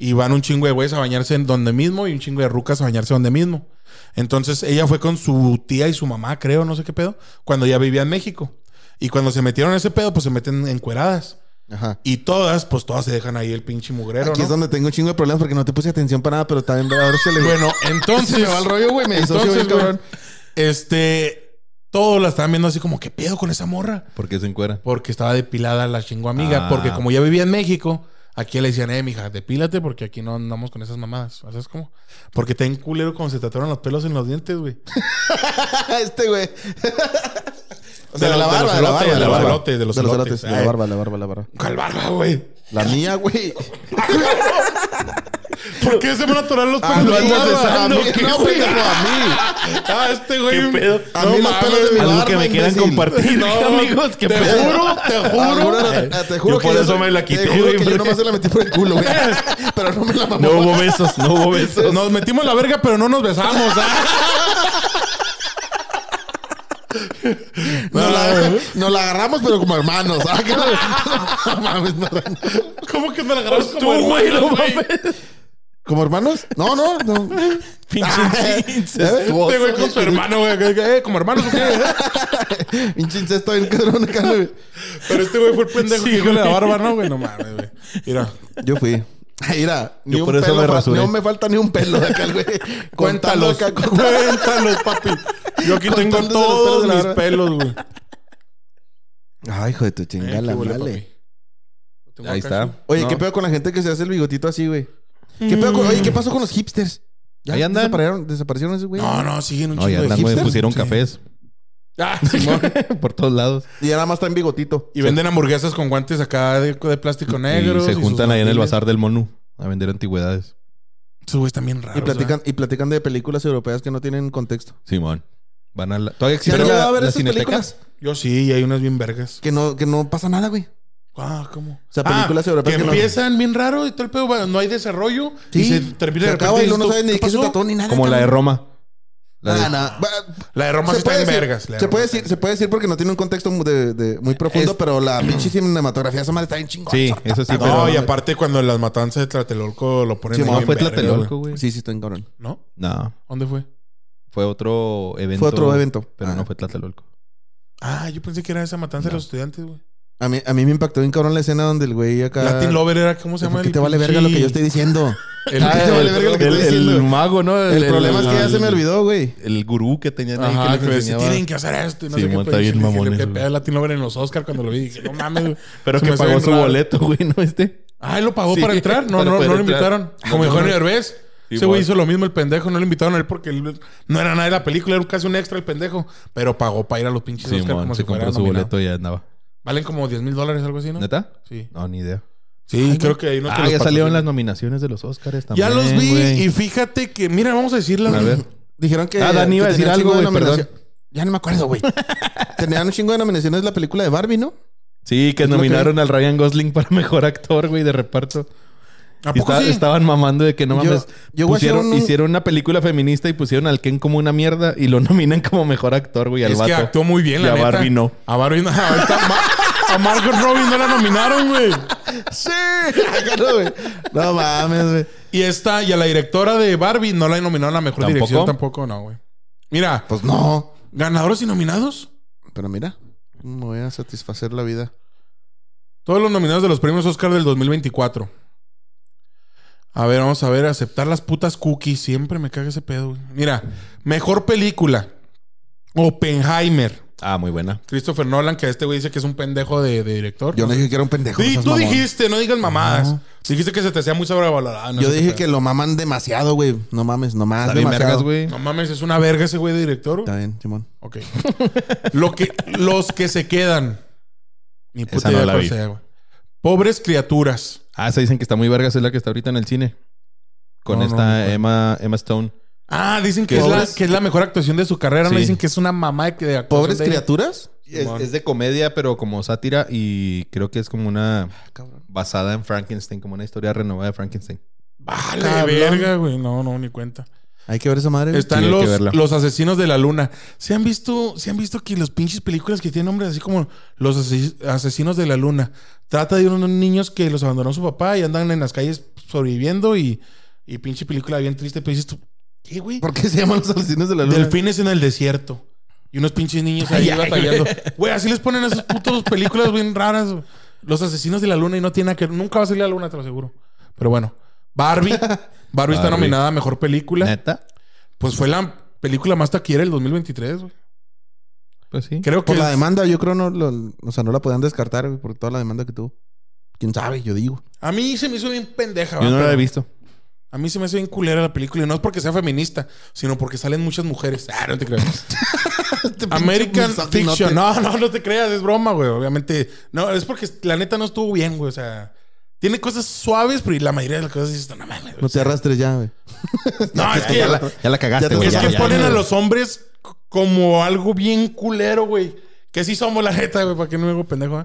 [SPEAKER 1] Y van un chingo de güeyes a bañarse en donde mismo y un chingo de rucas a bañarse donde mismo. Entonces ella fue con su tía y su mamá, creo, no sé qué pedo, cuando ya vivía en México. Y cuando se metieron a ese pedo, pues se meten encueradas.
[SPEAKER 2] Ajá.
[SPEAKER 1] Y todas, pues todas se dejan ahí el pinche mugrero,
[SPEAKER 2] Aquí
[SPEAKER 1] ¿no?
[SPEAKER 2] es donde tengo un chingo de problemas porque no te puse atención para nada, pero también ahora se le
[SPEAKER 1] Bueno,
[SPEAKER 2] se
[SPEAKER 1] entonces.
[SPEAKER 2] me va el rollo, güey. Me disocio
[SPEAKER 1] entonces,
[SPEAKER 2] bien,
[SPEAKER 1] güey,
[SPEAKER 2] cabrón.
[SPEAKER 1] Este. Todos la estaban viendo así como, ¿qué pedo con esa morra?
[SPEAKER 3] Porque se encuera.
[SPEAKER 1] Porque estaba depilada la chingo amiga.
[SPEAKER 3] Ah.
[SPEAKER 1] Porque como ya vivía en México, aquí le decían, eh, mija, depílate porque aquí no andamos con esas mamadas. O sea, es como. Porque te culero cuando se trataron los pelos en los dientes, güey.
[SPEAKER 2] Este, güey.
[SPEAKER 1] De
[SPEAKER 2] O sea, de la
[SPEAKER 1] los- de los
[SPEAKER 2] barba, de
[SPEAKER 1] elotes,
[SPEAKER 2] la barba.
[SPEAKER 1] de
[SPEAKER 2] la
[SPEAKER 1] los
[SPEAKER 2] barba.
[SPEAKER 1] elotes, de los elotes.
[SPEAKER 2] De la
[SPEAKER 1] Ay.
[SPEAKER 2] barba, la barba, la barba.
[SPEAKER 1] ¿Cuál barba, güey?
[SPEAKER 2] La mía, güey.
[SPEAKER 1] ¿Por qué se van a atorar los
[SPEAKER 2] A
[SPEAKER 1] pelos?
[SPEAKER 2] mí,
[SPEAKER 1] en los
[SPEAKER 2] barba,
[SPEAKER 1] dientes?
[SPEAKER 2] a mí,
[SPEAKER 1] ¿Qué,
[SPEAKER 2] no, güey,
[SPEAKER 1] güey?
[SPEAKER 2] no, a mí.
[SPEAKER 1] Ah, este güey.
[SPEAKER 3] ¿Qué pedo?
[SPEAKER 2] A mí los pelos de mi
[SPEAKER 1] mames.
[SPEAKER 2] barba,
[SPEAKER 3] Algo que me quieran
[SPEAKER 2] imbécil.
[SPEAKER 3] compartir, amigos. Que
[SPEAKER 1] Te
[SPEAKER 3] pedo.
[SPEAKER 1] juro, te juro.
[SPEAKER 2] Te Ah, juro, te juro
[SPEAKER 3] Yo
[SPEAKER 2] que
[SPEAKER 3] por eso me la quité,
[SPEAKER 2] Te juro
[SPEAKER 3] güey,
[SPEAKER 2] que yo
[SPEAKER 3] porque-
[SPEAKER 2] nomás se la metí por el culo, güey. Pero no me la mamó.
[SPEAKER 3] No hubo besos, no hubo besos.
[SPEAKER 1] Nos metimos la verga, pero no nos besamos. ¿ah?
[SPEAKER 2] No la, nos la agarramos, pero como hermanos. Ah, que no- no mames, no.
[SPEAKER 1] ¿Cómo que me la agarras
[SPEAKER 3] Pues Tú, güey, no
[SPEAKER 1] hermanos,
[SPEAKER 3] mames.
[SPEAKER 2] ¿Como hermanos? No, no, no.
[SPEAKER 3] Pinche incestuoso.
[SPEAKER 1] Ah, eh, Este güey con su hermano, güey. que- que, eh, como hermanos, ¿o qué?
[SPEAKER 2] Pinche incesto bien cabrón acá, güey.
[SPEAKER 1] Pero este güey fue el pendejo
[SPEAKER 3] Sí,
[SPEAKER 1] que dijo la
[SPEAKER 3] güey.
[SPEAKER 1] barba, ¿no, güey? No mames, güey. Mira,
[SPEAKER 2] Yo fui. Mira, ni
[SPEAKER 3] Yo
[SPEAKER 2] un
[SPEAKER 3] por eso
[SPEAKER 2] pelo
[SPEAKER 3] me
[SPEAKER 2] fa-
[SPEAKER 3] rasuré.
[SPEAKER 2] no me falta ni un pelo de acá, güey. Contando
[SPEAKER 1] cuéntalos.
[SPEAKER 2] acá, con-
[SPEAKER 1] Cuéntalos, papi. Yo aquí tengo
[SPEAKER 2] Contándote los
[SPEAKER 1] todos
[SPEAKER 2] pelos de la
[SPEAKER 1] mis
[SPEAKER 2] barba.
[SPEAKER 1] pelos, güey.
[SPEAKER 2] Ay, hijo de tu
[SPEAKER 1] Eh,
[SPEAKER 2] chingada,
[SPEAKER 1] qué huele,
[SPEAKER 2] male.
[SPEAKER 1] papi. Tengo
[SPEAKER 3] Ahí
[SPEAKER 1] acá,
[SPEAKER 3] está.
[SPEAKER 2] Oye, ¿qué
[SPEAKER 3] No.
[SPEAKER 2] pedo con la gente que se hace el bigotito así, güey? ¿Qué pedo con- oye, ¿qué pasó con los hipsters? ¿Ya
[SPEAKER 3] Ahí andan.
[SPEAKER 2] Desaparecieron, desaparecieron esos,
[SPEAKER 1] sí.
[SPEAKER 2] güey.
[SPEAKER 1] No, no, siguen un
[SPEAKER 3] No, ya
[SPEAKER 1] chingo de
[SPEAKER 3] andan, güey,
[SPEAKER 1] hipsters.
[SPEAKER 3] pusieron
[SPEAKER 1] Sí.
[SPEAKER 3] cafés
[SPEAKER 1] Ah, Simón.
[SPEAKER 3] por todos lados.
[SPEAKER 2] Y ya nada más traen bigotito.
[SPEAKER 1] Y venden hamburguesas con guantes acá de, de plástico negro.
[SPEAKER 3] y se juntan ahí en el bazar del Monu a vender antigüedades.
[SPEAKER 1] Esos güeyes también raros.
[SPEAKER 2] Y platican, y platican de películas europeas que no tienen contexto.
[SPEAKER 3] Simón. Van a la... ¿Todavía
[SPEAKER 2] ¿Sí
[SPEAKER 3] existe
[SPEAKER 2] han llegado
[SPEAKER 3] la,
[SPEAKER 2] a ver
[SPEAKER 3] la
[SPEAKER 2] esas
[SPEAKER 3] cineteca?
[SPEAKER 2] películas?
[SPEAKER 1] ¿verdad? Yo sí, y hay unas bien vergas.
[SPEAKER 2] Que no, que no pasa nada, güey.
[SPEAKER 1] Ah, ¿cómo? O
[SPEAKER 2] sea, películas europeas
[SPEAKER 1] que
[SPEAKER 2] que no-
[SPEAKER 1] empiezan bien raro y todo el pedo, bueno, no hay desarrollo. y se termina de repente
[SPEAKER 2] se acaba
[SPEAKER 1] y
[SPEAKER 2] y luego no
[SPEAKER 1] dices tú,
[SPEAKER 2] saben ni de qué se
[SPEAKER 1] pasó?
[SPEAKER 2] trató ni nada.
[SPEAKER 3] Como la de
[SPEAKER 2] cabrón.
[SPEAKER 3] Roma. La de-
[SPEAKER 2] Ah, no. Va-
[SPEAKER 1] La de Roma sí
[SPEAKER 2] se
[SPEAKER 1] está
[SPEAKER 2] puede
[SPEAKER 1] en
[SPEAKER 2] decir-
[SPEAKER 1] vergas. la de
[SPEAKER 2] Se puede,
[SPEAKER 1] Roma.
[SPEAKER 2] decir, se puede decir porque no tiene un contexto de, de- muy profundo,
[SPEAKER 3] Es-
[SPEAKER 2] pero la pinche cinematografía esa madre está bien chingona.
[SPEAKER 3] Sí, eso sí,
[SPEAKER 1] Ah, No,
[SPEAKER 3] pero...
[SPEAKER 1] y aparte cuando las matanzas de Tlatelolco lo ponen
[SPEAKER 2] Sí,
[SPEAKER 1] ahí
[SPEAKER 2] no,
[SPEAKER 1] bien
[SPEAKER 3] fue
[SPEAKER 1] verga,
[SPEAKER 3] Tlatelolco,
[SPEAKER 1] güey.
[SPEAKER 3] güey.
[SPEAKER 2] Sí, sí, está en cabrón.
[SPEAKER 1] ¿No?
[SPEAKER 3] No,
[SPEAKER 1] ¿Dónde fue?
[SPEAKER 3] fue otro evento.
[SPEAKER 2] Fue otro evento.
[SPEAKER 3] Pero
[SPEAKER 2] Ah.
[SPEAKER 3] no fue Tlatelolco.
[SPEAKER 1] Ah, yo pensé que era esa matanza de los estudiantes, güey.
[SPEAKER 2] A mí, a mí me impactó bien cabrón la escena donde el güey acá...
[SPEAKER 1] Latin Lover era, ¿cómo se llama?
[SPEAKER 2] ¿Por qué
[SPEAKER 1] el
[SPEAKER 2] te vale verga lo que yo estoy diciendo?
[SPEAKER 1] El-
[SPEAKER 2] Ah,
[SPEAKER 3] el,
[SPEAKER 2] vale verga lo que
[SPEAKER 3] el-
[SPEAKER 2] estoy
[SPEAKER 3] el
[SPEAKER 2] diciendo.
[SPEAKER 3] mago, ¿no?
[SPEAKER 2] El problema es que ya se me
[SPEAKER 3] el-
[SPEAKER 2] olvidó, güey.
[SPEAKER 3] El gurú que tenían ahí
[SPEAKER 1] Ajá,
[SPEAKER 3] que les
[SPEAKER 1] que si
[SPEAKER 3] enseñaba.
[SPEAKER 1] tienen que hacer esto y no
[SPEAKER 3] Sí,
[SPEAKER 1] sé qué
[SPEAKER 3] monta
[SPEAKER 1] pedo.
[SPEAKER 3] bien
[SPEAKER 1] Y dije,
[SPEAKER 3] mamones,
[SPEAKER 1] qué
[SPEAKER 3] güey.
[SPEAKER 1] pedo el Latino ver en los Oscar cuando lo vi. Dije, no mames. güey.
[SPEAKER 3] Pero
[SPEAKER 1] Se
[SPEAKER 3] que
[SPEAKER 1] me hace
[SPEAKER 3] pagó
[SPEAKER 1] bien
[SPEAKER 3] su
[SPEAKER 1] raro.
[SPEAKER 3] boleto, güey, ¿no? Este.
[SPEAKER 1] Ah, ¿él lo pagó
[SPEAKER 3] Sí,
[SPEAKER 1] para entrar. No,
[SPEAKER 3] para
[SPEAKER 1] no,
[SPEAKER 3] poder
[SPEAKER 1] no lo
[SPEAKER 3] entrar.
[SPEAKER 1] invitaron.
[SPEAKER 3] No,
[SPEAKER 1] Como
[SPEAKER 3] no,
[SPEAKER 1] dijo Eugenio
[SPEAKER 3] no.
[SPEAKER 1] Derbez.
[SPEAKER 3] Sí,
[SPEAKER 1] Ese güey
[SPEAKER 3] bueno.
[SPEAKER 1] hizo lo mismo el pendejo. No lo invitaron a él porque él no era nada de la película. Era casi un extra el pendejo. Pero pagó para ir a los pinches
[SPEAKER 3] Sí,
[SPEAKER 1] Oscar
[SPEAKER 3] mon,
[SPEAKER 1] como
[SPEAKER 3] se
[SPEAKER 1] si fuera
[SPEAKER 3] compró su
[SPEAKER 1] nominado.
[SPEAKER 3] boleto y ya andaba.
[SPEAKER 1] Valen como 10 mil dólares algo así, ¿no?
[SPEAKER 3] ¿Neta?
[SPEAKER 1] Sí.
[SPEAKER 3] No, ni idea.
[SPEAKER 1] Sí, creo que ahí no
[SPEAKER 3] Ah, ya salieron las nominaciones de los Oscars también.
[SPEAKER 1] Ya los vi
[SPEAKER 3] güey.
[SPEAKER 1] y fíjate que... Mira, vamos a decirlas.
[SPEAKER 3] A ver.
[SPEAKER 2] Dijeron que.
[SPEAKER 3] Ah, Dani iba
[SPEAKER 2] que
[SPEAKER 3] a decir
[SPEAKER 2] tenían
[SPEAKER 3] algo,
[SPEAKER 2] chingo de
[SPEAKER 3] güey, perdón.
[SPEAKER 2] nominación- Ya no me acuerdo, güey. Tenían un chingo de nominaciones la película de Barbie, ¿no?
[SPEAKER 3] Sí, que
[SPEAKER 2] Es lo que-
[SPEAKER 3] nominaron al Ryan Gosling para mejor actor, güey, de reparto.
[SPEAKER 1] ¿A
[SPEAKER 3] Y
[SPEAKER 1] poco
[SPEAKER 3] está-
[SPEAKER 1] sí?
[SPEAKER 3] Estaban mamando de que no
[SPEAKER 2] Yo-
[SPEAKER 3] mames.
[SPEAKER 2] yo voy a hacer
[SPEAKER 3] pusieron,
[SPEAKER 2] un-
[SPEAKER 3] Hicieron una película feminista y pusieron al Ken como una mierda y lo nominan como mejor actor, güey, al
[SPEAKER 1] Es
[SPEAKER 3] vato.
[SPEAKER 1] que actuó muy bien,
[SPEAKER 3] Y
[SPEAKER 1] la
[SPEAKER 3] a
[SPEAKER 1] neta.
[SPEAKER 3] Barbie no.
[SPEAKER 1] A Barbie no. Ahorita Ma- a Margot Robbie no la nominaron, güey.
[SPEAKER 2] Sí. no, güey. No mames, güey.
[SPEAKER 1] Y esta... Y a la directora de Barbie no la nominaron a mejor
[SPEAKER 3] ¿Tampoco?
[SPEAKER 1] dirección tampoco. No, güey. Mira,
[SPEAKER 2] Pues no.
[SPEAKER 1] ganadores y nominados.
[SPEAKER 2] Pero mira, me voy a satisfacer la vida.
[SPEAKER 1] Todos los nominados de los premios Oscar del 2024. A ver, vamos a ver, aceptar las putas cookies. Siempre me caga ese pedo. güey. Mira, mejor película. Oppenheimer.
[SPEAKER 3] Ah, muy buena.
[SPEAKER 1] Christopher Nolan, que este güey dice que es un pendejo de, de director.
[SPEAKER 2] Yo no dije que era un pendejo. no
[SPEAKER 1] Sí,
[SPEAKER 2] seas
[SPEAKER 1] tú
[SPEAKER 2] mamón.
[SPEAKER 1] dijiste, no digas mamadas. Dijiste que se te hacía muy sobrevalorada. no
[SPEAKER 2] Yo
[SPEAKER 1] sé qué
[SPEAKER 2] dije que
[SPEAKER 1] pedo.
[SPEAKER 2] lo maman demasiado, güey. No mames, nomás
[SPEAKER 3] Está bien vergas,
[SPEAKER 2] Ah, demasiado.
[SPEAKER 3] güey.
[SPEAKER 1] No mames, es una verga ese güey de director.
[SPEAKER 2] Está bien, Simón.
[SPEAKER 1] Ok. Lo que, los que se quedan. Ni
[SPEAKER 3] Esa
[SPEAKER 1] puta
[SPEAKER 3] no
[SPEAKER 1] idea
[SPEAKER 3] la
[SPEAKER 1] cuál
[SPEAKER 3] vi.
[SPEAKER 1] sea, güey. Pobres criaturas.
[SPEAKER 3] Ah, se dicen que está muy vergas, es la que está ahorita en el cine. Con
[SPEAKER 1] No, no,
[SPEAKER 3] esta
[SPEAKER 1] no, güey.
[SPEAKER 3] Emma, Emma Stone.
[SPEAKER 1] Ah, dicen que
[SPEAKER 3] ¿Qué
[SPEAKER 1] es, la,
[SPEAKER 3] pobres?
[SPEAKER 1] que es la mejor actuación de su carrera. No
[SPEAKER 3] Sí.
[SPEAKER 1] dicen que es una mamá de, de actuación
[SPEAKER 2] ¿Pobres
[SPEAKER 1] de-
[SPEAKER 2] criaturas?
[SPEAKER 3] Es, es de comedia, pero como sátira y creo que es como una
[SPEAKER 2] Cabrón.
[SPEAKER 3] basada en Frankenstein, como una historia renovada de Frankenstein.
[SPEAKER 1] Vale,
[SPEAKER 2] Cabrón.
[SPEAKER 1] verga, güey. No, no, ni cuenta.
[SPEAKER 2] Hay que ver esa madre. güey.
[SPEAKER 1] Están
[SPEAKER 3] Sí, hay que verla.
[SPEAKER 1] los, los asesinos de la luna. ¿Se han visto, se han visto que las pinches películas que tienen nombres así como Los Ase- asesinos de la luna? Trata de unos niños que los abandonó su papá y andan en las calles sobreviviendo y, y pinche película bien triste, pero dices tú, ¿qué, güey?
[SPEAKER 2] ¿Por qué se llaman los asesinos de la luna?
[SPEAKER 1] Delfines en el desierto. Y unos pinches niños ahí batallando. Güey, así les ponen esas putas películas bien raras. güey. Los asesinos de la luna y no tiene nada que Nunca va a salir la luna, te lo aseguro. Pero bueno. Barbie. Barbie, está
[SPEAKER 3] Barbie.
[SPEAKER 1] nominada a Mejor Película.
[SPEAKER 3] ¿Neta?
[SPEAKER 1] Pues fue la película más taquillera del 2023, güey.
[SPEAKER 3] Pues sí.
[SPEAKER 1] Creo que
[SPEAKER 2] Por la
[SPEAKER 1] es-
[SPEAKER 2] demanda, yo creo no lo, o sea, no la podían descartar, güey, por toda la demanda que tuvo. Quién sabe, yo digo.
[SPEAKER 1] a mí se me hizo bien pendeja,
[SPEAKER 3] Yo
[SPEAKER 1] va,
[SPEAKER 3] no la
[SPEAKER 1] pero
[SPEAKER 3] he visto.
[SPEAKER 1] A mí se me hizo bien culera la película y no es porque sea feminista, sino porque salen muchas mujeres. Ah, no te creas. American Fiction. No, no, no te creas, es broma, güey. Obviamente, no, es porque la neta no estuvo bien, güey, o sea, tiene cosas suaves, pero la mayoría de las cosas dices, no mames. güey".
[SPEAKER 2] No te arrastres ya, güey.
[SPEAKER 1] No, es que
[SPEAKER 3] Ya la, ya la
[SPEAKER 2] Ya te-
[SPEAKER 3] cagaste, güey.
[SPEAKER 1] Es
[SPEAKER 3] ya,
[SPEAKER 1] que
[SPEAKER 3] ya,
[SPEAKER 1] ponen
[SPEAKER 3] ya.
[SPEAKER 1] a los hombres c- como algo bien culero, güey. Que sí somos la neta, güey, para que no me hago pendejo. ¿eh?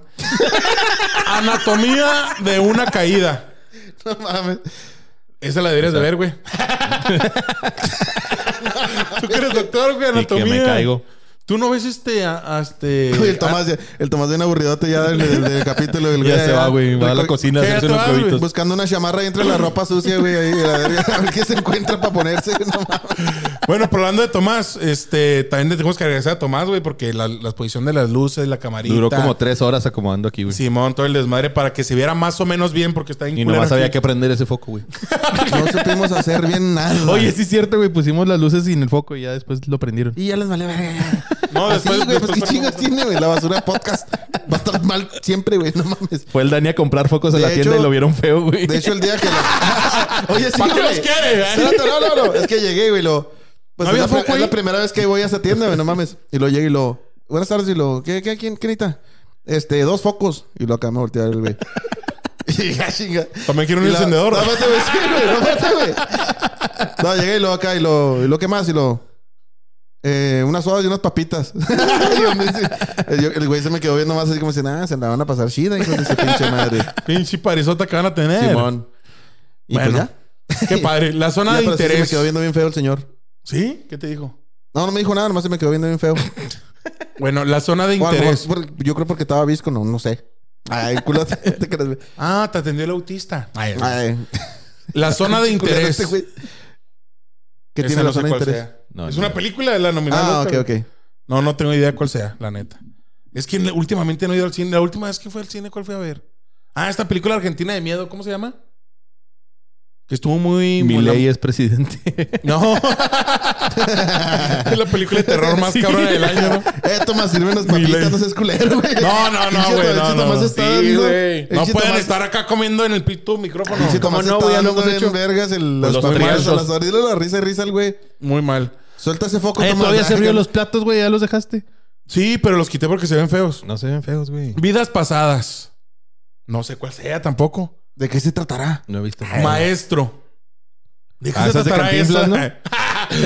[SPEAKER 1] Anatomía de una caída.
[SPEAKER 2] No mames.
[SPEAKER 1] Esa la deberías de ver, güey. Tú que eres doctor, güey,
[SPEAKER 3] Y que
[SPEAKER 1] anatomía.
[SPEAKER 3] me caigo.
[SPEAKER 1] Tú no ves este, a- a este.
[SPEAKER 2] Oye, el Tomás, ya- el Tomás bien aburridote ya del, del- del capítulo. del
[SPEAKER 3] Ya
[SPEAKER 2] güey,
[SPEAKER 3] se va, güey. Va a la
[SPEAKER 2] Reco-
[SPEAKER 3] cocina a
[SPEAKER 1] ¿Qué?
[SPEAKER 3] hacerse
[SPEAKER 1] ¿Te
[SPEAKER 3] unos
[SPEAKER 1] vas, güey?
[SPEAKER 3] huevitos.
[SPEAKER 2] Buscando una chamarra y entre la ropa sucia, güey. Ahí, a, ver, a ver qué se encuentra para ponerse. No mames.
[SPEAKER 1] Bueno, pero hablando de Tomás, este, también le tenemos que agradecer a Tomás, güey, porque la, la exposición de las luces, la camarita.
[SPEAKER 3] Duró como tres horas acomodando aquí, güey.
[SPEAKER 1] Simón, todo el desmadre para que se viera más o menos bien, porque está bien
[SPEAKER 3] Y
[SPEAKER 1] culero
[SPEAKER 3] nomás había
[SPEAKER 1] aquí.
[SPEAKER 3] que prender ese foco, güey.
[SPEAKER 2] No supimos hacer bien nada.
[SPEAKER 3] Oye, sí es cierto, güey. Pusimos las luces sin el foco y ya después lo prendieron.
[SPEAKER 2] Y ya les vale verga. ya.
[SPEAKER 1] No,
[SPEAKER 2] Así,
[SPEAKER 1] después.
[SPEAKER 2] güey, pues qué
[SPEAKER 1] después-
[SPEAKER 2] chingas tiene, güey. La basura podcast va a estar mal siempre, güey. No mames.
[SPEAKER 3] Fue el Dani a comprar focos a
[SPEAKER 2] De
[SPEAKER 3] la tienda
[SPEAKER 2] hecho-
[SPEAKER 3] y lo vieron feo, güey.
[SPEAKER 2] De hecho, el día que la- Oye, sí,
[SPEAKER 1] ¿Para qué los
[SPEAKER 2] güey.
[SPEAKER 1] quiere? eh?
[SPEAKER 2] Espérate, no, no, no. Es que llegué, güey. Lo... Pues
[SPEAKER 1] ¿No había
[SPEAKER 2] es, la, pri-
[SPEAKER 1] foco
[SPEAKER 2] es
[SPEAKER 1] ahí?
[SPEAKER 2] la primera vez que voy a esa tienda, güey. No mames. Y lo llegué y lo... Buenas tardes. Y lo... ¿Qué, qué, quién, quién necesita? Este, dos focos. Y lo acá me volteé a ver, güey. Y ya, chinga.
[SPEAKER 1] También quiero un
[SPEAKER 2] Y la- Ah.
[SPEAKER 1] encendedor.
[SPEAKER 2] No, espérate, güey. Sí, güey. No, espérate, güey. No, llegué y lo acá y lo... ¿Y lo qué más? Y lo... Eh, unas sodas y unas papitas. Y yo me dice- yo- el güey se me quedó viendo más así como si nada, se la van a pasar chida, hijo de su pinche madre.
[SPEAKER 1] Pinche parizota que van a tener.
[SPEAKER 2] Simón. Y
[SPEAKER 1] Bueno.
[SPEAKER 2] pues ya.
[SPEAKER 1] Qué padre. La zona
[SPEAKER 2] Ya,
[SPEAKER 1] de
[SPEAKER 2] pero sí se
[SPEAKER 1] interés.
[SPEAKER 2] me quedó viendo bien feo el señor.
[SPEAKER 1] ¿Sí? ¿Qué te dijo?
[SPEAKER 2] No, no me dijo nada, nomás se me quedó viendo bien feo.
[SPEAKER 1] Bueno, la zona de
[SPEAKER 2] O a lo mejor
[SPEAKER 1] interés.
[SPEAKER 2] por- yo creo porque estaba visco, no, no sé. Ay, culo, te te creas, güey.
[SPEAKER 1] Ah, te atendió el autista.
[SPEAKER 2] Ay,
[SPEAKER 1] La zona de
[SPEAKER 2] Ah. culero
[SPEAKER 1] interés.
[SPEAKER 2] este güey. ¿Qué
[SPEAKER 1] Esa
[SPEAKER 2] tiene
[SPEAKER 1] no
[SPEAKER 2] la
[SPEAKER 1] sé
[SPEAKER 2] zona de
[SPEAKER 1] cuál
[SPEAKER 2] interés?
[SPEAKER 1] sea.
[SPEAKER 3] No,
[SPEAKER 1] es
[SPEAKER 3] no.
[SPEAKER 1] una película de la nominada.
[SPEAKER 2] Ah, ok,
[SPEAKER 1] Oscar.
[SPEAKER 2] ok.
[SPEAKER 1] No, no tengo idea cuál sea, la neta. Es que últimamente no he ido al cine. La última vez que fue al cine, ¿cuál fue a ver? Ah, esta película argentina de miedo, ¿cómo se llama? Que estuvo muy...
[SPEAKER 3] Mi
[SPEAKER 1] muy-
[SPEAKER 3] ley es presidente.
[SPEAKER 1] No. es la película de terror más
[SPEAKER 3] Sí.
[SPEAKER 1] cabrona del año, ¿no?
[SPEAKER 2] Eh, Tomás, sirven las
[SPEAKER 1] ley.
[SPEAKER 2] papitas, no seas culero, güey.
[SPEAKER 1] No, no, no,
[SPEAKER 2] Pinche
[SPEAKER 1] güey,
[SPEAKER 2] Tomás,
[SPEAKER 1] no,
[SPEAKER 2] pinche
[SPEAKER 1] no,
[SPEAKER 2] Tomás
[SPEAKER 1] no.
[SPEAKER 2] está
[SPEAKER 3] Sí,
[SPEAKER 2] dando-
[SPEAKER 3] güey. No
[SPEAKER 1] No
[SPEAKER 2] pinche
[SPEAKER 1] pueden
[SPEAKER 2] Tomás-
[SPEAKER 1] estar acá comiendo en el pito micrófono.
[SPEAKER 2] pinche
[SPEAKER 3] ¿Cómo
[SPEAKER 2] Tomás
[SPEAKER 3] no,
[SPEAKER 2] está
[SPEAKER 3] güey? Ya lo
[SPEAKER 2] dando
[SPEAKER 3] hemos
[SPEAKER 2] bien
[SPEAKER 3] hecho.
[SPEAKER 2] vergas el, las
[SPEAKER 3] los
[SPEAKER 2] papitas a
[SPEAKER 3] trienzos.
[SPEAKER 2] las orillas, la risa y risa el güey.
[SPEAKER 1] Muy mal.
[SPEAKER 2] Suelta ese foco,
[SPEAKER 3] Eh,
[SPEAKER 2] Tomás.
[SPEAKER 3] todavía se
[SPEAKER 2] Ay,
[SPEAKER 3] abrió los platos, güey. Ya los dejaste.
[SPEAKER 1] Sí, pero los quité porque se ven feos.
[SPEAKER 3] No se ven feos, güey.
[SPEAKER 1] Vidas pasadas. No sé cuál sea tampoco.
[SPEAKER 2] ¿De qué se tratará?
[SPEAKER 3] No he visto.
[SPEAKER 1] Ah, Maestro. ¿De qué
[SPEAKER 3] Ah,
[SPEAKER 1] se
[SPEAKER 3] esa es Eh. de
[SPEAKER 1] tratará esa?
[SPEAKER 3] Cantinflas, ¿no?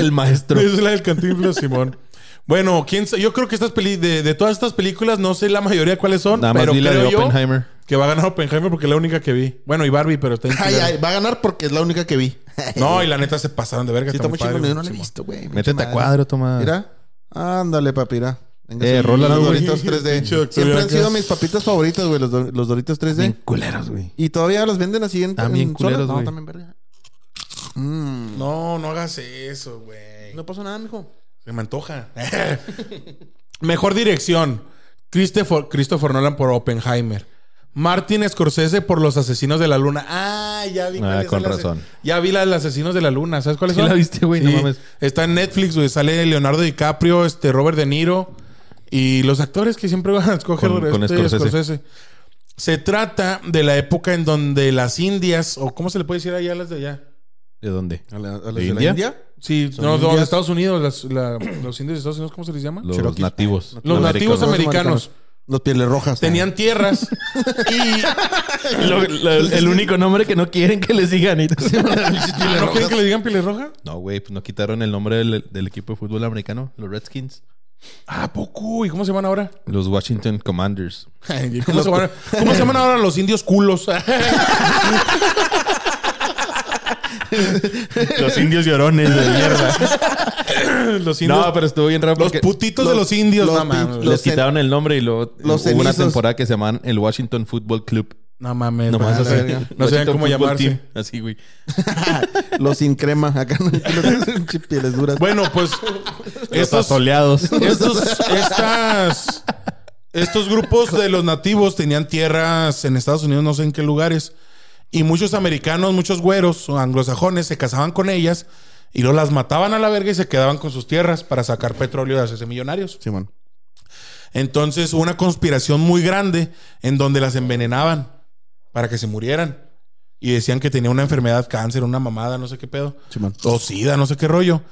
[SPEAKER 3] El maestro.
[SPEAKER 1] Es la del Cantinflas, Simón. Bueno, quién sa- yo creo que estas peli de, de todas estas películas, no sé la mayoría cuáles son,
[SPEAKER 3] Nada más
[SPEAKER 1] pero
[SPEAKER 3] vi la de
[SPEAKER 1] creo yo
[SPEAKER 3] Oppenheimer.
[SPEAKER 1] que va a ganar Oppenheimer porque es la única que vi. Bueno, y Barbie, pero está en
[SPEAKER 2] Ay, ay, va a ganar porque es la única que vi.
[SPEAKER 1] No, y la neta se pasaron de verga.
[SPEAKER 2] Sí, está muy
[SPEAKER 1] padre,
[SPEAKER 2] chingón, yo no
[SPEAKER 1] güey,
[SPEAKER 2] la he
[SPEAKER 1] Simón.
[SPEAKER 2] visto, güey.
[SPEAKER 3] Métete a
[SPEAKER 2] Madre.
[SPEAKER 3] cuadro, Tomás.
[SPEAKER 2] Mira. Ándale, papi, mira. Venga,
[SPEAKER 3] Eh,
[SPEAKER 2] sí,
[SPEAKER 3] rólala,
[SPEAKER 2] los
[SPEAKER 3] güey.
[SPEAKER 2] Doritos 3D.
[SPEAKER 1] Pinche doctor
[SPEAKER 2] Siempre han
[SPEAKER 1] Bianca.
[SPEAKER 2] sido mis papitas favoritas, güey, los, do- los Doritos 3D.
[SPEAKER 3] Bien culeros, güey.
[SPEAKER 2] Y todavía los venden así en
[SPEAKER 3] También
[SPEAKER 2] en
[SPEAKER 3] culeros,
[SPEAKER 2] solas.
[SPEAKER 3] güey.
[SPEAKER 2] No, también verga.
[SPEAKER 1] No, no hagas eso, güey.
[SPEAKER 2] No pasó nada, mijo.
[SPEAKER 1] Se me antoja. Mejor dirección. Christopher, Christopher Nolan por Oppenheimer. Martin Scorsese por Los Asesinos de la Luna. Ah, ya vi.
[SPEAKER 3] Ah,
[SPEAKER 1] cuál es
[SPEAKER 3] con
[SPEAKER 1] el ase-
[SPEAKER 3] razón.
[SPEAKER 1] Ya vi la de Los Asesinos de la Luna. ¿Sabes cuál es?
[SPEAKER 3] Sí la viste, güey, no mames.
[SPEAKER 1] Está en Netflix, güey. Sale Leonardo DiCaprio, este Robert De Niro y los actores que siempre van a escoger
[SPEAKER 3] Con- con
[SPEAKER 1] este,
[SPEAKER 3] Scorsese.
[SPEAKER 1] Scorsese. Se trata de la época en donde las indias, o ¿cómo se le puede decir allá las de allá?
[SPEAKER 3] ¿De dónde?
[SPEAKER 2] ¿A la, a las
[SPEAKER 3] ¿De
[SPEAKER 2] de la
[SPEAKER 3] India?
[SPEAKER 2] India?
[SPEAKER 1] Sí,
[SPEAKER 2] Son
[SPEAKER 1] no, no,
[SPEAKER 2] indias.
[SPEAKER 1] de Estados Unidos, las- la- los indios de Estados Unidos, ¿cómo se les llama?
[SPEAKER 3] Los
[SPEAKER 2] Cherokees.
[SPEAKER 3] nativos.
[SPEAKER 1] Los nativos
[SPEAKER 2] Los
[SPEAKER 1] americanos
[SPEAKER 2] Los pieles rojas.
[SPEAKER 1] tenían tierras y
[SPEAKER 3] Lo- lo- el único nombre que no quieren que les digan.
[SPEAKER 1] ¿Ah, ¿no quieren que le digan pieles rojas?
[SPEAKER 3] no, güey, pues no quitaron el nombre del, del equipo de fútbol americano, los Redskins.
[SPEAKER 1] Ah, ¿A poco? ¿Y cómo se llaman ahora?
[SPEAKER 3] Los Washington Commanders.
[SPEAKER 1] Ay, ¿Cómo se, llaman? ¿Cómo se llaman ahora los indios culos?
[SPEAKER 3] Los indios llorones de mierda.
[SPEAKER 1] los indios,
[SPEAKER 3] no, pero estuvo bien raro
[SPEAKER 1] los
[SPEAKER 3] porque
[SPEAKER 1] putitos de
[SPEAKER 2] los-
[SPEAKER 1] los indios,
[SPEAKER 2] los
[SPEAKER 1] no mames.
[SPEAKER 2] pin-
[SPEAKER 3] les
[SPEAKER 1] güey.
[SPEAKER 2] los cen-
[SPEAKER 3] quitaron el nombre y luego
[SPEAKER 2] los
[SPEAKER 3] hubo una
[SPEAKER 2] cenizos.
[SPEAKER 3] temporada que se llamaban el Washington Football Club.
[SPEAKER 1] No mames.
[SPEAKER 3] Nomás
[SPEAKER 1] no
[SPEAKER 3] así.
[SPEAKER 1] sabían- no sabían
[SPEAKER 3] Washington
[SPEAKER 1] cómo
[SPEAKER 3] Football
[SPEAKER 1] llamarse.
[SPEAKER 3] Team. Así, güey.
[SPEAKER 2] Los sin crema. Acá no los pieles duras.
[SPEAKER 1] Bueno, pues
[SPEAKER 3] Los
[SPEAKER 1] estos,
[SPEAKER 3] asoleados.
[SPEAKER 1] estos, estas, estos grupos de los nativos tenían tierras en Estados Unidos, no sé en qué lugares. Y muchos americanos, muchos güeros o anglosajones se casaban con ellas y luego las mataban a la verga y se quedaban con sus tierras para sacar petróleo y hacerse millonarios.
[SPEAKER 2] Simón.
[SPEAKER 1] Entonces hubo una conspiración muy grande en donde las envenenaban para que se murieran. Y decían que tenía una enfermedad, cáncer, una mamada, no sé qué pedo.
[SPEAKER 2] Simón.
[SPEAKER 1] O sida, no sé qué rollo.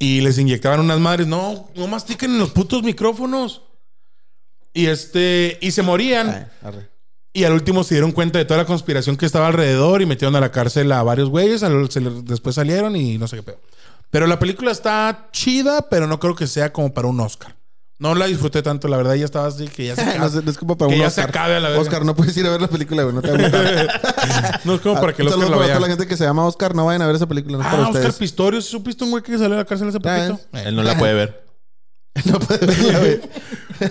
[SPEAKER 1] Y les inyectaban unas madres. No, no mastiquen en los putos micrófonos. Y este, y se morían.
[SPEAKER 2] Ah, arre.
[SPEAKER 1] Y al último se dieron cuenta de toda la conspiración que estaba alrededor y metieron a la cárcel a varios güeyes. al- se le- después salieron y no sé qué pedo. Pero la película está chida, pero no creo que sea como para un Oscar. No la disfruté tanto, la verdad. Ya estaba así que ya se
[SPEAKER 2] No,
[SPEAKER 1] acaba.
[SPEAKER 2] se- no es culpa para
[SPEAKER 1] ah, Que
[SPEAKER 2] un
[SPEAKER 1] ya se
[SPEAKER 2] Oscar.
[SPEAKER 1] acabe a la verga.
[SPEAKER 2] Oscar, no puedes ir a ver la película, güey. No te va a gustar.
[SPEAKER 1] No es como para que el
[SPEAKER 2] Un
[SPEAKER 1] Oscar
[SPEAKER 2] saludo
[SPEAKER 1] la
[SPEAKER 2] para toda la
[SPEAKER 1] vea.
[SPEAKER 2] gente que se llama Oscar. No vayan a ver esa película. No es para
[SPEAKER 1] Ah, Oscar
[SPEAKER 2] ustedes.
[SPEAKER 1] Pistorius. ¿Supiste un güey que salió de la cárcel hace
[SPEAKER 2] Ah,
[SPEAKER 1] poquito? Eh.
[SPEAKER 3] Él no la puede ver.
[SPEAKER 2] No puede verla, güey.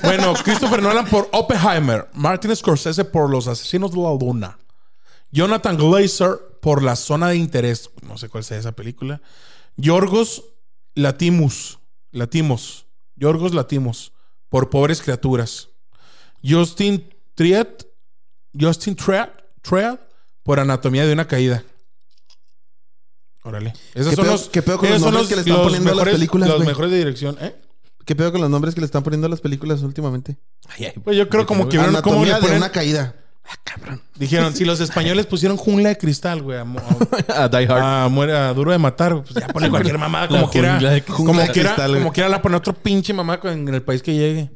[SPEAKER 1] Bueno, Christopher Nolan por Oppenheimer, Martin Scorsese por Los Asesinos de la Luna, Jonathan Glazer por La Zona de Interés, no sé cuál sea esa película, Yorgos Latimus, Latimos, Yorgos Latimos por Pobres Criaturas, Justin Triet, Justin Triet, Triet por Anatomía de una Caída. Órale. Esos
[SPEAKER 2] ¿Qué
[SPEAKER 1] son
[SPEAKER 2] pedo-
[SPEAKER 1] los,
[SPEAKER 2] qué pedo con
[SPEAKER 1] esos
[SPEAKER 2] los
[SPEAKER 1] son
[SPEAKER 2] nombres que le están
[SPEAKER 1] los
[SPEAKER 2] poniendo a las
[SPEAKER 1] mejores-
[SPEAKER 2] películas,
[SPEAKER 1] Los
[SPEAKER 2] güey?
[SPEAKER 1] mejores de dirección, ¿eh?
[SPEAKER 2] ¿Qué pedo con los nombres que le están poniendo a las películas últimamente?
[SPEAKER 1] Pues yo creo como que vieron cómo le
[SPEAKER 2] Anatomía de
[SPEAKER 1] ponen
[SPEAKER 2] una caída.
[SPEAKER 1] Dijeron, si los españoles pusieron jungla de cristal, güey, a, mo-
[SPEAKER 3] A Die
[SPEAKER 2] Ah,
[SPEAKER 3] Hard.
[SPEAKER 1] a- a muere- a duro de matar, güey, pues ya ponle cualquier mamada, como
[SPEAKER 3] La
[SPEAKER 1] quiera,
[SPEAKER 3] jungla de-
[SPEAKER 1] como
[SPEAKER 2] jungla de
[SPEAKER 1] quiera,
[SPEAKER 2] cristal, güey.
[SPEAKER 1] como quiera la poner otro pinche mamá en el país que llegue.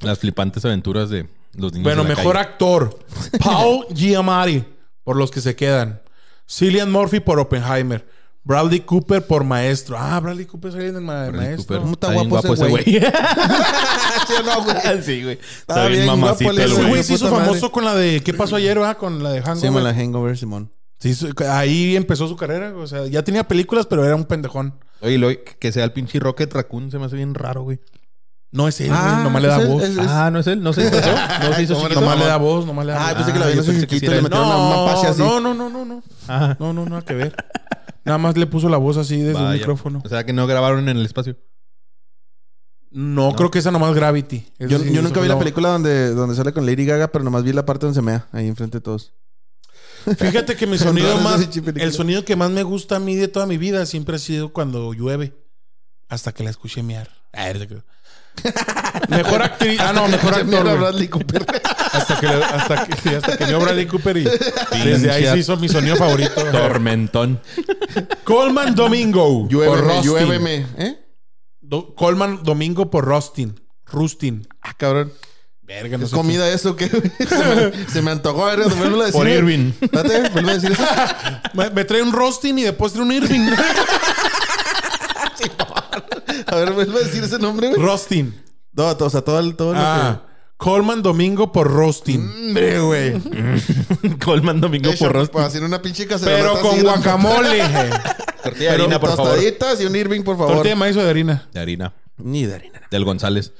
[SPEAKER 3] Las flipantes aventuras de los niños.
[SPEAKER 1] Bueno,
[SPEAKER 3] de la
[SPEAKER 1] mejor
[SPEAKER 3] calle.
[SPEAKER 1] actor, Paul Giamatti, por los que se quedan, Cillian Murphy por Oppenheimer, Bradley Cooper por Maestro. Ah, Bradley Cooper salió en el ma-
[SPEAKER 3] Bradley
[SPEAKER 1] maestro.
[SPEAKER 3] Cooper.
[SPEAKER 2] está
[SPEAKER 3] Está bien
[SPEAKER 2] guapo ese güey. Sí, no, güey.
[SPEAKER 3] Ah, sí, güey.
[SPEAKER 2] Está
[SPEAKER 3] Está bien
[SPEAKER 2] bien guapo
[SPEAKER 3] mamacito
[SPEAKER 2] el
[SPEAKER 3] el
[SPEAKER 1] Ese güey
[SPEAKER 3] güey.
[SPEAKER 2] güey.
[SPEAKER 1] se hizo
[SPEAKER 2] puta madre.
[SPEAKER 1] famoso con la de ¿Qué pasó ayer? va? Con la de
[SPEAKER 2] Se llama
[SPEAKER 1] Hangover.
[SPEAKER 2] la Hangover, Simón.
[SPEAKER 1] Se hizo- ahí empezó su carrera, güey, o sea, ya tenía películas, pero era un pendejón.
[SPEAKER 3] Oye, lo, que sea el pinche Rocket Raccoon se me hace bien raro, güey.
[SPEAKER 1] No es él,
[SPEAKER 2] Ah,
[SPEAKER 1] güey, nomás le da
[SPEAKER 2] ese-
[SPEAKER 1] voz.
[SPEAKER 2] ese-
[SPEAKER 3] Ah, ¿no es él? ¿No se hizo eso? ¿No se hizo
[SPEAKER 2] ¿Cómo
[SPEAKER 3] chiquito?
[SPEAKER 1] Nomás le da voz, nomás le da
[SPEAKER 2] Ah,
[SPEAKER 1] voz.
[SPEAKER 2] pensé que la
[SPEAKER 3] Ah,
[SPEAKER 2] vieron
[SPEAKER 3] yo
[SPEAKER 2] en
[SPEAKER 3] pensé que
[SPEAKER 2] chiquito
[SPEAKER 3] sí
[SPEAKER 2] y
[SPEAKER 3] era
[SPEAKER 2] le
[SPEAKER 3] él.
[SPEAKER 2] metieron a un mapache así.
[SPEAKER 1] no, no, no, no, no.
[SPEAKER 3] Ajá.
[SPEAKER 1] No, no, nada que ver. Nada más le puso la voz así desde
[SPEAKER 3] Vaya.
[SPEAKER 1] un micrófono.
[SPEAKER 3] O sea, que no grabaron en el espacio.
[SPEAKER 1] No, creo que esa nomás Gravity. Esa
[SPEAKER 2] Yo,
[SPEAKER 1] sí,
[SPEAKER 2] yo
[SPEAKER 1] esa
[SPEAKER 2] nunca
[SPEAKER 1] fue
[SPEAKER 2] vi la
[SPEAKER 1] voz.
[SPEAKER 2] película donde, donde sale con Lady Gaga, pero nomás vi la parte donde se mea, ahí enfrente de todos.
[SPEAKER 1] Fíjate que mi sonido
[SPEAKER 2] Raro ese
[SPEAKER 1] más.
[SPEAKER 2] pinche película.
[SPEAKER 1] El sonido que más me gusta a mí de toda mi vida siempre ha sido cuando llueve. Hasta que la escuché mear. Ah, es de que- Mejor actriz. Ah, no, mejor
[SPEAKER 2] Mira,
[SPEAKER 1] actor. güey.
[SPEAKER 2] Bradley Cooper.
[SPEAKER 1] Hasta que, le- hasta que, sí, hasta que me Bradley Cooper y desde
[SPEAKER 3] Pinche
[SPEAKER 1] ahí se hizo mi sonido favorito.
[SPEAKER 3] Tormentón.
[SPEAKER 1] Colman Domingo. por
[SPEAKER 2] Lluéveme,
[SPEAKER 1] Rustin.
[SPEAKER 2] lluéveme. ¿Eh?
[SPEAKER 1] Do- Colman Domingo por Rustin. Rustin.
[SPEAKER 2] Ah, cabrón.
[SPEAKER 1] Verga, no
[SPEAKER 2] ¿Es
[SPEAKER 1] sé qué-
[SPEAKER 2] comida eso que se, me, se me antojó. A ver, vuelvo a decir.
[SPEAKER 3] Por Irving.
[SPEAKER 2] Espérate, vuelvo a decir eso.
[SPEAKER 1] Me, me trae un Rustin y después trae un Irving.
[SPEAKER 2] A ver, vuelvo a decir ese nombre, güey.
[SPEAKER 1] Rustin.
[SPEAKER 2] No, Mm, o sea, todo el... Todo lo
[SPEAKER 1] Ah. Colman Domingo por Rustin.
[SPEAKER 2] que- Hombre, güey.
[SPEAKER 3] Colman Domingo
[SPEAKER 2] Hecho,
[SPEAKER 3] por
[SPEAKER 2] Para hacer una pinche cacerolata
[SPEAKER 1] Pero con
[SPEAKER 2] así, dando
[SPEAKER 1] guacamole.
[SPEAKER 3] Tortilla de harina, por favor.
[SPEAKER 2] Tostaditas y un Irving, por favor.
[SPEAKER 1] Tortilla de maíz o de harina.
[SPEAKER 3] De harina.
[SPEAKER 2] Ni de harina.
[SPEAKER 3] Del González.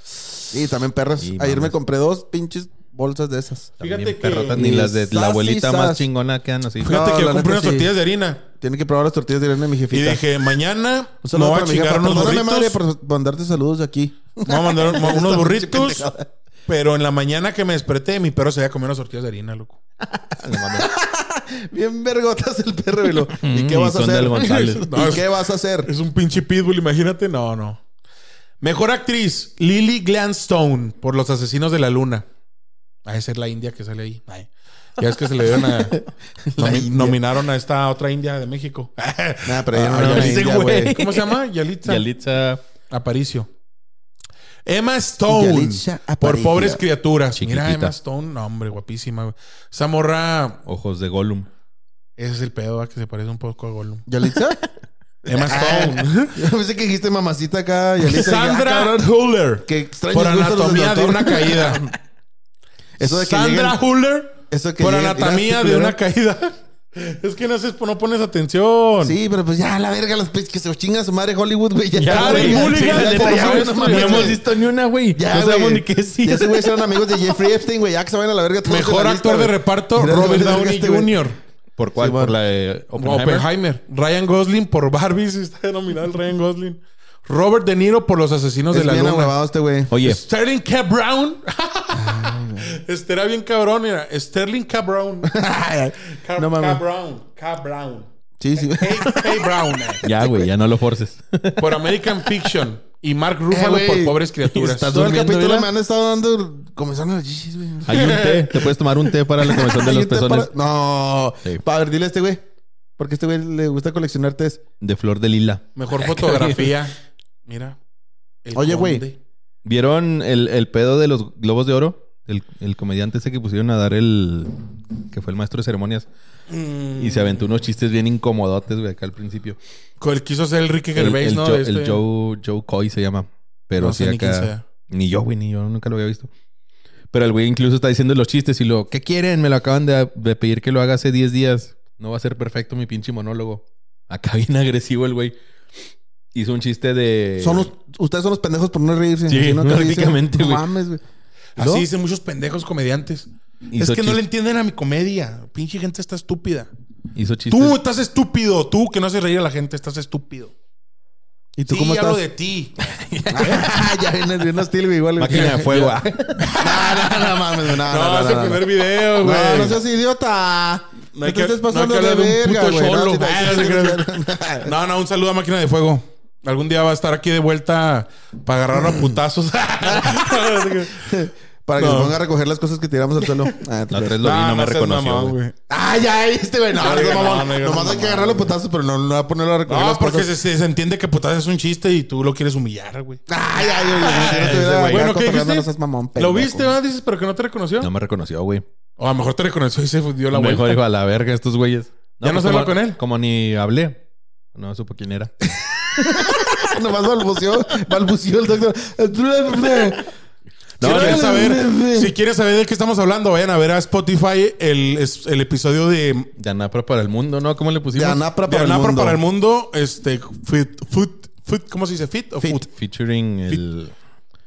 [SPEAKER 2] Y también perras.
[SPEAKER 3] Y
[SPEAKER 2] Ayer me
[SPEAKER 3] mames.
[SPEAKER 2] compré dos pinches bolsas de esas.
[SPEAKER 1] Fíjate
[SPEAKER 3] También
[SPEAKER 1] que-
[SPEAKER 3] perrotas, Ni las de
[SPEAKER 2] Sas y
[SPEAKER 3] la abuelita
[SPEAKER 2] sas.
[SPEAKER 3] más chingona quedan así.
[SPEAKER 1] Fíjate
[SPEAKER 2] No,
[SPEAKER 1] que
[SPEAKER 2] la
[SPEAKER 1] yo compré
[SPEAKER 2] neta
[SPEAKER 1] unas
[SPEAKER 2] sí.
[SPEAKER 1] tortillas de harina.
[SPEAKER 2] Tienen que probar las tortillas de harina de mi
[SPEAKER 1] Y
[SPEAKER 2] jefita.
[SPEAKER 1] dije, mañana
[SPEAKER 2] Un
[SPEAKER 1] no
[SPEAKER 2] saludo
[SPEAKER 1] va a
[SPEAKER 2] para mi jefa.
[SPEAKER 1] chingar unos
[SPEAKER 2] Perdóname,
[SPEAKER 1] burritos.
[SPEAKER 2] madre, por mandarte saludos de aquí.
[SPEAKER 1] Me voy a mandar un- unos
[SPEAKER 2] pinche
[SPEAKER 1] burritos.
[SPEAKER 2] pendejada.
[SPEAKER 1] Pero en la mañana que me desperté, mi perro se había comido unas tortillas de harina, loco.
[SPEAKER 3] Ah,
[SPEAKER 2] Bien vergotas el perro, güey. lo- ¿Y qué
[SPEAKER 3] Mm, y
[SPEAKER 2] vas a
[SPEAKER 3] son
[SPEAKER 2] hacer?
[SPEAKER 3] del González.
[SPEAKER 1] No,
[SPEAKER 2] ¿Y
[SPEAKER 1] es-
[SPEAKER 2] qué vas a hacer?
[SPEAKER 1] Es un pinche pitbull, imagínate. No, no. Mejor actriz, Lily Glanstone, por Los Asesinos de la Luna. A esa es la india que sale ahí. Ay. Ya es que se le dieron a. nomi-
[SPEAKER 2] india.
[SPEAKER 1] nominaron a esta otra india de México.
[SPEAKER 2] Nah, pero ella no
[SPEAKER 1] Ah,
[SPEAKER 2] era
[SPEAKER 1] ya
[SPEAKER 2] una
[SPEAKER 1] dice,
[SPEAKER 2] india,
[SPEAKER 1] güey.
[SPEAKER 2] güey.
[SPEAKER 1] ¿Cómo se llama? Yalitza.
[SPEAKER 3] Yalitza.
[SPEAKER 1] Aparicio. Emma Stone.
[SPEAKER 2] Yalitza
[SPEAKER 1] Por
[SPEAKER 2] Aparicio.
[SPEAKER 1] pobres criaturas. Mira,
[SPEAKER 3] Chiquitita.
[SPEAKER 1] Emma Stone. No, hombre, guapísima. güey. Esa morra.
[SPEAKER 3] Ojos de Gollum.
[SPEAKER 1] Ese es el pedo, ¿verdad? que se parece un poco a Gollum.
[SPEAKER 2] ¿Yalitza?
[SPEAKER 1] Emma
[SPEAKER 2] Ah,
[SPEAKER 1] Stone.
[SPEAKER 2] Yo pensé que dijiste mamacita acá, Yalitza. Ah,
[SPEAKER 1] Sandra
[SPEAKER 2] cabrón,
[SPEAKER 1] Huller.
[SPEAKER 2] Qué extraños
[SPEAKER 1] Por
[SPEAKER 2] gustos los del
[SPEAKER 1] anatomía de
[SPEAKER 2] doctor.
[SPEAKER 1] una caída.
[SPEAKER 2] Eso de que
[SPEAKER 1] Sandra
[SPEAKER 2] lleguen-
[SPEAKER 1] Huller.
[SPEAKER 2] eso que
[SPEAKER 1] Por
[SPEAKER 2] lleguen-
[SPEAKER 1] anatomía
[SPEAKER 2] ¿Dirás
[SPEAKER 1] de
[SPEAKER 2] tú
[SPEAKER 1] una caída. Es que no, haces- no pones atención.
[SPEAKER 2] Sí, pero pues ya, la verga, los pe- que se chinga su madre Hollywood, güey. Ya,
[SPEAKER 1] Ya,
[SPEAKER 2] güey.
[SPEAKER 1] güey, Mulligan,
[SPEAKER 2] ya,
[SPEAKER 1] neta,
[SPEAKER 2] por
[SPEAKER 1] ya,
[SPEAKER 2] favor,
[SPEAKER 1] güey,
[SPEAKER 2] no
[SPEAKER 1] no
[SPEAKER 2] mames,
[SPEAKER 1] hemos
[SPEAKER 2] güey.
[SPEAKER 3] visto ni una, güey.
[SPEAKER 2] Ya, güey. Ya se güey eran amigos de Jeffrey Epstein, güey. Ya que se vayan a la verga todos en
[SPEAKER 1] Mejor
[SPEAKER 2] la lista,
[SPEAKER 1] actor de
[SPEAKER 2] güey.
[SPEAKER 1] reparto,
[SPEAKER 2] Mira,
[SPEAKER 1] Robert
[SPEAKER 2] mira,
[SPEAKER 1] Downey
[SPEAKER 2] este, güey.
[SPEAKER 1] Jr.
[SPEAKER 3] ¿Por cuál?
[SPEAKER 2] Sí, bueno.
[SPEAKER 3] por la de Oppenheimer.
[SPEAKER 1] Oppenheimer. Ryan Gosling por Barbie, si está denominado el Ryan Gosling. Robert De Niro por Los Asesinos
[SPEAKER 2] Es
[SPEAKER 1] de la
[SPEAKER 2] bien
[SPEAKER 1] Luna.
[SPEAKER 2] ahuevado este, güey.
[SPEAKER 3] Oye,
[SPEAKER 1] Sterling K. Brown.
[SPEAKER 3] Ah,
[SPEAKER 1] este era bien cabrón, era. Sterling K. Brown. K.
[SPEAKER 2] No mames.
[SPEAKER 1] K. Brown. K. Brown.
[SPEAKER 2] Sí, sí.
[SPEAKER 1] K. K. Brown. eh.
[SPEAKER 3] ya, güey, ya no lo forces.
[SPEAKER 1] Por American Fiction. Y Mark Ruffalo
[SPEAKER 3] Eh,
[SPEAKER 2] güey.
[SPEAKER 1] por Pobres Criaturas.
[SPEAKER 3] Estás
[SPEAKER 2] Todo el
[SPEAKER 3] durmiendo,
[SPEAKER 2] capítulo
[SPEAKER 3] ¿verdad?
[SPEAKER 2] me han estado dando... Comenzando los chichis, güey.
[SPEAKER 3] Hay un té. Te puedes tomar un té para la comezón de
[SPEAKER 2] Ay,
[SPEAKER 3] los
[SPEAKER 2] te
[SPEAKER 3] pezones.
[SPEAKER 2] para- No.
[SPEAKER 3] Sí.
[SPEAKER 2] Pa- A ver, dile a este güey. Porque a este güey le gusta coleccionar test.
[SPEAKER 3] De flor de lila.
[SPEAKER 1] Mejor fotografía. Mira. El
[SPEAKER 2] Oye, güey.
[SPEAKER 1] Conde.
[SPEAKER 3] ¿Vieron el, el pedo de los globos de oro? El, el comediante ese que pusieron a dar el... Que fue el maestro de ceremonias. Y
[SPEAKER 1] Mm.
[SPEAKER 3] se aventó unos chistes bien incomodotes, güey, acá al principio.
[SPEAKER 1] Con el quiso ser el Ricky
[SPEAKER 3] El,
[SPEAKER 1] Gervais,
[SPEAKER 3] el
[SPEAKER 1] ¿no?
[SPEAKER 3] Joe,
[SPEAKER 1] Este-
[SPEAKER 3] el Joe, Joe Coy se llama. Pero
[SPEAKER 1] No
[SPEAKER 3] sí
[SPEAKER 1] sé ni quién sea.
[SPEAKER 3] acá... Ni yo, güey, ni yo. Nunca lo había visto. Pero el güey incluso está diciendo los chistes y lo... ¿Qué quieren? Me lo acaban de, de pedir que lo haga hace 10 días. No va a ser perfecto mi pinche monólogo. Acá bien agresivo el güey. Hizo un chiste
[SPEAKER 1] Eh,
[SPEAKER 3] de...
[SPEAKER 2] Son los- ustedes son los pendejos por no reírse.
[SPEAKER 3] Sí,
[SPEAKER 2] Así no te dicen,
[SPEAKER 3] prácticamente,
[SPEAKER 2] no
[SPEAKER 3] güey.
[SPEAKER 2] mames, güey.
[SPEAKER 1] Así
[SPEAKER 2] ¿No?
[SPEAKER 1] dicen muchos pendejos comediantes.
[SPEAKER 3] Hizo
[SPEAKER 1] es que no
[SPEAKER 3] chis-
[SPEAKER 1] le entienden a mi comedia. Pinche gente está estúpida.
[SPEAKER 3] Hizo chistes...
[SPEAKER 1] Tú estás estúpido. Tú que no haces reír a la gente, estás estúpido.
[SPEAKER 2] ¿Y tú
[SPEAKER 1] sí,
[SPEAKER 2] cómo
[SPEAKER 1] hablo
[SPEAKER 2] estás? Ah,
[SPEAKER 1] de ti.
[SPEAKER 2] ya vienes bien hostil, güey. Igual. güey.
[SPEAKER 3] Máquina de fuego. ah.
[SPEAKER 2] No, no, no mames, güey, Ah, no,
[SPEAKER 1] No,
[SPEAKER 2] no, no,
[SPEAKER 1] es el
[SPEAKER 2] no, no.
[SPEAKER 1] primer video, güey.
[SPEAKER 2] No, no seas idiota. No,
[SPEAKER 1] hay
[SPEAKER 2] te
[SPEAKER 1] que-
[SPEAKER 2] estés
[SPEAKER 1] no hay que
[SPEAKER 2] pasando de
[SPEAKER 1] hablar de un
[SPEAKER 2] verga,
[SPEAKER 1] puto
[SPEAKER 2] güey. No,
[SPEAKER 1] cholo.
[SPEAKER 2] sí,
[SPEAKER 1] Ah,
[SPEAKER 2] sí,
[SPEAKER 1] no se
[SPEAKER 2] sí,
[SPEAKER 1] No, no, un saludo a Máquina de Fuego. Algún día va a estar aquí de vuelta para agarrar a putazos.
[SPEAKER 2] Para que
[SPEAKER 1] No.
[SPEAKER 2] se ponga a recoger las cosas que tiramos al suelo. Ah, te
[SPEAKER 3] La
[SPEAKER 2] creas.
[SPEAKER 3] tres lo vi, no me
[SPEAKER 1] seas
[SPEAKER 3] reconoció.
[SPEAKER 1] mamón,
[SPEAKER 3] güey.
[SPEAKER 1] güey.
[SPEAKER 2] Ah, ya, este güey. No,
[SPEAKER 1] No,
[SPEAKER 2] no,
[SPEAKER 1] digas
[SPEAKER 2] mamón.
[SPEAKER 1] mamá, no digas
[SPEAKER 2] Nomás hay
[SPEAKER 1] mamá,
[SPEAKER 2] que agarrar los
[SPEAKER 1] güey.
[SPEAKER 2] putazos, pero no, no va a ponerlo a recoger
[SPEAKER 1] No,
[SPEAKER 2] las
[SPEAKER 1] porque
[SPEAKER 2] cosas.
[SPEAKER 1] se, se- se entiende que putazos es un chiste y tú lo quieres humillar, güey.
[SPEAKER 2] Ay, ay, ay, ay, si Ah, no
[SPEAKER 1] Ese
[SPEAKER 2] estuviera
[SPEAKER 1] Ah, güey.
[SPEAKER 2] acá
[SPEAKER 1] Bueno, ¿qué
[SPEAKER 2] cotorreando,
[SPEAKER 1] dijiste?
[SPEAKER 2] no seas mamón,
[SPEAKER 1] ¿Lo
[SPEAKER 2] pendejo.
[SPEAKER 1] viste, ¿verdad? Dices, pero que no te reconoció.
[SPEAKER 3] No me reconoció, güey.
[SPEAKER 1] O a lo mejor te reconoció y se dio la vuelta.
[SPEAKER 3] Mejor dijo a la verga estos güeyes.
[SPEAKER 1] ¿Ya no
[SPEAKER 3] pues
[SPEAKER 1] se habla
[SPEAKER 3] como-
[SPEAKER 1] con él?
[SPEAKER 3] Como ni hablé. No supo quién era.
[SPEAKER 2] Nomás balbuceó, balbuceó el doctor.
[SPEAKER 1] Si
[SPEAKER 2] No,
[SPEAKER 1] quieren
[SPEAKER 2] no,
[SPEAKER 1] saber,
[SPEAKER 2] no,
[SPEAKER 1] si quieren saber de qué estamos hablando, vayan a ver a Spotify el, es- el episodio de,
[SPEAKER 3] De Anapra para el mundo, ¿no? ¿Cómo le
[SPEAKER 2] De
[SPEAKER 3] pusimos?
[SPEAKER 2] Anapra para
[SPEAKER 1] de
[SPEAKER 2] el
[SPEAKER 1] Anapra
[SPEAKER 2] mundo.
[SPEAKER 1] para el mundo. Este, fit, food, food, ¿cómo se dice? Fit o food.
[SPEAKER 3] Featuring el...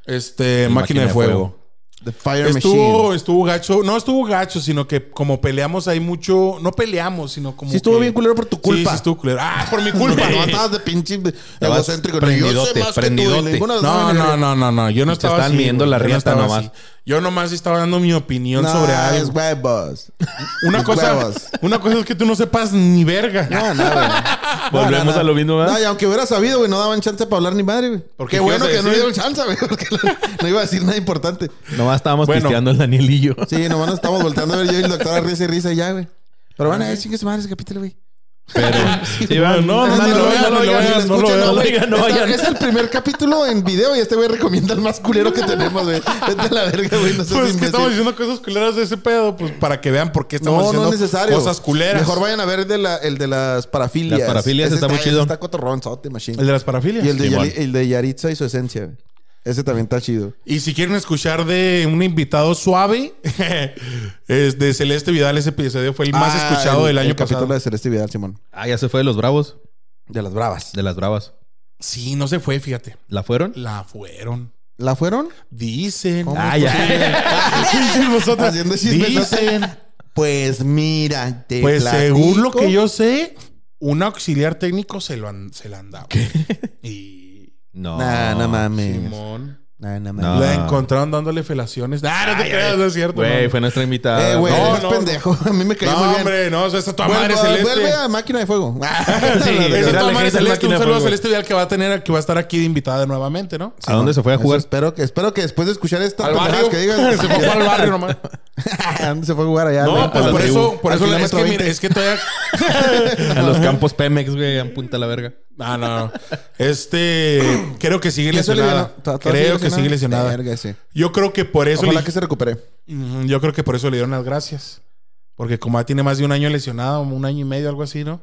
[SPEAKER 1] Este,
[SPEAKER 3] el
[SPEAKER 1] máquina, de fuego.
[SPEAKER 2] The Fire
[SPEAKER 1] Estuvo,
[SPEAKER 2] Machine.
[SPEAKER 1] estuvo gacho. No estuvo gacho, sino que como peleamos ahí mucho. No peleamos, sino como.
[SPEAKER 2] Sí, estuvo
[SPEAKER 1] que-
[SPEAKER 2] bien culero por tu
[SPEAKER 1] Sí,
[SPEAKER 2] culpa.
[SPEAKER 1] sí, estuvo culero. Ah, por mi culpa.
[SPEAKER 2] No estabas de pinche egocéntrico.
[SPEAKER 3] prendidote,
[SPEAKER 2] Yo sé más que tú.
[SPEAKER 3] prendidote.
[SPEAKER 2] y ninguna de las
[SPEAKER 1] No,
[SPEAKER 2] maneras.
[SPEAKER 1] no, no, no, no. Yo no
[SPEAKER 3] Te
[SPEAKER 1] estaba
[SPEAKER 3] estaban
[SPEAKER 1] así,
[SPEAKER 3] midiendo
[SPEAKER 1] güey.
[SPEAKER 3] la
[SPEAKER 1] Yo no
[SPEAKER 3] riata
[SPEAKER 1] estaba
[SPEAKER 3] nomás.
[SPEAKER 1] así. Yo nomás estaba dando mi opinión
[SPEAKER 2] No,
[SPEAKER 1] sobre
[SPEAKER 2] es
[SPEAKER 1] algo.
[SPEAKER 2] huevos.
[SPEAKER 1] Una
[SPEAKER 2] es
[SPEAKER 1] cosa,
[SPEAKER 2] huevos.
[SPEAKER 1] una cosa es que tú no sepas ni verga.
[SPEAKER 2] No, no, güey.
[SPEAKER 4] Volvemos
[SPEAKER 2] No, no,
[SPEAKER 4] a lo mismo, ¿verdad?
[SPEAKER 2] No, y aunque hubiera sabido, güey, no daban chance para hablar ni madre, güey.
[SPEAKER 1] Porque
[SPEAKER 2] Qué
[SPEAKER 1] ¿qué
[SPEAKER 2] bueno
[SPEAKER 1] ibas a
[SPEAKER 2] que no
[SPEAKER 1] decir?
[SPEAKER 2] dieron chance, güey, porque no iba a decir nada importante.
[SPEAKER 3] Nomás estábamos
[SPEAKER 1] Bueno.
[SPEAKER 3] pisteando el Daniel y yo.
[SPEAKER 2] Sí, nomás nos estamos volteando a ver yo y el doctor a risa y risa y ya, güey. Pero van a ver, chingue su madre ese capítulo, güey.
[SPEAKER 4] Sí, va.
[SPEAKER 1] no, no,
[SPEAKER 2] Ni
[SPEAKER 1] no lo vean, no lo
[SPEAKER 2] ni
[SPEAKER 1] vean, no lo
[SPEAKER 2] escuchen,
[SPEAKER 1] vean.
[SPEAKER 2] güey.
[SPEAKER 4] oigan, no
[SPEAKER 2] Esta-
[SPEAKER 4] vayan.
[SPEAKER 2] Es el primer capítulo en video y este güey recomienda el más culero que tenemos, güey. Vete a la verga, güey. No
[SPEAKER 1] Pues es
[SPEAKER 2] seas
[SPEAKER 1] que
[SPEAKER 2] imbécil.
[SPEAKER 1] estamos diciendo cosas culeras de ese pedo, pues para que vean por qué estamos
[SPEAKER 2] No, no
[SPEAKER 1] diciendo
[SPEAKER 2] es necesario.
[SPEAKER 1] cosas culeras.
[SPEAKER 2] Mejor vayan a ver de la- el de las parafilias.
[SPEAKER 3] Las parafilias está muy
[SPEAKER 2] ese
[SPEAKER 3] chido.
[SPEAKER 2] Está cotorrón, sote, machine.
[SPEAKER 1] el de las parafilias.
[SPEAKER 2] Y el de,
[SPEAKER 3] Simón.
[SPEAKER 2] Yari- el de Yaritza y su esencia, güey. Ese también está chido.
[SPEAKER 1] Y si quieren escuchar de un invitado suave, es de Celeste Vidal, ese episodio fue el más
[SPEAKER 2] Ah,
[SPEAKER 1] escuchado
[SPEAKER 2] el-
[SPEAKER 1] del año
[SPEAKER 2] el capítulo
[SPEAKER 1] pasado.
[SPEAKER 2] de Celeste Vidal, Simón.
[SPEAKER 3] Ah, ya se fue de los Bravos.
[SPEAKER 2] De las bravas.
[SPEAKER 3] De las Bravas.
[SPEAKER 1] Sí, no se fue, fíjate.
[SPEAKER 3] ¿La fueron?
[SPEAKER 1] La fueron.
[SPEAKER 2] ¿La fueron?
[SPEAKER 1] Dicen.
[SPEAKER 2] ¿Cómo?
[SPEAKER 3] Ah, ya.
[SPEAKER 1] Dicen nosotros.
[SPEAKER 2] Haciendo chismes,
[SPEAKER 1] Dicen.
[SPEAKER 2] Pues mira, te
[SPEAKER 1] Pues según lo
[SPEAKER 2] platico.
[SPEAKER 1] que yo sé, un auxiliar técnico se lo han, se la han dado. Y
[SPEAKER 3] No.
[SPEAKER 2] Nah, no mames.
[SPEAKER 1] Ah, Simón.
[SPEAKER 2] Nah, no
[SPEAKER 3] No.
[SPEAKER 2] mames.
[SPEAKER 1] La encontraron dándole felaciones. Ah, no te creas, no es cierto.
[SPEAKER 3] Güey,
[SPEAKER 1] no.
[SPEAKER 3] fue nuestra invitada.
[SPEAKER 2] Eh, güey,
[SPEAKER 1] Ah, No,
[SPEAKER 2] eres
[SPEAKER 1] no,
[SPEAKER 2] pendejo. A mí me cayó
[SPEAKER 1] No,
[SPEAKER 2] muy bien.
[SPEAKER 1] hombre, no, esa es tu madre
[SPEAKER 2] Vuelve,
[SPEAKER 1] celeste.
[SPEAKER 2] vuelve a Máquina de Fuego. Ah,
[SPEAKER 4] Sí, era
[SPEAKER 1] Esa es tu
[SPEAKER 4] la
[SPEAKER 1] madre
[SPEAKER 4] gente de
[SPEAKER 1] celeste.
[SPEAKER 4] Máquina
[SPEAKER 1] Un
[SPEAKER 4] de
[SPEAKER 1] saludo a
[SPEAKER 4] Fuego.
[SPEAKER 1] Celeste Vidal que va a tener, que va a estar aquí de invitada nuevamente, ¿no?
[SPEAKER 3] ¿A dónde se fue a
[SPEAKER 2] Eso
[SPEAKER 3] jugar?
[SPEAKER 2] Espero que, espero que después de escuchar estas
[SPEAKER 1] Al
[SPEAKER 2] palabras
[SPEAKER 1] barrio.
[SPEAKER 2] que digan...
[SPEAKER 1] Se fue al barrio nomás.
[SPEAKER 2] ¿A dónde se fue a jugar allá?
[SPEAKER 1] No,
[SPEAKER 2] güey?
[SPEAKER 1] pues
[SPEAKER 3] la
[SPEAKER 1] por
[SPEAKER 3] tribu.
[SPEAKER 1] eso, por
[SPEAKER 2] Al
[SPEAKER 1] eso es
[SPEAKER 2] kilómetro
[SPEAKER 1] que, mira,
[SPEAKER 2] 20.
[SPEAKER 1] es que todavía.
[SPEAKER 3] A los campos Pemex, güey, en punta la verga.
[SPEAKER 1] Ah, No, no, no. Este. creo que sigue
[SPEAKER 2] ¿Quién se
[SPEAKER 1] lesionada.
[SPEAKER 2] lesionó? ¿Todavía
[SPEAKER 1] Creo que sigue lesionada.
[SPEAKER 2] Verga, sí.
[SPEAKER 1] Yo creo que por eso.
[SPEAKER 2] Ojalá
[SPEAKER 1] le-
[SPEAKER 2] que se recupere.
[SPEAKER 1] Ujú, mm, Yo creo que por eso le dieron las gracias. Porque como ya tiene más de un año lesionado, un año y medio, algo así, ¿no?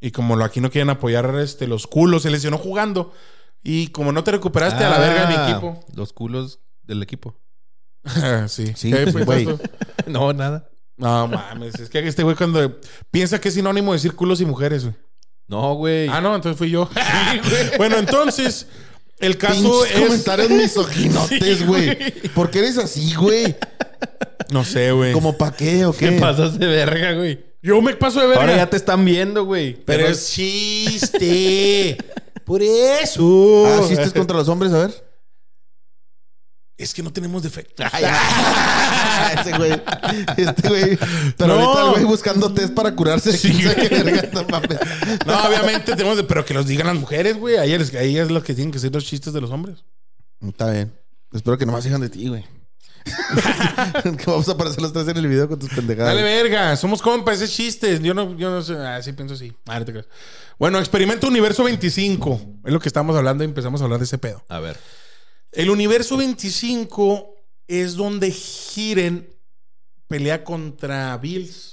[SPEAKER 1] Y como lo- aquí no quieren apoyar este, los culos, se lesionó jugando. Y como no te recuperaste a la verga de mi
[SPEAKER 3] Ah,
[SPEAKER 1] equipo.
[SPEAKER 3] Los culos del equipo.
[SPEAKER 1] sí. pues,
[SPEAKER 2] Sí,
[SPEAKER 1] ¿Qué fue
[SPEAKER 2] güey.
[SPEAKER 1] esto?
[SPEAKER 3] No, nada.
[SPEAKER 1] No mames, es que este güey cuando piensa que es sinónimo decir culos y mujeres, güey.
[SPEAKER 3] No, güey.
[SPEAKER 1] Ah, no, entonces fui yo. bueno, entonces, el caso
[SPEAKER 2] Pinches
[SPEAKER 1] es.
[SPEAKER 2] comentarios misoginotes,
[SPEAKER 1] Sí,
[SPEAKER 2] güey. ¿Por qué eres así, güey?
[SPEAKER 1] No sé, güey.
[SPEAKER 2] ¿Como pa' qué o qué?
[SPEAKER 3] ¿Qué pasas de verga, güey?
[SPEAKER 1] Yo me paso de verga.
[SPEAKER 3] Ahora ya te están viendo, güey.
[SPEAKER 1] Pero es chiste. Por eso.
[SPEAKER 2] Ah, chistes contra los hombres, a ver.
[SPEAKER 1] Es que no tenemos defecto.
[SPEAKER 2] Ese güey. Este güey. Pero
[SPEAKER 1] No.
[SPEAKER 2] ahorita el güey buscando test para curarse. de
[SPEAKER 1] Sí,
[SPEAKER 2] quién sabe
[SPEAKER 1] güey.
[SPEAKER 2] qué verga, no mames.
[SPEAKER 1] No, obviamente tenemos, de- pero que los digan las mujeres, güey. Ahí es, ahí es lo que tienen que ser los chistes de los hombres.
[SPEAKER 2] Está bien. Espero que nomás sigan de ti, güey. que vamos a aparecer los tres en el video con tus pendejadas.
[SPEAKER 1] Dale verga, somos compas, es chistes. Yo no, yo no sé, ah, sí pienso así. Ah, no te creas. Bueno, experimento universo 25. Es lo que estamos hablando y empezamos a hablar de ese pedo.
[SPEAKER 3] A ver.
[SPEAKER 1] El universo 25 es donde Jiren pelea contra Bills.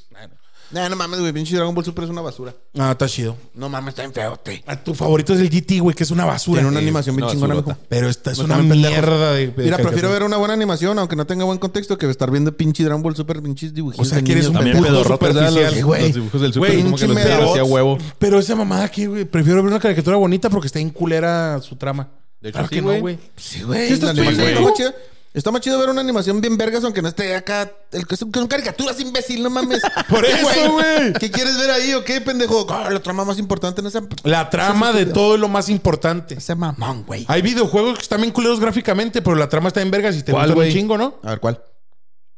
[SPEAKER 2] Nah, no mames, güey. Pinche Dragon Ball Super es una basura.
[SPEAKER 1] Ah, está chido.
[SPEAKER 2] No mames, está bien feo, te.
[SPEAKER 1] Ah, Tu favorito es el GT, güey, que es una basura.
[SPEAKER 2] Tiene una animación bien
[SPEAKER 3] una
[SPEAKER 2] chingona,
[SPEAKER 3] basurota.
[SPEAKER 2] mijo.
[SPEAKER 1] Pero esta es
[SPEAKER 2] No
[SPEAKER 1] una
[SPEAKER 2] están pendejos.
[SPEAKER 1] mierda de, de
[SPEAKER 2] Mira, prefiero
[SPEAKER 1] caricatura.
[SPEAKER 2] ver una buena animación, aunque no tenga buen contexto, que estar viendo pinche Dragon Ball Super, pinches dibujitos.
[SPEAKER 1] O sea,
[SPEAKER 2] de
[SPEAKER 1] que eres
[SPEAKER 2] niños
[SPEAKER 1] un
[SPEAKER 2] pendejos.
[SPEAKER 3] También
[SPEAKER 1] puto
[SPEAKER 3] pedorrotes, ¿verdad?
[SPEAKER 1] superficial,
[SPEAKER 3] Los,
[SPEAKER 2] güey.
[SPEAKER 3] los dibujos del super
[SPEAKER 1] Güey,
[SPEAKER 3] como que
[SPEAKER 2] un
[SPEAKER 3] los
[SPEAKER 2] chingo de
[SPEAKER 3] hacía
[SPEAKER 2] bots.
[SPEAKER 3] huevo.
[SPEAKER 1] Pero esa mamada aquí, güey, prefiero ver una caricatura bonita porque está en culera su trama.
[SPEAKER 3] De hecho,
[SPEAKER 1] claro
[SPEAKER 3] sí,
[SPEAKER 1] que no,
[SPEAKER 3] güey.
[SPEAKER 1] güey.
[SPEAKER 2] Sí, güey.
[SPEAKER 1] ¿Qué estás
[SPEAKER 2] la animación
[SPEAKER 1] pendejo?
[SPEAKER 2] está más chida. Está más chido ver una animación bien vergas, aunque no esté acá. El, que son caricaturas, imbécil, no mames.
[SPEAKER 1] Por
[SPEAKER 2] ¿Qué,
[SPEAKER 1] eso, güey.
[SPEAKER 2] ¿Qué quieres ver ahí o qué, pendejo? Ah, la trama más importante en esa.
[SPEAKER 1] La trama de todo es lo más importante.
[SPEAKER 2] Ese mamón, güey.
[SPEAKER 1] Hay videojuegos que están bien culeros gráficamente, pero la trama está en vergas y te
[SPEAKER 3] ¿Cuál,
[SPEAKER 1] gustan un
[SPEAKER 3] güey?
[SPEAKER 1] chingo, ¿no?
[SPEAKER 2] A ver, ¿cuál?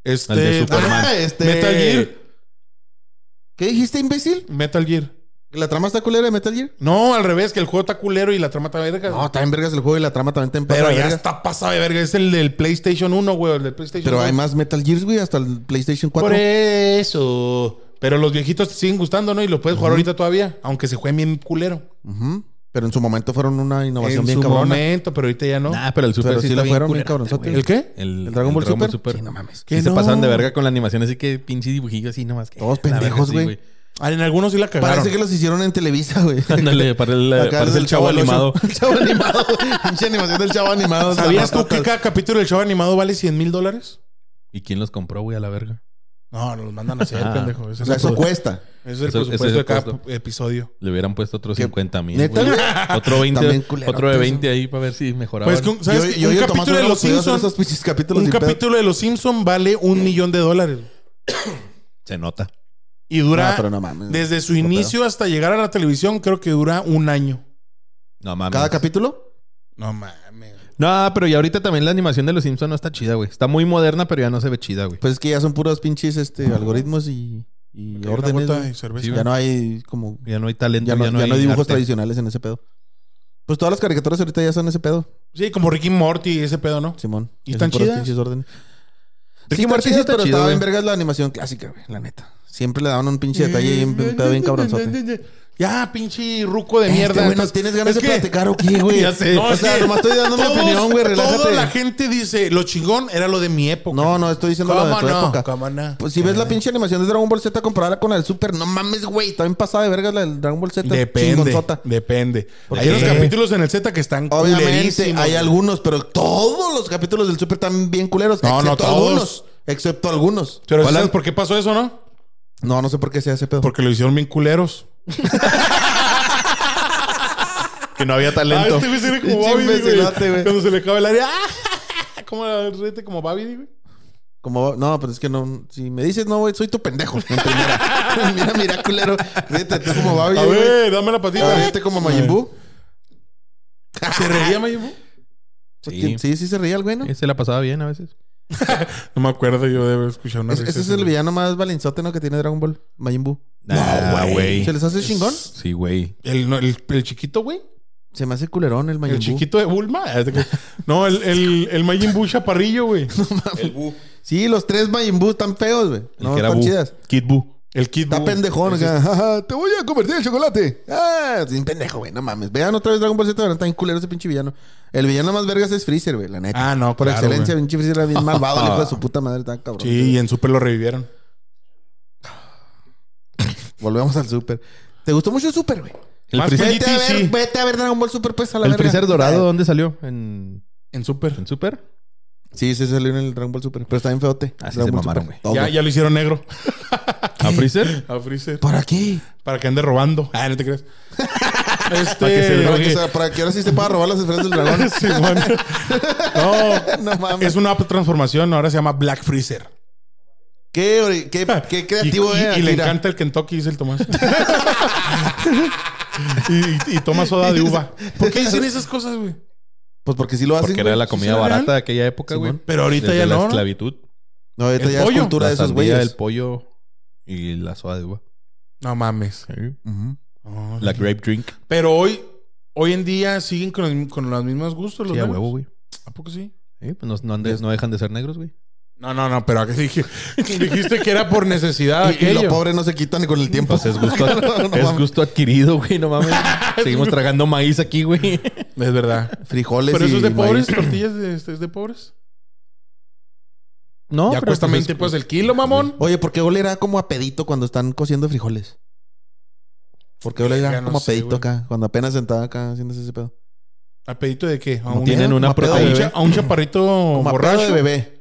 [SPEAKER 1] Este,
[SPEAKER 3] El de Superman.
[SPEAKER 2] Ah, este.
[SPEAKER 1] Metal Gear.
[SPEAKER 2] ¿Qué dijiste, imbécil?
[SPEAKER 1] Metal Gear.
[SPEAKER 2] ¿La trama está culera de Metal Gear?
[SPEAKER 1] No, al revés, que el juego está culero y la trama está verga.
[SPEAKER 2] No, está en vergas el juego y la trama también está en
[SPEAKER 1] pero
[SPEAKER 2] pasada
[SPEAKER 1] ya
[SPEAKER 2] verga.
[SPEAKER 1] está pasado de verga. Es el del PlayStation 1, güey. El del PlayStation
[SPEAKER 2] Pero hay
[SPEAKER 1] 2.
[SPEAKER 2] más Metal Gears, güey, hasta el PlayStation 4.
[SPEAKER 1] Por e- eso. Pero los viejitos te siguen gustando, ¿no? Y lo puedes jugar ahorita todavía, aunque se juegue bien culero.
[SPEAKER 2] Ujú. Pero en su momento fueron una innovación
[SPEAKER 1] En
[SPEAKER 2] bien
[SPEAKER 1] su
[SPEAKER 2] cabrona.
[SPEAKER 1] momento, pero ahorita ya no.
[SPEAKER 3] Nah, pero el super
[SPEAKER 2] Pero sí
[SPEAKER 3] sí
[SPEAKER 2] la
[SPEAKER 3] está bien
[SPEAKER 2] fueron bien
[SPEAKER 3] culera,
[SPEAKER 2] cabronzotes.
[SPEAKER 3] güey.
[SPEAKER 1] ¿El qué?
[SPEAKER 3] El,
[SPEAKER 2] ¿El Dragon Ball Super?
[SPEAKER 3] Sí, no
[SPEAKER 2] mames.
[SPEAKER 1] ¿Qué
[SPEAKER 3] se
[SPEAKER 1] no?
[SPEAKER 3] pasan de verga con la animación, así que pinche dibujillo así nomás. que-
[SPEAKER 2] Todos
[SPEAKER 3] la verga,
[SPEAKER 2] pendejos,
[SPEAKER 3] sí,
[SPEAKER 2] güey.
[SPEAKER 1] Ah, En algunos sí la cagaron.
[SPEAKER 2] Parece que los hicieron en Televisa, güey.
[SPEAKER 3] Ándale, para el-
[SPEAKER 2] Acá
[SPEAKER 3] parece
[SPEAKER 2] del
[SPEAKER 3] el chavo
[SPEAKER 2] del
[SPEAKER 3] animado.
[SPEAKER 2] Ocho. Eh, El chavo animado. Pinche animación del chavo animado.
[SPEAKER 1] ¿Sabías tú que
[SPEAKER 2] Zapatotas.
[SPEAKER 1] cada capítulo del show animado vale 100 mil dólares?
[SPEAKER 3] ¿Y quién los compró, güey, a la verga?
[SPEAKER 1] No, nos mandan a hacer,
[SPEAKER 3] Ah.
[SPEAKER 1] pendejo. Ese
[SPEAKER 2] O
[SPEAKER 1] es
[SPEAKER 2] sea,
[SPEAKER 1] el
[SPEAKER 2] eso
[SPEAKER 1] presupuesto.
[SPEAKER 2] cuesta.
[SPEAKER 1] Ese es el
[SPEAKER 3] Eso- ese es
[SPEAKER 1] presupuesto de
[SPEAKER 3] el
[SPEAKER 1] cada
[SPEAKER 3] costo.
[SPEAKER 1] episodio.
[SPEAKER 2] Este
[SPEAKER 3] Le hubieran puesto otros
[SPEAKER 2] ¿Qué?
[SPEAKER 3] 50 mil.
[SPEAKER 2] ¿Neta,
[SPEAKER 3] güey.
[SPEAKER 2] güey?
[SPEAKER 3] Otro 20,
[SPEAKER 2] También culerotes,
[SPEAKER 3] otro de
[SPEAKER 2] güey.
[SPEAKER 3] 20 ahí para ver si mejoraba.
[SPEAKER 1] Pues, que un- ¿sabes qué? un
[SPEAKER 2] y el Tomás
[SPEAKER 1] capítulo de
[SPEAKER 2] hubiéramos
[SPEAKER 1] Los
[SPEAKER 2] podido hacer
[SPEAKER 1] Simpsons
[SPEAKER 2] esos pinches capítulos
[SPEAKER 1] Un
[SPEAKER 2] sin pedo.
[SPEAKER 1] capítulo de Los Simpson vale un millón de dólares.
[SPEAKER 3] Se nota.
[SPEAKER 1] Y dura,
[SPEAKER 2] No, pero no mames.
[SPEAKER 1] desde su
[SPEAKER 2] No
[SPEAKER 1] inicio hasta llegar a la televisión, creo que dura un año.
[SPEAKER 3] No mames.
[SPEAKER 2] ¿Cada capítulo?
[SPEAKER 1] No mames.
[SPEAKER 3] No, pero y ahorita también la animación de los Simpsons no está chida, güey. Está muy moderna, pero ya no se ve chida, güey.
[SPEAKER 2] Pues es que ya son puros pinches este, algoritmos y, y
[SPEAKER 1] Una
[SPEAKER 2] órdenes.
[SPEAKER 1] gota
[SPEAKER 2] güey.
[SPEAKER 1] y cerveza.
[SPEAKER 2] ya no hay como.
[SPEAKER 3] Ya no hay talento,
[SPEAKER 2] Ya no, ya no hay dibujos
[SPEAKER 3] arte.
[SPEAKER 2] tradicionales en ese pedo. Pues todas las caricaturas ahorita ya son ese pedo,
[SPEAKER 1] Sí, como Ricky Morty y ese pedo, ¿no?
[SPEAKER 2] Simón.
[SPEAKER 1] ¿Y
[SPEAKER 2] Ya
[SPEAKER 1] están
[SPEAKER 2] son puras
[SPEAKER 1] chidas?
[SPEAKER 2] pinches órdenes.
[SPEAKER 3] Ricky
[SPEAKER 2] Sí,
[SPEAKER 3] Morty sí
[SPEAKER 2] chidas,
[SPEAKER 3] está
[SPEAKER 2] pero
[SPEAKER 3] chido,
[SPEAKER 2] estaba
[SPEAKER 3] güey.
[SPEAKER 2] bien vergas la animación clásica, güey, la neta. Siempre le daban un pinche detalle y un pedo bien cabronzote.
[SPEAKER 1] Ya, pinche ruco de mierda.
[SPEAKER 2] Este, güey, ¿no
[SPEAKER 1] Estás-
[SPEAKER 2] tienes ganas
[SPEAKER 1] es
[SPEAKER 2] de
[SPEAKER 1] que-
[SPEAKER 2] platicar o qué, güey?
[SPEAKER 3] Ya sé.
[SPEAKER 1] No,
[SPEAKER 2] o
[SPEAKER 1] es
[SPEAKER 2] sea,
[SPEAKER 1] que
[SPEAKER 2] nomás estoy dando mi
[SPEAKER 1] todos-
[SPEAKER 2] opinión, güey, relájate.
[SPEAKER 1] Toda la gente dice, lo chingón era lo de mi época.
[SPEAKER 2] No, no, estoy diciendo lo de
[SPEAKER 1] ¿Cómo
[SPEAKER 2] tu
[SPEAKER 1] no?
[SPEAKER 2] época.
[SPEAKER 1] ¿Cómo no? Eh,
[SPEAKER 2] Pues si ves la pinche animación de Dragon Ball Z comparada con la del Super, no mames, güey. También pasada de vergas la del Dragon Ball Z.
[SPEAKER 1] Depende,
[SPEAKER 2] chingonzota.
[SPEAKER 1] depende.
[SPEAKER 2] Porque-
[SPEAKER 1] Hay unos capítulos en el Z que están
[SPEAKER 2] Obviamente
[SPEAKER 1] culerísimos.
[SPEAKER 2] hay algunos, pero todos los capítulos del Super están bien culeros.
[SPEAKER 1] No, no
[SPEAKER 2] excepto
[SPEAKER 1] todos.
[SPEAKER 2] algunos. Excepto algunos.
[SPEAKER 1] Pero
[SPEAKER 2] ¿Cuál
[SPEAKER 1] ¿sabes
[SPEAKER 2] es?
[SPEAKER 1] por qué pasó eso, no?
[SPEAKER 2] No, no sé por qué se hace pedo.
[SPEAKER 1] Porque lo hicieron bien culeros.
[SPEAKER 3] Que no había
[SPEAKER 1] Ah,
[SPEAKER 3] talento.
[SPEAKER 1] este güey se ve como
[SPEAKER 2] Pinche
[SPEAKER 1] Babidi, güey.
[SPEAKER 2] imbecilote, güey.
[SPEAKER 1] Cuando se le acaba el área. ¡ah! Como rete como Babidi, güey.
[SPEAKER 2] Como, no, pero es que no. Si me dices no, güey, soy tu pendejo. en primera. mira, mira, culero. Vete, tú como Babi.
[SPEAKER 1] A
[SPEAKER 2] güey.
[SPEAKER 1] ver, dame la
[SPEAKER 2] A
[SPEAKER 1] patita.
[SPEAKER 2] ver, Vete como Majin Buu.
[SPEAKER 1] ¿Se reía Majin Buu?
[SPEAKER 3] Sí.
[SPEAKER 2] Sí. sí, se reía el güey, ¿no?
[SPEAKER 3] Se la pasaba bien a veces.
[SPEAKER 1] No me acuerdo yo de haber escuchado una
[SPEAKER 2] Ese-
[SPEAKER 1] vez
[SPEAKER 2] ese es
[SPEAKER 1] eso,
[SPEAKER 2] el
[SPEAKER 1] güey.
[SPEAKER 2] villano más valenzote, ¿no? Que tiene Dragon Ball. Majin Buu.
[SPEAKER 1] Ah,
[SPEAKER 3] Nah,
[SPEAKER 2] ¿Se les hace chingón?
[SPEAKER 3] Sí, güey.
[SPEAKER 1] El, no, el- el chiquito, güey.
[SPEAKER 2] Se me hace culerón el Majin
[SPEAKER 1] El
[SPEAKER 2] Buu.
[SPEAKER 1] chiquito de Bulma. No, el, el, el Majin Buu chaparrillo, güey.
[SPEAKER 2] El Sí, los tres Majin Buu están feos, güey. No,
[SPEAKER 3] que era
[SPEAKER 2] están
[SPEAKER 3] Buu.
[SPEAKER 2] chidas.
[SPEAKER 3] Kid Buu.
[SPEAKER 1] El Kid
[SPEAKER 2] Está
[SPEAKER 1] Buu.
[SPEAKER 2] pendejón.
[SPEAKER 1] Ese-
[SPEAKER 2] acá. Ja, ja, Te voy a convertir en chocolate. Ah, sin pendejo, güey. No mames. Vean otra vez Dragon Ball Z. Verán tan culero ese pinche villano. El villano más vergas es Freezer, güey. La neta.
[SPEAKER 1] Ah, no,
[SPEAKER 2] Por
[SPEAKER 1] claro,
[SPEAKER 2] excelencia,
[SPEAKER 1] güey.
[SPEAKER 2] pinche Freezer era bien malvado. el hijo de su puta madre. Está cabrón.
[SPEAKER 1] Sí, y en Super lo revivieron.
[SPEAKER 2] Volvemos al Super. ¿Te gustó mucho el Super, güey?
[SPEAKER 3] El
[SPEAKER 1] Más
[SPEAKER 3] Freezer-
[SPEAKER 2] Vete a ver,
[SPEAKER 1] sí.
[SPEAKER 2] vete a ver Dragon Ball Super, pues, a la
[SPEAKER 3] El
[SPEAKER 2] verga.
[SPEAKER 3] Freezer dorado, ¿dónde salió? ¿En,
[SPEAKER 1] En Super.
[SPEAKER 3] en Super?
[SPEAKER 2] Sí, se salió en el Dragon Ball Super. Pero está bien feote.
[SPEAKER 3] Ah, sí se
[SPEAKER 2] Dragon Ball
[SPEAKER 3] mamaron,
[SPEAKER 2] Super.
[SPEAKER 3] güey.
[SPEAKER 2] Todo.
[SPEAKER 1] Ya, ya lo hicieron negro.
[SPEAKER 3] ¿A Freezer?
[SPEAKER 1] A Freezer.
[SPEAKER 2] ¿Para qué?
[SPEAKER 1] Para que ande robando. Ah, no te creas. Este,
[SPEAKER 3] Para que se
[SPEAKER 2] Para
[SPEAKER 3] drogue.
[SPEAKER 2] que, se- para que ahora sí se pueda robar las esferas del dragón.
[SPEAKER 1] Sí, bueno. No,
[SPEAKER 2] No mames.
[SPEAKER 1] es una transformación. Ahora se llama Black Freezer.
[SPEAKER 2] ¿Qué, ori- qué, qué
[SPEAKER 1] Y,
[SPEAKER 2] creativo eh,
[SPEAKER 1] y-
[SPEAKER 2] era,
[SPEAKER 1] y le
[SPEAKER 2] Akira?
[SPEAKER 1] encanta el Kentucky, dice el Tomás. y, y- y toma soda de uva. ¿Por qué dicen esas cosas, güey?
[SPEAKER 2] Pues porque sí lo hacen.
[SPEAKER 3] Porque era
[SPEAKER 2] güey.
[SPEAKER 3] la comida
[SPEAKER 1] ¿Sí será
[SPEAKER 3] barata
[SPEAKER 1] real?
[SPEAKER 3] de aquella época, güey.
[SPEAKER 1] Pero ahorita
[SPEAKER 3] Desde
[SPEAKER 1] ya
[SPEAKER 3] la
[SPEAKER 1] no, ¿no?
[SPEAKER 3] esclavitud.
[SPEAKER 2] No, ahorita
[SPEAKER 1] El
[SPEAKER 2] ya es
[SPEAKER 1] pollo.
[SPEAKER 2] cultura de
[SPEAKER 3] la
[SPEAKER 2] esos
[SPEAKER 3] sandía,
[SPEAKER 2] güeyes.
[SPEAKER 3] el pollo y la soda de uva.
[SPEAKER 1] No mames.
[SPEAKER 2] Ujú.
[SPEAKER 3] La grape drink.
[SPEAKER 1] Pero hoy, hoy en día siguen con, el- con los mismos gustos. Los
[SPEAKER 3] Sí, a
[SPEAKER 1] negros.
[SPEAKER 3] huevo, güey.
[SPEAKER 1] ¿A poco sí?
[SPEAKER 3] Eh, pues no, no han de- no dejan de ser negros, güey.
[SPEAKER 1] No, no, no, pero ¿a qué dije? dijiste que era por necesidad.
[SPEAKER 2] Y, y
[SPEAKER 1] aquello.
[SPEAKER 2] los pobres no se quitan ni con el tiempo.
[SPEAKER 3] Pues es gusto,
[SPEAKER 2] No, no
[SPEAKER 3] es
[SPEAKER 2] mames.
[SPEAKER 3] gusto adquirido, güey. No mames. Seguimos tragando maíz aquí, güey.
[SPEAKER 1] Es verdad.
[SPEAKER 2] Frijoles
[SPEAKER 1] Pero eso
[SPEAKER 2] y
[SPEAKER 1] es de
[SPEAKER 2] maíz.
[SPEAKER 1] pobres, tortillas de, este, es de pobres.
[SPEAKER 3] No,
[SPEAKER 1] ya
[SPEAKER 3] pero
[SPEAKER 1] cuesta
[SPEAKER 3] pues
[SPEAKER 1] 20
[SPEAKER 3] es-
[SPEAKER 1] pesos el kilo, mamón.
[SPEAKER 2] Oye, ¿por qué olerá como a pedito cuando están cociendo frijoles? ¿Por qué olerá
[SPEAKER 1] Ya no
[SPEAKER 2] como a
[SPEAKER 1] sé,
[SPEAKER 2] pedito
[SPEAKER 1] güey.
[SPEAKER 2] acá? Cuando apenas sentada acá haciéndose ese pedo.
[SPEAKER 1] ¿A pedito de qué? ¿A
[SPEAKER 3] No
[SPEAKER 1] un,
[SPEAKER 3] tienen
[SPEAKER 2] ¿eh?
[SPEAKER 3] una
[SPEAKER 2] Como pedo
[SPEAKER 1] a un
[SPEAKER 2] de
[SPEAKER 3] proteína.
[SPEAKER 1] cha- a un chaparrito
[SPEAKER 2] Como a
[SPEAKER 1] borracho?
[SPEAKER 2] pedo de bebé.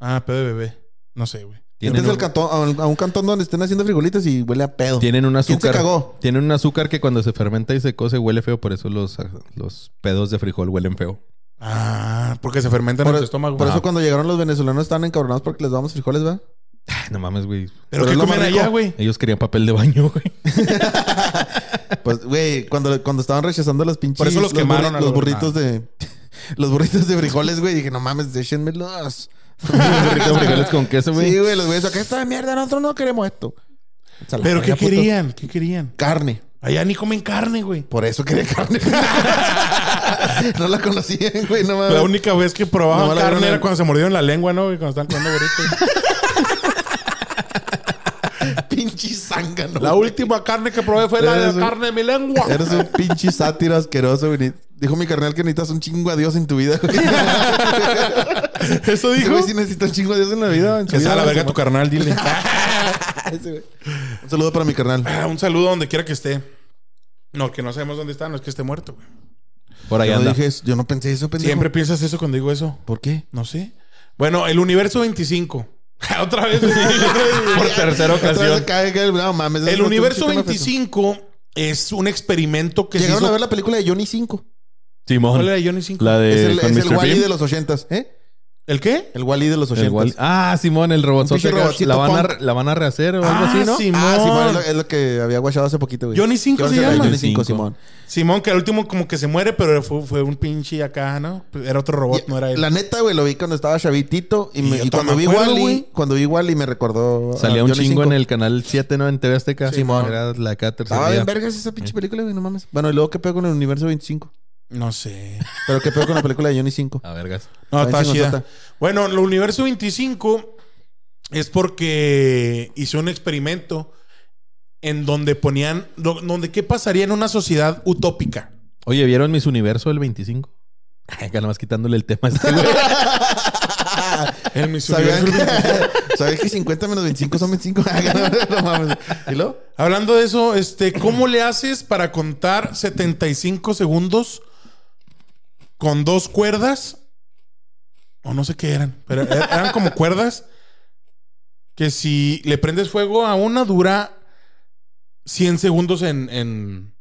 [SPEAKER 1] Ah, pedo de bebé. No sé, güey.
[SPEAKER 3] Tienen,
[SPEAKER 2] Entres
[SPEAKER 3] un-
[SPEAKER 2] al Este cantón, a, un, a un cantón donde estén haciendo frijolitos y huele a pedo.
[SPEAKER 3] tienen un
[SPEAKER 2] ¿Quién se
[SPEAKER 3] azúcar.
[SPEAKER 2] cagó?
[SPEAKER 3] Tienen un azúcar que cuando se fermenta y se cose huele feo. Por eso los, los pedos de frijol huelen feo.
[SPEAKER 1] Ah, porque se fermentan en
[SPEAKER 2] Por, e-
[SPEAKER 1] tu estómago.
[SPEAKER 2] por
[SPEAKER 1] Ah.
[SPEAKER 2] eso cuando llegaron los venezolanos estaban encabronados porque les dábamos frijoles, ¿verdad?
[SPEAKER 3] Ay, no mames, güey.
[SPEAKER 1] Pero,
[SPEAKER 2] pero
[SPEAKER 1] ¿qué
[SPEAKER 2] es lo
[SPEAKER 1] comen
[SPEAKER 2] más rico.
[SPEAKER 1] allá, güey?
[SPEAKER 3] Ellos querían papel de baño, güey.
[SPEAKER 2] Pues, güey, cuando, cuando estaban rechazando las pinches...
[SPEAKER 1] Por eso los quemaron a
[SPEAKER 2] Los,
[SPEAKER 1] la
[SPEAKER 2] burritos de... Los burritos de frijoles, güey. Dije, no mames, déjenmelos.
[SPEAKER 3] frijoles con queso, güey.
[SPEAKER 2] Sí, güey, los güeyes acá, esta mierda, nosotros no queremos esto. Salada,
[SPEAKER 1] ¿Pero qué
[SPEAKER 2] ya, puto.
[SPEAKER 1] querían? ¿Qué querían?
[SPEAKER 2] Carne.
[SPEAKER 1] Allá ni comen carne, güey.
[SPEAKER 2] Por eso quería carne. no la conocían, güey, no mames.
[SPEAKER 1] La única vez que
[SPEAKER 2] No,
[SPEAKER 1] probaban
[SPEAKER 2] la
[SPEAKER 1] carne
[SPEAKER 2] verdad,
[SPEAKER 1] era
[SPEAKER 2] no.
[SPEAKER 1] cuando se mordieron la lengua, ¿no? Y cuando estaban comiendo burritos.
[SPEAKER 2] pinche zanga, ¿no?
[SPEAKER 1] la última carne que probé fue la de la carne de mi lengua.
[SPEAKER 2] Eres un pinche sátiro asqueroso, güey. Ni- Dijo mi carnal que necesitas un chingo a Dios en tu vida, güey.
[SPEAKER 1] Eso
[SPEAKER 2] Ese
[SPEAKER 1] dijo.
[SPEAKER 2] güey sí necesita un chingo a Dios en la vida. En su
[SPEAKER 1] Que sea
[SPEAKER 2] vida
[SPEAKER 1] la verga tu carnal, dile.
[SPEAKER 2] Ese güey. Un saludo para mi carnal.
[SPEAKER 1] Ah, un saludo donde quiera que esté. No, que no sabemos dónde está, no es que esté muerto, güey.
[SPEAKER 3] Por ahí
[SPEAKER 2] Yo no,
[SPEAKER 3] anda.
[SPEAKER 2] dije eso, yo no pensé eso, pendejo.
[SPEAKER 1] Siempre piensas eso cuando digo eso.
[SPEAKER 2] ¿Por qué?
[SPEAKER 1] No sé. Bueno, el universo 25. Otra vez. Ah,
[SPEAKER 2] Ah,
[SPEAKER 3] Por tercera
[SPEAKER 2] Otra vez
[SPEAKER 3] ocasión.
[SPEAKER 2] se cae, cae el- no, mames, eso
[SPEAKER 1] El
[SPEAKER 2] fue un
[SPEAKER 1] universo
[SPEAKER 2] chiste, me ofendió.
[SPEAKER 1] 25 es un experimento que se
[SPEAKER 2] Llegaron
[SPEAKER 1] hizo.
[SPEAKER 2] a ver la película de Johnny 5.
[SPEAKER 3] Simón.
[SPEAKER 1] ¿Cuál era Johnny 5?
[SPEAKER 3] La de
[SPEAKER 2] es el,
[SPEAKER 3] con
[SPEAKER 2] es el
[SPEAKER 3] Mr.
[SPEAKER 2] Wally
[SPEAKER 3] Bean.
[SPEAKER 2] de los ochentas, ¿eh?
[SPEAKER 1] ¿El qué?
[SPEAKER 2] El Wally de los 80.
[SPEAKER 3] El Wall- Ah, Simón, el
[SPEAKER 2] pinche
[SPEAKER 3] robotzote. Gash,
[SPEAKER 2] robotcito
[SPEAKER 3] La van, a,
[SPEAKER 2] punk.
[SPEAKER 3] re- la van a rehacer o algo
[SPEAKER 1] Ah,
[SPEAKER 3] así, ¿no?
[SPEAKER 1] sí. Simón.
[SPEAKER 2] Ah, Simón, es lo, es lo que había guachado hace poquito, güey.
[SPEAKER 1] Johnny cinco
[SPEAKER 2] Johnny
[SPEAKER 1] se
[SPEAKER 2] cinco,
[SPEAKER 1] llama.
[SPEAKER 2] Johnny 5,
[SPEAKER 3] Johnny cinco.
[SPEAKER 2] Simón.
[SPEAKER 1] Simón, que al último como que se muere, pero fue, fue un pinche acá, ¿no? Era otro robot, no era él.
[SPEAKER 2] La neta, güey, lo vi cuando estaba chavitito. Y, me-
[SPEAKER 1] yo
[SPEAKER 2] y cuando
[SPEAKER 1] también
[SPEAKER 2] vi
[SPEAKER 1] me acuerdo,
[SPEAKER 2] Wally,
[SPEAKER 1] güey.
[SPEAKER 2] cuando vi Wally me recordó. a
[SPEAKER 3] Salía un
[SPEAKER 2] Johnny
[SPEAKER 3] chingo
[SPEAKER 2] cinco.
[SPEAKER 3] en el canal 7, ¿no? En TV Azteca.
[SPEAKER 2] Simón.
[SPEAKER 3] Era la acá
[SPEAKER 2] Estaba
[SPEAKER 3] tercera.
[SPEAKER 2] bien vergas esa
[SPEAKER 1] Eh.
[SPEAKER 2] pinche película, güey, no mames. Bueno, y luego qué pedo con el universo 25.
[SPEAKER 1] No sé.
[SPEAKER 2] Pero qué pedo con la película de Johnny 5.
[SPEAKER 3] A vergas.
[SPEAKER 1] No, está
[SPEAKER 2] Ahí sí nos
[SPEAKER 1] chida.
[SPEAKER 2] ata.
[SPEAKER 1] Bueno, el universo 25 es porque hizo un experimento en donde ponían. do- donde qué pasaría en una sociedad utópica.
[SPEAKER 3] Oye, ¿vieron Mis Universo el 25? Ay, Acá nomás quitándole el tema a este güey.
[SPEAKER 1] El Miss
[SPEAKER 2] ¿Sabían
[SPEAKER 1] Universo.
[SPEAKER 2] que, ¿Sabían que 50 menos 25 son 25? no mames. ¿Y luego?
[SPEAKER 1] Hablando de eso, este, ¿cómo le haces para contar 75 segundos con dos cuerdas? O no sé qué eran, pero er- eran como cuerdas que si le prendes fuego a una dura 100 segundos en, en,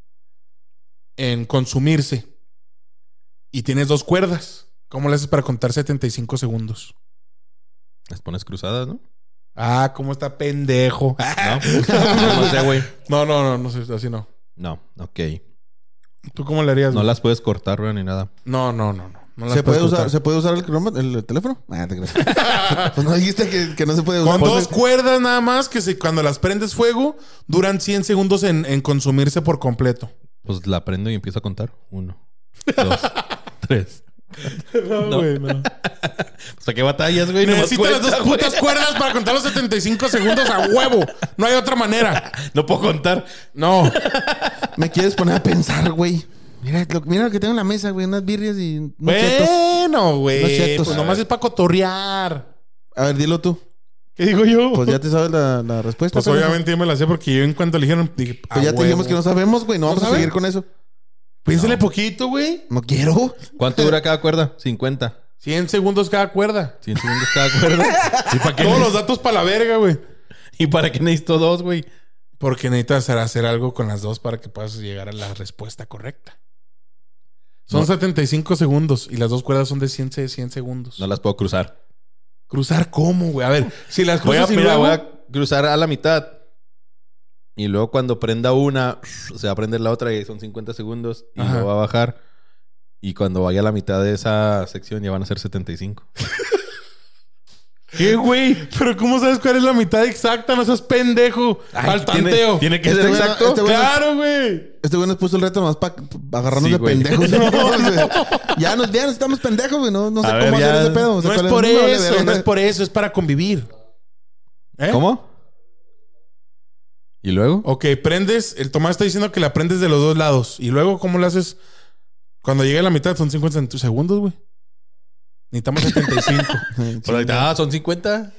[SPEAKER 1] en consumirse. Y tienes dos cuerdas. ¿Cómo le haces para contar 75 segundos?
[SPEAKER 3] Las pones cruzadas, ¿no?
[SPEAKER 1] Ah, ¿cómo está pendejo?
[SPEAKER 3] No, pues, no sé, güey.
[SPEAKER 1] No, no, no, no sé, así no.
[SPEAKER 3] No, ok.
[SPEAKER 1] ¿Tú cómo le harías?
[SPEAKER 3] No
[SPEAKER 1] güey?
[SPEAKER 3] las puedes cortar, güey, ni nada.
[SPEAKER 1] No, no, no, no. No las
[SPEAKER 2] ¿Se puede,
[SPEAKER 1] puedes
[SPEAKER 2] usar,
[SPEAKER 1] cortar.
[SPEAKER 2] ¿Se puede usar el, cronómetro- el teléfono? Ah, te creas. pues no dijiste que, que no se puede usar.
[SPEAKER 1] Con dos cuerdas nada más que se- cuando las prendes fuego duran 100 segundos en, en consumirse por completo.
[SPEAKER 3] Pues la prendo y empiezo a contar. Uno, dos, tres.
[SPEAKER 1] No,
[SPEAKER 3] güey, O sea, qué batallas, güey. Nomás
[SPEAKER 1] Necesito las dos
[SPEAKER 3] cuenta, güey.
[SPEAKER 1] putas cuerdas para contar los 75 segundos a huevo. No hay otra manera.
[SPEAKER 3] No puedo contar.
[SPEAKER 1] No.
[SPEAKER 2] Me quieres poner a pensar, güey. Mira lo, mira lo que tengo en la mesa, güey. Unas birrias y unos chetos.
[SPEAKER 1] Bueno,
[SPEAKER 2] Unos
[SPEAKER 1] güey.
[SPEAKER 2] chetos.
[SPEAKER 1] Pues nomás es para cotorrear.
[SPEAKER 2] A ver, dilo tú.
[SPEAKER 1] ¿Qué digo yo?
[SPEAKER 2] Pues
[SPEAKER 1] Pues,
[SPEAKER 2] ya pues te sabes la, la respuesta. pendejo.
[SPEAKER 1] obviamente yo me la sé porque yo en cuanto le dijeron dije,
[SPEAKER 2] Pues ya te dijimos que no sabemos, güey. No vamos a
[SPEAKER 1] saben?
[SPEAKER 2] seguir con eso.
[SPEAKER 1] Piénsele poquito, güey.
[SPEAKER 2] No quiero.
[SPEAKER 3] ¿Cuánto dura cada cuerda? 50.
[SPEAKER 1] 100 segundos cada cuerda.
[SPEAKER 3] 100 segundos cada cuerda. ¿Y para qué,
[SPEAKER 1] Todos
[SPEAKER 3] ne-
[SPEAKER 1] los datos para la verga, güey.
[SPEAKER 3] ¿Y para qué necesito dos, güey?
[SPEAKER 1] Porque necesitas hacer algo con las dos para que puedas llegar a la respuesta correcta. Son
[SPEAKER 3] No.
[SPEAKER 1] 75 segundos y las dos cuerdas son de 100, se- 100 segundos.
[SPEAKER 3] No las puedo cruzar.
[SPEAKER 1] ¿Cruzar cómo, güey? A ver, si las
[SPEAKER 3] Voy a,
[SPEAKER 1] cruzas y
[SPEAKER 3] mira,
[SPEAKER 1] luego-
[SPEAKER 3] voy a cruzar a la mitad. Y luego cuando prenda una, se va a prender la otra y son 50 segundos. Y
[SPEAKER 1] Ajá.
[SPEAKER 3] luego va a bajar. Y cuando vaya a la mitad de esa sección ya van a ser 75.
[SPEAKER 1] ¿Qué, güey? ¿Pero cómo sabes cuál es la mitad exacta? No seas pendejo.
[SPEAKER 3] Ay,
[SPEAKER 1] Al
[SPEAKER 3] tiene-
[SPEAKER 1] tanteo.
[SPEAKER 3] tiene que
[SPEAKER 2] Este
[SPEAKER 3] ser
[SPEAKER 2] güey no-
[SPEAKER 3] exacto.
[SPEAKER 2] este güey no-
[SPEAKER 1] ¡Claro, güey!
[SPEAKER 2] Este güey nos puso el reto nomás para agarrarnos
[SPEAKER 3] Sí,
[SPEAKER 2] de
[SPEAKER 3] güey.
[SPEAKER 2] pendejos. No, güey. ya nos ya nos estamos pendejos, güey. No, no sé
[SPEAKER 3] A ver,
[SPEAKER 2] cómo
[SPEAKER 3] ya-
[SPEAKER 2] hacer ese pedo. O sea,
[SPEAKER 1] No es
[SPEAKER 2] ¿cuál
[SPEAKER 1] por
[SPEAKER 2] Me vale
[SPEAKER 1] eso,
[SPEAKER 2] verga.
[SPEAKER 1] no es por eso. Es para convivir. ¿Eh?
[SPEAKER 3] ¿Cómo? ¿Y luego?
[SPEAKER 1] Ok, prendes... El Tomás está diciendo que la prendes de los dos lados. ¿Y luego cómo lo haces? Cuando llegue a la mitad son 50 segundos, güey. Necesitamos 75.
[SPEAKER 2] Sí,
[SPEAKER 3] Por ahorita, ah, son 50.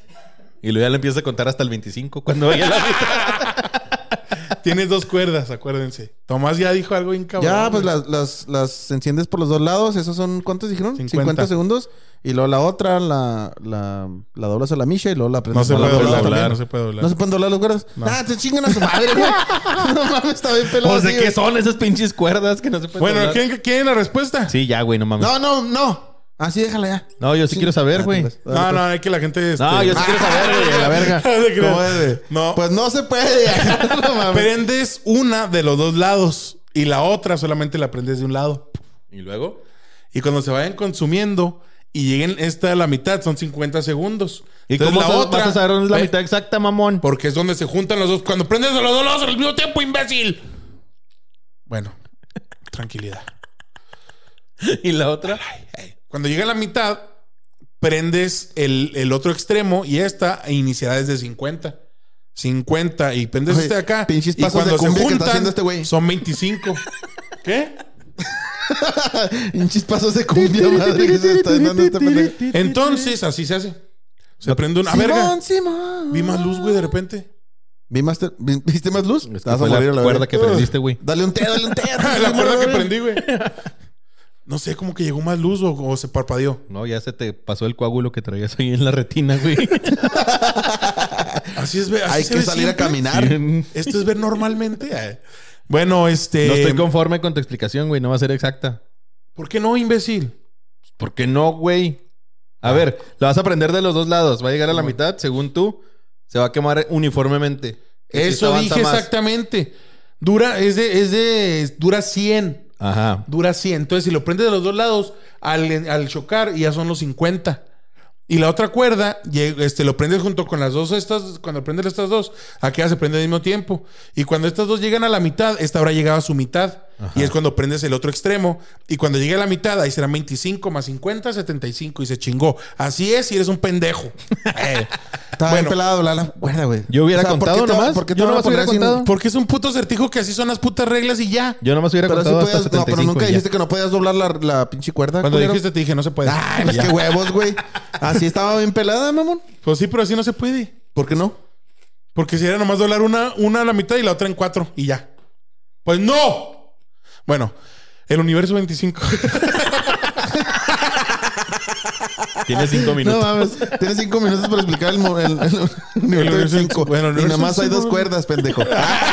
[SPEAKER 3] Y luego ya le empieza a contar hasta el 25 cuando vaya a la mitad.
[SPEAKER 1] Tienes dos cuerdas, acuérdense. Tomás ya dijo algo bien cabrón.
[SPEAKER 2] Ya, pues
[SPEAKER 1] güey.
[SPEAKER 2] las, las, las enciendes por los dos lados. Esos son, ¿cuántos dijeron?
[SPEAKER 1] 50.
[SPEAKER 2] 50, segundos. Y luego la otra, la, la, la doblas a la micha y luego la
[SPEAKER 1] No
[SPEAKER 2] prendes.
[SPEAKER 1] se
[SPEAKER 2] a la
[SPEAKER 1] puede
[SPEAKER 2] otra
[SPEAKER 1] doblar.
[SPEAKER 2] también.
[SPEAKER 1] No se puede doblar.
[SPEAKER 2] No se pueden doblar los cuerdas. Ah, te chingan a su madre, güey. no mames, está bien pelado.
[SPEAKER 3] Pues, ¿de
[SPEAKER 2] así,
[SPEAKER 3] qué
[SPEAKER 2] güey.
[SPEAKER 3] son esas pinches cuerdas que no se pueden
[SPEAKER 1] bueno,
[SPEAKER 3] doblar?
[SPEAKER 1] ¿quién, quién la respuesta?
[SPEAKER 3] Sí, ya, güey, no mames. No,
[SPEAKER 2] pues, No, no, no. Así Ah, déjala ya.
[SPEAKER 3] yo sí, Ah, pues, quiero saber, güey.
[SPEAKER 1] No, no, hay que la gente. este,
[SPEAKER 3] No, yo sí quiero saber, güey, a la verga.
[SPEAKER 1] No te creas.
[SPEAKER 2] ¿Cómo es, güey?
[SPEAKER 1] No.
[SPEAKER 2] Pues no se puede. no mames.
[SPEAKER 1] Prendes una de los dos lados y la otra solamente la prendes de un lado.
[SPEAKER 3] ¿Y luego?
[SPEAKER 1] Y cuando se vayan consumiendo y lleguen esta a la mitad, son 50 segundos.
[SPEAKER 3] ¿Y
[SPEAKER 1] Entonces,
[SPEAKER 3] cómo sa- vas a saber dónde es la
[SPEAKER 1] Ve,
[SPEAKER 3] mitad exacta, mamón?
[SPEAKER 1] Porque es donde se juntan los dos. Cuando prendes de los dos lados al mismo tiempo, imbécil. Bueno, tranquilidad.
[SPEAKER 3] ¿Y la otra?
[SPEAKER 1] Cuando llega a la mitad, prendes el, el otro extremo y esta iniciará desde 50. 50 y prendes
[SPEAKER 2] Oye,
[SPEAKER 1] este de acá.
[SPEAKER 2] pinches
[SPEAKER 1] y
[SPEAKER 2] pasos
[SPEAKER 1] cuando
[SPEAKER 2] de
[SPEAKER 1] se
[SPEAKER 2] cumbia que está
[SPEAKER 1] juntan,
[SPEAKER 2] haciendo este güey.
[SPEAKER 1] son 25. ¿Qué?
[SPEAKER 2] Pinches pasos de cumbia, madre. Que se está dando este pendejo.
[SPEAKER 1] Entonces, así se hace. Se prende una verga.
[SPEAKER 2] Simón, Simón.
[SPEAKER 1] Vi más luz, güey, de repente.
[SPEAKER 2] ¿Vi más te- vi- ¿Viste más luz?
[SPEAKER 3] Es
[SPEAKER 2] Te
[SPEAKER 3] que
[SPEAKER 2] vas a
[SPEAKER 3] fue
[SPEAKER 2] morir a
[SPEAKER 3] la
[SPEAKER 2] la
[SPEAKER 3] cuerda
[SPEAKER 2] verga.
[SPEAKER 3] que prendiste, güey.
[SPEAKER 2] Dale un té, dale un té.
[SPEAKER 1] la cuerda que prendí, güey. No sé, como que llegó más luz o, o se parpadeó.
[SPEAKER 3] No, ya se te pasó el coágulo que traías ahí en la retina, güey.
[SPEAKER 1] Así es, ve- así
[SPEAKER 2] Hay
[SPEAKER 1] se
[SPEAKER 2] que
[SPEAKER 1] ve
[SPEAKER 2] salir a
[SPEAKER 1] siempre.
[SPEAKER 2] caminar.
[SPEAKER 1] Esto es ver normalmente. Eh. Bueno, este.
[SPEAKER 3] No estoy conforme con tu explicación, güey. No va a ser exacta.
[SPEAKER 1] ¿Por qué no, imbécil?
[SPEAKER 3] ¿Por qué no, güey?
[SPEAKER 1] Ah.
[SPEAKER 3] A ver, la vas a prender de los dos lados. Va a llegar a la mitad, según tú. Se va a quemar uniformemente. Y si te
[SPEAKER 1] Eso
[SPEAKER 3] avanza
[SPEAKER 1] dije
[SPEAKER 3] más.
[SPEAKER 1] exactamente. Dura, es de, es de, dura 100.
[SPEAKER 3] Ajá.
[SPEAKER 1] Dura 100. Entonces, si lo prendes de los dos lados, al, al chocar, ya son los 50. Y la otra cuerda, lle- este, lo prendes junto con las dos, estas, cuando prendes estas dos, aquella se prende al mismo tiempo. Y cuando estas dos llegan a la mitad, esta habrá llegado a su mitad. Y es cuando prendes el otro extremo. Y cuando llegue a la mitad, ahí serán 25 más 50, 75. Y se chingó. Así es, y eres un pendejo. Eh.
[SPEAKER 2] Estaba bien pelado la, la cuerda, güey.
[SPEAKER 3] Yo hubiera
[SPEAKER 2] O sea, ¿por
[SPEAKER 3] contado
[SPEAKER 2] qué te-
[SPEAKER 3] nomás.
[SPEAKER 2] ¿Por qué te
[SPEAKER 3] Yo
[SPEAKER 2] van a
[SPEAKER 3] nomás hubiera
[SPEAKER 2] poner así un-
[SPEAKER 3] contado.
[SPEAKER 1] Porque es un puto certijo que así son las putas reglas y ya.
[SPEAKER 3] Yo nomás hubiera
[SPEAKER 2] Pero sí
[SPEAKER 3] contado hasta
[SPEAKER 2] podías- no,
[SPEAKER 3] 75
[SPEAKER 2] pero nunca
[SPEAKER 3] y ya.
[SPEAKER 2] dijiste que no podías doblar la, la pinche cuerda.
[SPEAKER 1] Cuando
[SPEAKER 2] culero.
[SPEAKER 1] dijiste te dije, no se puede.
[SPEAKER 2] Ay, pues qué huevos, güey. Así estaba bien pelada, mamón.
[SPEAKER 1] Pues sí, pero así no se puede.
[SPEAKER 2] ¿Por qué no?
[SPEAKER 1] Porque si era nomás doblar una, una a la mitad y la otra en cuatro y ya. Pues no. Bueno, el universo 25.
[SPEAKER 4] Tiene cinco
[SPEAKER 2] No
[SPEAKER 4] minutos.
[SPEAKER 2] mames. Tienes cinco minutos para explicar el, mo- el, el nivel
[SPEAKER 1] El universo
[SPEAKER 2] 25.
[SPEAKER 1] en- bueno, el
[SPEAKER 2] y
[SPEAKER 1] universo
[SPEAKER 2] nomás
[SPEAKER 1] en
[SPEAKER 2] hay
[SPEAKER 1] sí,
[SPEAKER 2] dos
[SPEAKER 1] mamón.
[SPEAKER 2] cuerdas, pendejo. o la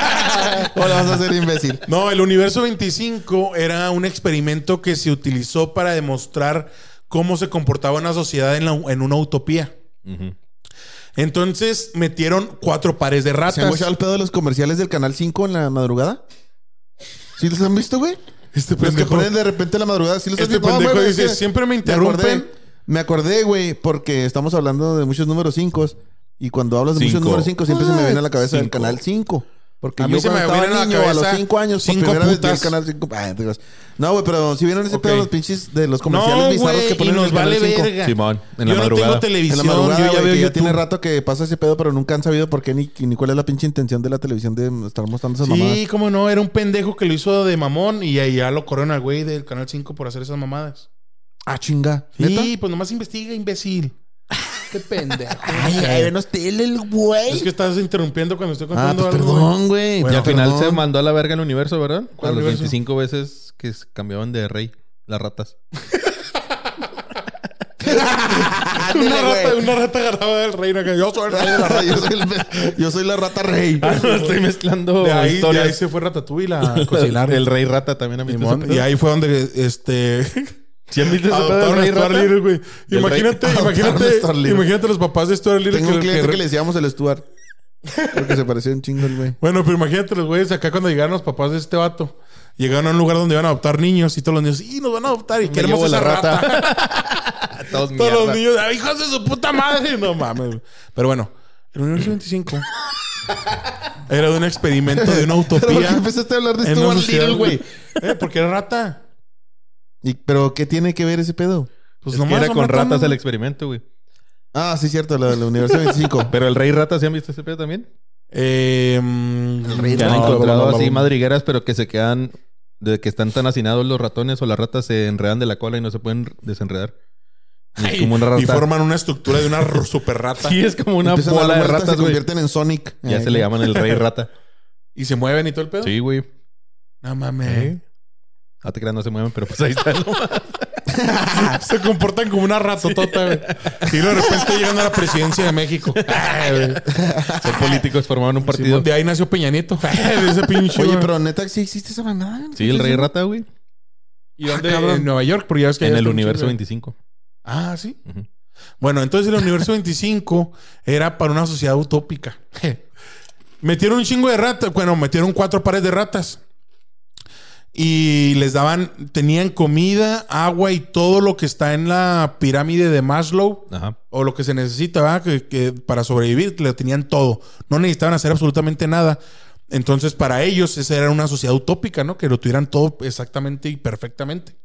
[SPEAKER 2] vas a hacer imbécil.
[SPEAKER 1] No, el universo 25 era un experimento que se utilizó para demostrar cómo se comportaba una sociedad en, la- en una utopía. Entonces metieron cuatro pares de
[SPEAKER 2] ¿Se han escuchado
[SPEAKER 1] ratas.
[SPEAKER 2] el pedo de los comerciales del Canal 5 en la madrugada? ¿Sí los han visto, güey?
[SPEAKER 1] Este
[SPEAKER 2] Los que
[SPEAKER 1] pendejo,
[SPEAKER 2] ponen de repente en la madrugada. ¿Sí los has
[SPEAKER 1] este
[SPEAKER 2] visto? No,
[SPEAKER 1] pendejo
[SPEAKER 2] güey, es
[SPEAKER 1] dice,
[SPEAKER 2] que-
[SPEAKER 1] siempre me
[SPEAKER 2] Me acordé,
[SPEAKER 1] interrumpen.
[SPEAKER 2] me acordé, güey, porque estamos hablando de muchos números 5 y cuando hablas de muchos
[SPEAKER 4] Cinco.
[SPEAKER 2] números 5 siempre se me viene a la cabeza del
[SPEAKER 4] Cinco.
[SPEAKER 2] canal 5. Porque
[SPEAKER 1] A
[SPEAKER 2] yo
[SPEAKER 1] mí se me
[SPEAKER 2] cuando estaba
[SPEAKER 1] viene a la
[SPEAKER 2] niño, a los
[SPEAKER 1] cabeza
[SPEAKER 2] 5 años, por
[SPEAKER 1] cinco
[SPEAKER 2] primera vez vi el
[SPEAKER 1] putas.
[SPEAKER 2] canal 5. No, güey, pero si vieron ese
[SPEAKER 1] Ok.
[SPEAKER 2] pedo de los pinches de los comerciales
[SPEAKER 1] No,
[SPEAKER 2] bizarros
[SPEAKER 1] güey,
[SPEAKER 2] que
[SPEAKER 1] y
[SPEAKER 2] ponen
[SPEAKER 1] nos
[SPEAKER 2] en el canal
[SPEAKER 1] vale
[SPEAKER 2] 5.
[SPEAKER 1] verga.
[SPEAKER 3] Simón, en la
[SPEAKER 1] yo
[SPEAKER 3] madrugada.
[SPEAKER 1] no tengo
[SPEAKER 2] En la
[SPEAKER 1] televisión,
[SPEAKER 2] madrugada,
[SPEAKER 1] yo ya
[SPEAKER 2] güey,
[SPEAKER 1] veo
[SPEAKER 2] que ya
[SPEAKER 1] YouTube.
[SPEAKER 2] tiene rato que pasa ese pedo, pero nunca han sabido por qué ni, ni cuál es la pinche intención de la televisión de estar mostrando esas mamadas.
[SPEAKER 1] Sí, cómo no, era un pendejo que lo hizo de mamón y ahí ya lo corrieron al güey del Canal 5 por hacer esas mamadas.
[SPEAKER 2] Ah, chinga. ¿Neta?
[SPEAKER 1] Sí, pues nomás investiga, imbécil. Qué pendejo.
[SPEAKER 2] Ay, ay, venos tele el güey.
[SPEAKER 1] es que estás interrumpiendo cuando estoy
[SPEAKER 2] Ah,
[SPEAKER 1] contando
[SPEAKER 2] pues
[SPEAKER 1] algo. güey.
[SPEAKER 2] perdón, güey.
[SPEAKER 3] y al final
[SPEAKER 2] perdón.
[SPEAKER 3] se mandó a la verga el universo, ¿verdad? A
[SPEAKER 1] ¿Cuál
[SPEAKER 3] los
[SPEAKER 1] universo?
[SPEAKER 3] 25 veces que s- cambiaban de rey las ratas.
[SPEAKER 1] Una rata, una rata agarraba del reino. Que yo soy el rey de la
[SPEAKER 2] La rata, yo, soy el- yo soy la rata rey.
[SPEAKER 3] Estoy mezclando
[SPEAKER 1] de ahí, de ahí
[SPEAKER 3] historias.
[SPEAKER 1] se fue Ratatouille a cocinar.
[SPEAKER 3] El rey rata también a mí.
[SPEAKER 1] Simón, y ahí fue donde este
[SPEAKER 3] ¿Sí han visto ese pedo del
[SPEAKER 1] adoptaron a
[SPEAKER 3] rey
[SPEAKER 1] Stuart
[SPEAKER 3] rata?
[SPEAKER 1] Little, güey.
[SPEAKER 3] El rey-
[SPEAKER 1] Imagínate,
[SPEAKER 2] adoptaron a
[SPEAKER 1] imagínate,
[SPEAKER 2] Stuart Little.
[SPEAKER 1] imagínate los papás de Stuart Little
[SPEAKER 2] Tengo un
[SPEAKER 1] que-
[SPEAKER 2] cliente
[SPEAKER 1] que-
[SPEAKER 2] que, le decíamos el Stuart. Porque se parecía un chingo el güey.
[SPEAKER 1] Bueno, pero imagínate los güeyes acá cuando llegaron los papás de este vato. Llegaron a un lugar donde iban a adoptar niños y todos los niños, ¡y nos van a adoptar! Y queremos
[SPEAKER 3] llevo
[SPEAKER 1] esa
[SPEAKER 3] la
[SPEAKER 1] rata.
[SPEAKER 3] rata". A todos
[SPEAKER 1] todos
[SPEAKER 3] mierda.
[SPEAKER 1] los niños, "¡Ah, ¡hijos de su puta madre! No mames. Pero bueno, el universo 25 era de un experimento, de una
[SPEAKER 2] Pero ¿por
[SPEAKER 1] utopía.
[SPEAKER 2] qué empezaste a hablar de
[SPEAKER 1] en una
[SPEAKER 2] Stuart
[SPEAKER 1] sociedad,
[SPEAKER 2] Little, güey?
[SPEAKER 1] Eh, porque era rata.
[SPEAKER 2] ¿Y- ¿Pero qué tiene que ver ese pedo?
[SPEAKER 1] Pues
[SPEAKER 3] Es que
[SPEAKER 1] nomás
[SPEAKER 3] era
[SPEAKER 1] son
[SPEAKER 3] con
[SPEAKER 1] ratones.
[SPEAKER 3] ratas el experimento, güey.
[SPEAKER 2] Ah, sí, cierto, la del Universo 25.
[SPEAKER 3] Pero el rey rata, ¿sí han visto ese pedo también?
[SPEAKER 1] Eh, mm,
[SPEAKER 2] rey
[SPEAKER 3] Que han
[SPEAKER 2] No,
[SPEAKER 3] encontrado
[SPEAKER 2] no, no,
[SPEAKER 3] así
[SPEAKER 2] no.
[SPEAKER 3] madrigueras, pero que se quedan... De que están tan hacinados los ratones o las ratas se enredan de la cola y no se pueden desenredar. Y es como una rata.
[SPEAKER 1] Y forman una estructura de una r- super rata.
[SPEAKER 3] Sí, es como una
[SPEAKER 2] Empiezan a dar
[SPEAKER 3] bola de
[SPEAKER 2] vueltas,
[SPEAKER 3] ratas,
[SPEAKER 2] se
[SPEAKER 3] güey.
[SPEAKER 2] convierten en Sonic.
[SPEAKER 3] Ya
[SPEAKER 2] Eh,
[SPEAKER 3] se le llaman el rey rata.
[SPEAKER 1] Y se mueven y todo el pedo.
[SPEAKER 3] Sí, güey.
[SPEAKER 1] No mames.
[SPEAKER 3] No te creas, no se mueven, pero pues ahí están.
[SPEAKER 1] Ah, Se comportan como una ratotota, güey. Y de repente llegan a la presidencia de México. Ay, güey.
[SPEAKER 3] Son políticos, formaron un partido.
[SPEAKER 1] Simón, de ahí nació Peña Nieto. De ese pinche.
[SPEAKER 2] Oye,
[SPEAKER 1] güey.
[SPEAKER 2] pero neta, sí existe esa mamada.
[SPEAKER 3] Sí, el rey rata, güey.
[SPEAKER 1] ¿Y dónde?
[SPEAKER 2] Ah, cabrón.
[SPEAKER 1] en Nueva York, porque ya ves que
[SPEAKER 3] En
[SPEAKER 1] allá
[SPEAKER 3] el
[SPEAKER 1] está un
[SPEAKER 3] universo
[SPEAKER 1] chingo de-
[SPEAKER 3] 25.
[SPEAKER 1] Ah, sí.
[SPEAKER 3] Ujú.
[SPEAKER 1] Bueno, entonces el universo 25 era para una sociedad utópica. metieron un chingo de ratas, bueno, metieron cuatro pares de ratas. Y les daban, tenían comida, agua y todo lo que está en la pirámide de Maslow.
[SPEAKER 3] Ajá.
[SPEAKER 1] o lo que se necesita ¿verdad? Que, que para sobrevivir, le tenían todo. No necesitaban hacer absolutamente nada. Entonces, para ellos, esa era una sociedad utópica, ¿no? Que lo tuvieran todo exactamente y perfectamente.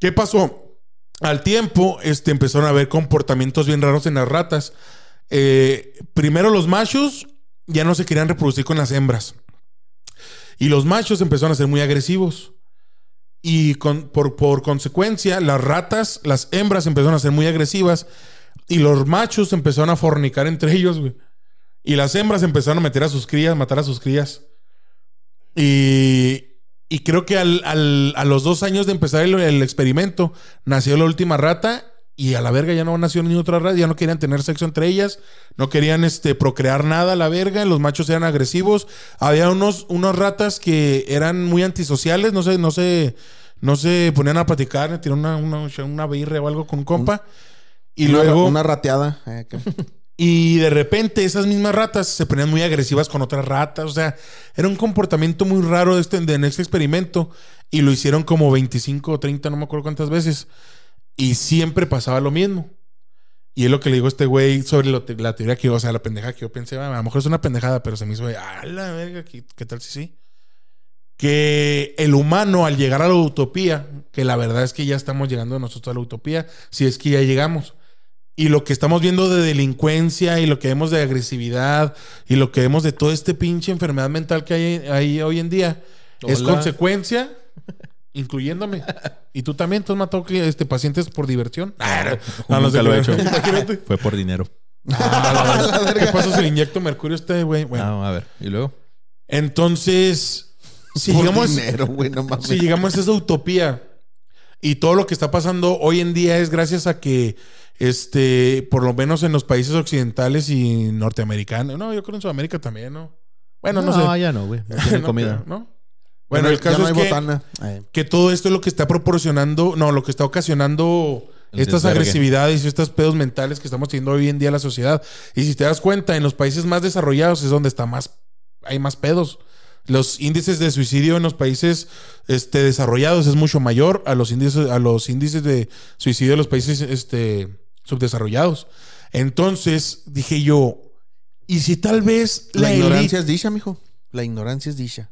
[SPEAKER 1] ¿Qué pasó? Al tiempo, este, empezaron a ver comportamientos bien raros en las ratas. Eh, primero, los machos ya no se querían reproducir con las hembras. Y los machos empezaron a ser muy agresivos. Y con- por, por consecuencia, las ratas, las hembras empezaron a ser muy agresivas y los machos empezaron a fornicar entre ellos, güey. Y las hembras empezaron a meter a sus crías, matar a sus crías. Y, y creo que al- al- a los dos años de empezar el, el experimento, nació la última rata y a la verga ya no nació ni otra rata, ya no querían tener sexo entre ellas, no querían este, procrear nada a la verga, los machos eran agresivos, había unos, unos ratas que eran muy antisociales, no sé, no sé, no se ponían a platicar, tienen una, una, una birra o algo con un compa. Y
[SPEAKER 2] Una-
[SPEAKER 1] luego,
[SPEAKER 2] Mm. Una rateada. Eh, que-
[SPEAKER 1] y de repente esas mismas ratas se ponían muy agresivas con otras ratas. O sea, era un comportamiento muy raro de este, de- en este experimento. Y lo hicieron como 25 o 30, no me acuerdo cuántas veces. Y siempre pasaba lo mismo. Y es lo que le digo a este güey sobre lo te- la teoría que yo, o sea, la pendeja que yo pensé, "Ah, a lo mejor es una pendejada, pero se me hizo, de, ah, la verga, ¿qué, qué tal si sí? Que el humano al llegar a la utopía, que la verdad es que ya estamos llegando nosotros a la utopía, si es que ya llegamos. Y lo que estamos viendo de delincuencia y lo que vemos de agresividad y lo que vemos de todo este pinche enfermedad mental que hay, hay hoy en día es
[SPEAKER 3] Hola.
[SPEAKER 1] consecuencia, incluyéndome. Y tú también, tú has matado cli- este, pacientes por diversión. Ah,
[SPEAKER 3] Nunca
[SPEAKER 1] sé,
[SPEAKER 3] lo he
[SPEAKER 1] pero-
[SPEAKER 3] hecho.
[SPEAKER 1] Imagínate.
[SPEAKER 3] Fue por dinero.
[SPEAKER 1] Ah, la verga. ¿Qué pasa si le inyecto mercurio a este güey? Bueno,
[SPEAKER 3] Ah, a ver. ¿Y luego?
[SPEAKER 1] entonces, si
[SPEAKER 2] por
[SPEAKER 1] llegamos,
[SPEAKER 2] dinero, güey, no mames.
[SPEAKER 1] si llegamos a esa utopía y todo lo que está pasando hoy en día es gracias a que, este, por lo menos en los países occidentales y norteamericanos, no, yo creo en Sudamérica también, ¿no? Bueno, no, sé.
[SPEAKER 3] ya no, güey. No
[SPEAKER 1] No
[SPEAKER 3] tiene
[SPEAKER 1] creo,
[SPEAKER 3] comida.
[SPEAKER 1] ¿no?
[SPEAKER 2] Ya
[SPEAKER 1] Bueno,
[SPEAKER 2] no-
[SPEAKER 1] el caso
[SPEAKER 2] ya no
[SPEAKER 1] es
[SPEAKER 2] hay
[SPEAKER 1] que
[SPEAKER 2] botana. Eh,
[SPEAKER 1] que todo esto es lo que está proporcionando, no, lo que está ocasionando
[SPEAKER 3] El
[SPEAKER 1] estas
[SPEAKER 3] desvergue.
[SPEAKER 1] agresividades y estos pedos mentales que estamos teniendo hoy en día en la sociedad. Y si te das cuenta, en los países más desarrollados es donde está más, hay más pedos. Los índices de suicidio en los países este, desarrollados es mucho mayor a los índices, a los índices de suicidio de los países este, subdesarrollados. Entonces, dije yo, ¿y si tal vez
[SPEAKER 2] La,
[SPEAKER 1] la, élite
[SPEAKER 2] ignorancia es dicha, mijo. La ignorancia es dicha.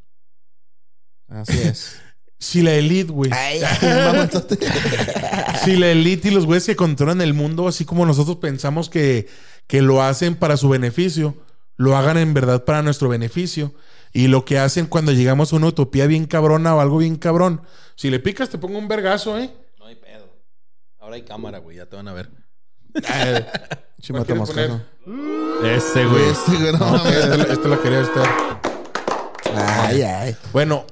[SPEAKER 2] Así es.
[SPEAKER 1] Si la elite, güey.
[SPEAKER 2] Mamonzote.
[SPEAKER 1] Si la elite y los güeyes que controlan el mundo, así como nosotros pensamos que, que lo hacen para su beneficio, lo hagan en verdad para nuestro beneficio. Y lo que hacen cuando llegamos a una utopía bien cabrona o algo bien cabrón. Si le picas, te pongo un vergazo, ¿eh?
[SPEAKER 3] No hay pedo. Ahora hay cámara, güey. Ya te van a ver.
[SPEAKER 1] Ah,
[SPEAKER 2] Sí,
[SPEAKER 1] ¿Cuál quieres
[SPEAKER 2] matamos
[SPEAKER 1] poner?
[SPEAKER 2] caso.
[SPEAKER 3] Ese, güey.
[SPEAKER 2] Este, güey, no
[SPEAKER 1] Esta,
[SPEAKER 2] mames.
[SPEAKER 1] la- esta la este quería estar.
[SPEAKER 2] Ay, ay.
[SPEAKER 1] Bueno,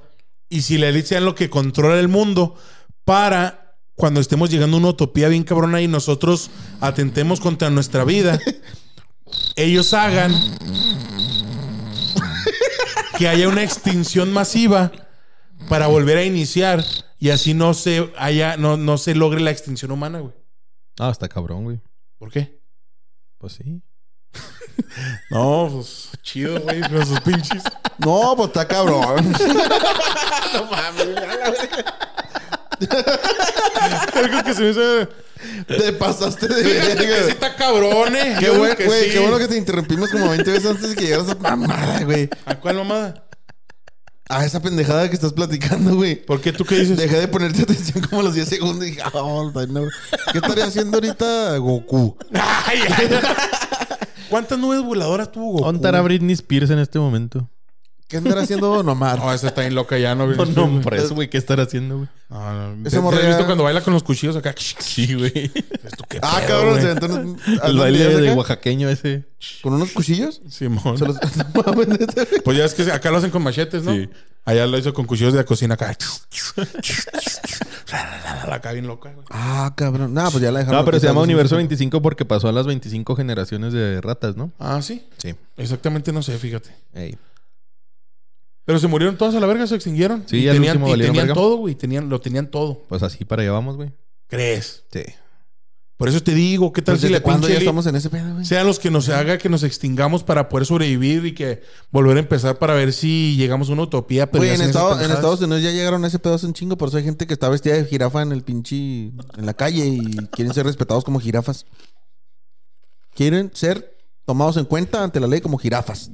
[SPEAKER 1] y si la elite sean lo que controla el mundo para cuando estemos llegando a una utopía bien cabrona y nosotros atentemos contra nuestra vida, ellos hagan que haya una extinción masiva para volver a iniciar y así no se haya, no, no se logre la extinción humana, güey.
[SPEAKER 3] Ah, está cabrón, güey.
[SPEAKER 1] ¿Por qué?
[SPEAKER 3] Pues sí.
[SPEAKER 1] No, pues chido, güey, con sus pinches.
[SPEAKER 2] No, pues está cabrón.
[SPEAKER 1] Algo que se me hizo-
[SPEAKER 2] Te pasaste de verga,
[SPEAKER 1] que sí
[SPEAKER 2] güey.
[SPEAKER 1] está cabrón, eh.
[SPEAKER 2] Qué
[SPEAKER 1] Yo
[SPEAKER 2] bueno,
[SPEAKER 1] digo que
[SPEAKER 2] güey.
[SPEAKER 1] sí.
[SPEAKER 2] Qué bueno que te interrumpimos como 20 veces antes de que llegaras a mamada, güey.
[SPEAKER 1] ¿A cuál mamada?
[SPEAKER 2] A esa pendejada que estás platicando, güey.
[SPEAKER 1] ¿Por qué tú qué dices?
[SPEAKER 2] Dejé de ponerte atención como los 10 segundos y dije, ah, onda, no. ¿Qué estaría haciendo ahorita Goku?
[SPEAKER 1] Ay, ay. ¿Cuántas nubes voladoras tuvo Goku?
[SPEAKER 3] ¿Dónde estará Britney Spears en este momento?
[SPEAKER 2] ¿Qué andará haciendo Don Omar?
[SPEAKER 1] No, esa está bien loca ya, no. Ah,
[SPEAKER 3] No, no,
[SPEAKER 1] no,
[SPEAKER 3] por eso, pues, güey. ¿Qué estará haciendo, güey?
[SPEAKER 1] no.
[SPEAKER 2] Esa
[SPEAKER 1] ¿Te-
[SPEAKER 2] morra
[SPEAKER 1] te has
[SPEAKER 2] ya-
[SPEAKER 1] visto cuando baila con los cuchillos acá?
[SPEAKER 3] Sí, güey.
[SPEAKER 1] ¿Tú qué
[SPEAKER 2] ah,
[SPEAKER 1] pedo,
[SPEAKER 2] cabrón,
[SPEAKER 1] güey?
[SPEAKER 2] se aventó unos-
[SPEAKER 3] El
[SPEAKER 2] unos
[SPEAKER 3] baile
[SPEAKER 2] videos
[SPEAKER 3] de
[SPEAKER 2] acá
[SPEAKER 3] oaxaqueño ese.
[SPEAKER 2] ¿Con unos cuchillos?
[SPEAKER 1] Simón.
[SPEAKER 2] Se los... No mames, neta, güey.
[SPEAKER 1] Pues ya es que acá lo hacen con machetes, ¿no?
[SPEAKER 3] Sí.
[SPEAKER 1] Allá lo hizo con cuchillos de la cocina acá. acá bien loca, güey.
[SPEAKER 2] ah, cabrón. No, pues ya la dejaron.
[SPEAKER 3] No, Ah, pero
[SPEAKER 2] aquí,
[SPEAKER 3] se llama
[SPEAKER 2] tal vez.
[SPEAKER 3] Universo 25 porque pasó a las 25 generaciones de ratas, ¿no?
[SPEAKER 1] Ah, sí.
[SPEAKER 3] Sí.
[SPEAKER 1] Exactamente no sé, fíjate. Pero se murieron todas a la verga, se extinguieron.
[SPEAKER 3] Sí,
[SPEAKER 1] y
[SPEAKER 3] al
[SPEAKER 1] tenían,
[SPEAKER 3] último
[SPEAKER 1] y
[SPEAKER 3] valieron
[SPEAKER 1] tenían
[SPEAKER 3] verga.
[SPEAKER 1] todo, güey. Tenían, lo tenían todo.
[SPEAKER 3] Pues así para allá vamos, güey.
[SPEAKER 1] ¿Crees?
[SPEAKER 3] Sí.
[SPEAKER 1] Por eso te digo, ¿qué tal
[SPEAKER 2] Pues,
[SPEAKER 1] si
[SPEAKER 2] ¿Desde
[SPEAKER 1] la
[SPEAKER 2] cuándo
[SPEAKER 1] pinche
[SPEAKER 2] ya
[SPEAKER 1] elite-
[SPEAKER 2] estamos en ese pedo, güey?
[SPEAKER 1] sean los que nos haga que nos extingamos para poder sobrevivir y que volver a empezar para ver si llegamos a una utopía. Pero
[SPEAKER 2] Güey,
[SPEAKER 1] ya
[SPEAKER 2] en,
[SPEAKER 1] sin esas
[SPEAKER 2] Estado- en
[SPEAKER 1] pendejadas.
[SPEAKER 2] Estados Unidos ya llegaron a ese pedazo un chingo, por eso hay gente que está vestida de jirafa en el pinche. en la calle y quieren ser respetados como jirafas. Quieren ser tomados en cuenta ante la ley como jirafas.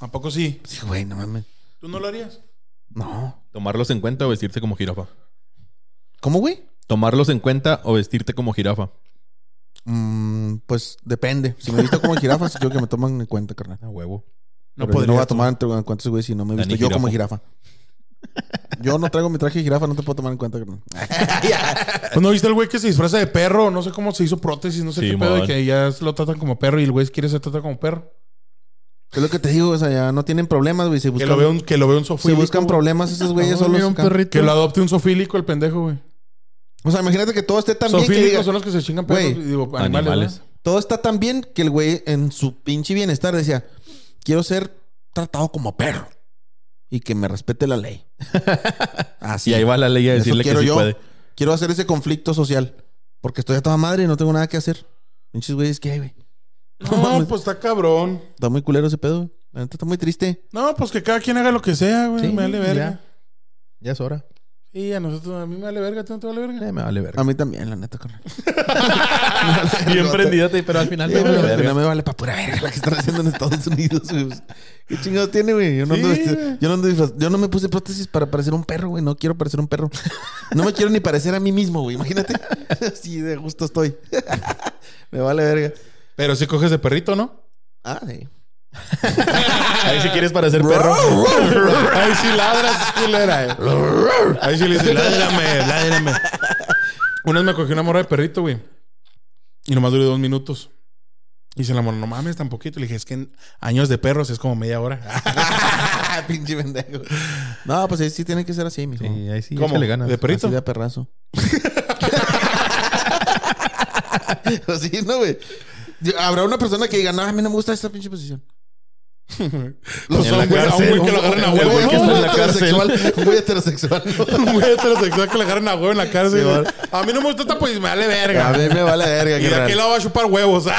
[SPEAKER 1] ¿A poco sí?
[SPEAKER 2] Sí, güey, no mames.
[SPEAKER 1] ¿Tú no lo harías?
[SPEAKER 2] No.
[SPEAKER 3] Tomarlos en cuenta o vestirte como jirafa.
[SPEAKER 2] ¿Cómo, güey?
[SPEAKER 3] Tomarlos en cuenta o vestirte como jirafa.
[SPEAKER 2] Mm, pues depende. Si me he visto como jirafa, sí creo que me toman en cuenta, carnal.
[SPEAKER 3] A huevo.
[SPEAKER 1] No
[SPEAKER 2] Pero yo No voy
[SPEAKER 1] podría.
[SPEAKER 2] a tomar en en cuenta, ese güey, si no me he
[SPEAKER 3] Dani
[SPEAKER 2] visto yo como jirafa. Yo no traigo mi traje de jirafa, no te puedo tomar en cuenta, carnal.
[SPEAKER 1] Pues, ¿No viste el güey que se disfraza de perro? No sé cómo se hizo prótesis, no sé
[SPEAKER 3] Sí,
[SPEAKER 1] qué pedo.
[SPEAKER 3] mon.
[SPEAKER 1] Y que ya lo tratan como perro y el güey quiere ser tratado como perro.
[SPEAKER 2] Es lo que te digo, o sea, ya no tienen problemas, güey. Se
[SPEAKER 1] Que
[SPEAKER 2] buscan,
[SPEAKER 1] lo, vea un, que lo vea un
[SPEAKER 2] se
[SPEAKER 1] sofílico.
[SPEAKER 2] buscan
[SPEAKER 1] güey.
[SPEAKER 2] problemas esos güeyes solo.
[SPEAKER 3] Ah, Mira un perrito.
[SPEAKER 1] Que lo adopte un sofílico el pendejo, güey.
[SPEAKER 2] O sea, imagínate que todo esté tan bien que diga-
[SPEAKER 1] Sofílicos son los que se chingan perros.
[SPEAKER 2] Güey,
[SPEAKER 1] digo, animales.
[SPEAKER 3] Animales.
[SPEAKER 1] ¿verdad?
[SPEAKER 2] todo está tan bien que el güey en su pinche bienestar decía, quiero ser tratado como perro. y que me respete la ley. Así.
[SPEAKER 3] Y ahí va la ley a
[SPEAKER 2] Eso
[SPEAKER 3] decirle que
[SPEAKER 2] quiero
[SPEAKER 3] sí
[SPEAKER 2] yo.
[SPEAKER 3] puede.
[SPEAKER 2] Quiero hacer ese conflicto social. Porque estoy a toda madre y no tengo nada que hacer. Pinches güeyes, ¿qué hay, güey? No
[SPEAKER 1] No,
[SPEAKER 2] mames.
[SPEAKER 1] pues está cabrón.
[SPEAKER 2] Está muy culero ese pedo, güey. La neta está muy triste.
[SPEAKER 1] No, pues que cada quien haga lo que sea, güey.
[SPEAKER 3] Sí,
[SPEAKER 1] me vale verga.
[SPEAKER 3] ya. Ya es hora.
[SPEAKER 1] Y a nosotros, a mí me vale verga, ¿tú no te vale verga?
[SPEAKER 3] Eh, me vale verga.
[SPEAKER 2] A mí también, la neta, carnal.
[SPEAKER 3] Bien prendidote, pero al final
[SPEAKER 2] Sí,
[SPEAKER 3] me vale
[SPEAKER 2] güey, al final
[SPEAKER 3] verga.
[SPEAKER 2] me vale para pura verga la que están haciendo en Estados Unidos, güey. Pues, ¿Qué chingados tiene, güey? Yo no, ando
[SPEAKER 1] Sí,
[SPEAKER 2] vesti-
[SPEAKER 1] güey.
[SPEAKER 2] yo no ando disfraz- Yo no me puse prótesis para parecer un perro, güey. No quiero parecer un perro. No me quiero ni parecer a mí mismo, güey. Imagínate. Así de gusto estoy. me vale verga.
[SPEAKER 1] Pero si coges de perrito, ¿no?
[SPEAKER 2] Ah, sí.
[SPEAKER 3] Ahí si quieres parecer perro.
[SPEAKER 1] Ahí sí ladras, culera. eh. Ahí sí le dices, ládrame, ládrame. Una vez me cogí una morra de perrito, güey. Y nomás duré dos minutos. Y dice la morra, no mames, tan poquito. Le dije, es que en años de perros es como media hora. Ah,
[SPEAKER 2] Pinche pendejo. No, pues sí, sí tiene que ser así, mijo.
[SPEAKER 3] Sí, ahí sí,
[SPEAKER 1] ¿Cómo?
[SPEAKER 3] échale ganas.
[SPEAKER 1] ¿De perrito?
[SPEAKER 2] Así de a perrazo. Así, ¿no, güey? Yo- Habrá una persona que diga, no, a mí no me gusta esta pinche posición.
[SPEAKER 1] Pues
[SPEAKER 3] En
[SPEAKER 1] a
[SPEAKER 3] la
[SPEAKER 1] un güey- a un güey que lo agarran a
[SPEAKER 3] El
[SPEAKER 1] huevo,
[SPEAKER 3] güey que
[SPEAKER 1] ¿no?
[SPEAKER 3] está en
[SPEAKER 2] Un
[SPEAKER 3] la
[SPEAKER 2] heterosexual, Un güey heterosexual.
[SPEAKER 1] Un güey heterosexual que le agarran a huevo en la cárcel.
[SPEAKER 2] Sí,
[SPEAKER 1] güey.
[SPEAKER 2] vale.
[SPEAKER 1] a mí no me gusta esta, pues me vale
[SPEAKER 2] A
[SPEAKER 1] verga.
[SPEAKER 2] mí me vale verga,
[SPEAKER 1] Y de
[SPEAKER 2] carnal.
[SPEAKER 1] aquel lado va a chupar huevos.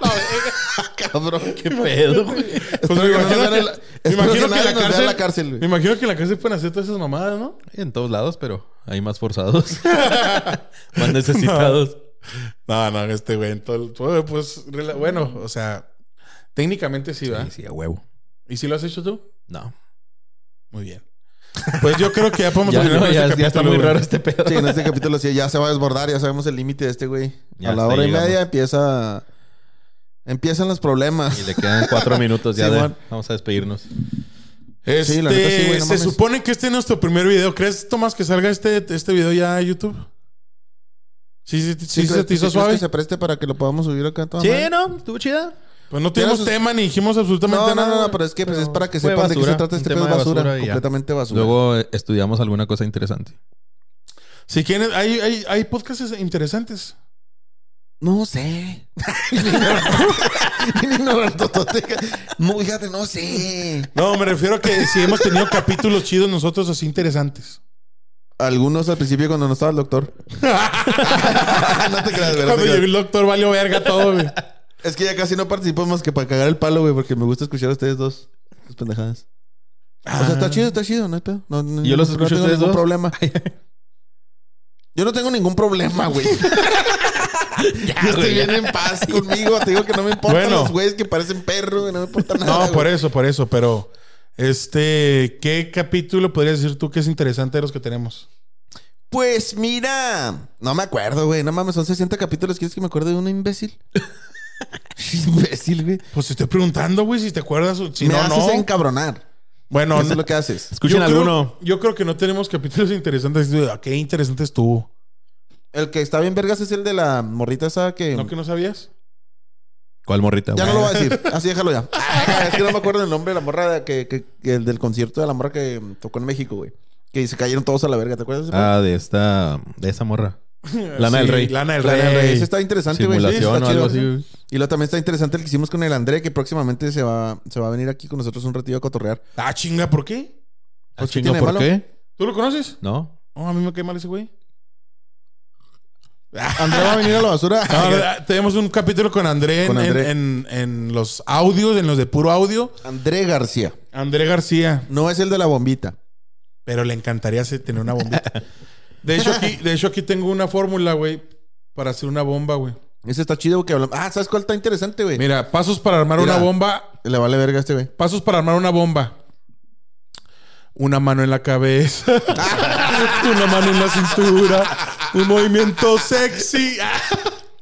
[SPEAKER 1] Ah,
[SPEAKER 2] cabrón.
[SPEAKER 3] Qué pedo, güey.
[SPEAKER 1] pues
[SPEAKER 2] Espero
[SPEAKER 1] me
[SPEAKER 2] que
[SPEAKER 1] imagino
[SPEAKER 2] no nos
[SPEAKER 1] que-
[SPEAKER 2] vean en la-
[SPEAKER 1] me
[SPEAKER 2] espero que
[SPEAKER 1] imagino que
[SPEAKER 2] nadie
[SPEAKER 1] en
[SPEAKER 2] nos
[SPEAKER 1] la
[SPEAKER 2] vea en
[SPEAKER 1] cárcel-
[SPEAKER 2] la cárcel, güey.
[SPEAKER 1] me imagino que en la cárcel pueden hacer todas esas mamadas, ¿no?
[SPEAKER 3] En todos lados, pero hay más forzados. más necesitados.
[SPEAKER 1] No, no, este güey. en todo el- todo, pues, rela- bueno, o sea, técnicamente sí, ¿verdad?
[SPEAKER 3] Sí, sí, a huevo.
[SPEAKER 1] ¿Y si lo has hecho tú?
[SPEAKER 3] Ah. No.
[SPEAKER 1] Muy bien. Pues yo creo que ya podemos
[SPEAKER 3] Ya,
[SPEAKER 1] terminar
[SPEAKER 3] no,
[SPEAKER 1] con
[SPEAKER 3] ya-
[SPEAKER 1] este
[SPEAKER 3] ya está
[SPEAKER 1] capítulo,
[SPEAKER 3] muy
[SPEAKER 1] güey.
[SPEAKER 3] raro este pedo.
[SPEAKER 2] Sí, en este capítulo sí, ya se va a desbordar, ya sabemos el límite de este güey.
[SPEAKER 3] Ya
[SPEAKER 2] A la
[SPEAKER 3] hasta
[SPEAKER 2] hora y
[SPEAKER 3] llegamos.
[SPEAKER 2] media empieza. Empiezan los problemas.
[SPEAKER 3] Y le quedan cuatro minutos ya.
[SPEAKER 2] Sí,
[SPEAKER 3] de-
[SPEAKER 2] bueno.
[SPEAKER 3] Vamos a despedirnos.
[SPEAKER 1] Este,
[SPEAKER 2] Sí, la neta sí, güey, no
[SPEAKER 1] se
[SPEAKER 2] mames.
[SPEAKER 1] supone que este es nuestro primer video. ¿Crees, Tomás, que salga este, este video ya a YouTube? ¿Sí, sí, sí,
[SPEAKER 2] Sí,
[SPEAKER 1] se te hizo
[SPEAKER 2] ¿crees que
[SPEAKER 1] suave?
[SPEAKER 2] se preste para que lo podamos subir acá a toda
[SPEAKER 3] Sí,
[SPEAKER 2] madre?
[SPEAKER 3] ¿no? Estuvo chida.
[SPEAKER 1] Pues no tuvimos
[SPEAKER 2] sus-
[SPEAKER 1] tema ni dijimos absolutamente
[SPEAKER 2] No, no,
[SPEAKER 1] nada.
[SPEAKER 2] no,
[SPEAKER 1] güey.
[SPEAKER 2] pero es que pues, es para que
[SPEAKER 3] fue
[SPEAKER 2] sepan de qué
[SPEAKER 3] basura,
[SPEAKER 2] se trata
[SPEAKER 3] un
[SPEAKER 2] este
[SPEAKER 3] tema
[SPEAKER 2] pedo. Es
[SPEAKER 3] de
[SPEAKER 2] basura,
[SPEAKER 3] basura y ya.
[SPEAKER 2] completamente basura.
[SPEAKER 3] Luego eh, estudiamos alguna cosa interesante.
[SPEAKER 1] Si quieren, hay, hay, hay podcasts interesantes.
[SPEAKER 2] No sé. Bien ignorantotote. No, fíjate, no sé.
[SPEAKER 1] No, me refiero a que si hemos tenido capítulos chidos nosotros así interesantes.
[SPEAKER 2] Algunos al principio cuando no estaba el doctor. no te creas, güey, no te
[SPEAKER 1] Cuando
[SPEAKER 2] creas.
[SPEAKER 1] llegó el doctor, valió verga todo, güey.
[SPEAKER 2] Es que ya casi no participo más que para cagar el palo, güey, porque me gusta escuchar a ustedes dos. Sus pendejadas. O sea,
[SPEAKER 1] Ah.
[SPEAKER 2] está chido, está chido, no hay pedo. No, no,
[SPEAKER 3] Ah. ¿Y yo los
[SPEAKER 2] no
[SPEAKER 3] escucho a
[SPEAKER 2] tengo
[SPEAKER 3] ustedes
[SPEAKER 2] ningún
[SPEAKER 3] dos?
[SPEAKER 2] problema. Yo no tengo ningún problema, güey. yo estoy
[SPEAKER 3] Ah, güey, ya.
[SPEAKER 2] bien en paz conmigo. Te digo que no me importan
[SPEAKER 1] Bueno.
[SPEAKER 2] los güeyes que parecen perros, güey, No me importa nada.
[SPEAKER 1] No,
[SPEAKER 2] güey.
[SPEAKER 1] por eso, por eso, pero este, ¿qué capítulo podrías decir tú que es interesante de los que tenemos?
[SPEAKER 2] Pues mira, no me acuerdo, güey. No mames, son 60 capítulos. ¿Quieres que me acuerde de uno imbécil? imbécil, güey.
[SPEAKER 1] Pues te estoy preguntando, güey, si te acuerdas o si
[SPEAKER 2] me
[SPEAKER 1] no,
[SPEAKER 2] haces
[SPEAKER 1] no.
[SPEAKER 2] encabronar.
[SPEAKER 1] Bueno,
[SPEAKER 2] Eso es
[SPEAKER 1] no-
[SPEAKER 2] lo que haces.
[SPEAKER 3] Escuchen
[SPEAKER 1] yo
[SPEAKER 3] alguno.
[SPEAKER 1] Creo, yo creo que no tenemos capítulos interesantes. Ah, Qué interesante estuvo.
[SPEAKER 2] El que está bien vergas es el de la morrita esa que...
[SPEAKER 1] ¿No que no sabías?
[SPEAKER 3] ¿Cuál morrita?
[SPEAKER 2] Ya no
[SPEAKER 3] güey?
[SPEAKER 2] lo voy a decir. Así déjalo ya. Ah, es que no me acuerdo el nombre de la morra de- que, que, que el del concierto de la morra que mm, tocó en México, güey. Que se cayeron todos a la verga, ¿te acuerdas? de ese pedo?
[SPEAKER 3] Ah, de esta... De esa morra. Lana
[SPEAKER 1] Sí,
[SPEAKER 3] del Rey.
[SPEAKER 1] Lana del
[SPEAKER 2] La
[SPEAKER 1] Rey.
[SPEAKER 2] del Rey. Ese está interesante, güey. Sí,
[SPEAKER 3] Simulación
[SPEAKER 2] está
[SPEAKER 3] o algo
[SPEAKER 2] chido.
[SPEAKER 3] así. güey.
[SPEAKER 2] Y luego también está interesante el que hicimos con el André, que próximamente se va, se va a venir aquí con nosotros un ratillo a cotorrear.
[SPEAKER 1] Ah, chinga, ¿por qué?
[SPEAKER 3] Ah,
[SPEAKER 2] Pues, ¿qué
[SPEAKER 3] chingo,
[SPEAKER 2] tiene de
[SPEAKER 3] ¿Por
[SPEAKER 2] malo?
[SPEAKER 3] qué?
[SPEAKER 1] ¿Tú lo conoces?
[SPEAKER 3] No.
[SPEAKER 1] No, a mí me cae mal ese güey.
[SPEAKER 2] André va a venir a la basura.
[SPEAKER 1] Ahora, tenemos un capítulo con André, en-
[SPEAKER 2] Con André.
[SPEAKER 1] En, en- en los audios, en los de puro audio.
[SPEAKER 2] André García.
[SPEAKER 1] André García.
[SPEAKER 2] No es el de la bombita.
[SPEAKER 1] Pero le encantaría hacer- tener una bombita. De hecho, aquí, de hecho, aquí tengo una fórmula, güey, para hacer una bomba, güey.
[SPEAKER 2] Ese está chido que hablamos. Ah, ¿sabes cuál está interesante, güey?
[SPEAKER 1] Mira, pasos para armar
[SPEAKER 2] Mira.
[SPEAKER 1] una bomba.
[SPEAKER 2] Le vale verga a este, güey.
[SPEAKER 1] Pasos para armar una bomba. Una mano en la cabeza. una mano en la cintura. Un movimiento sexy.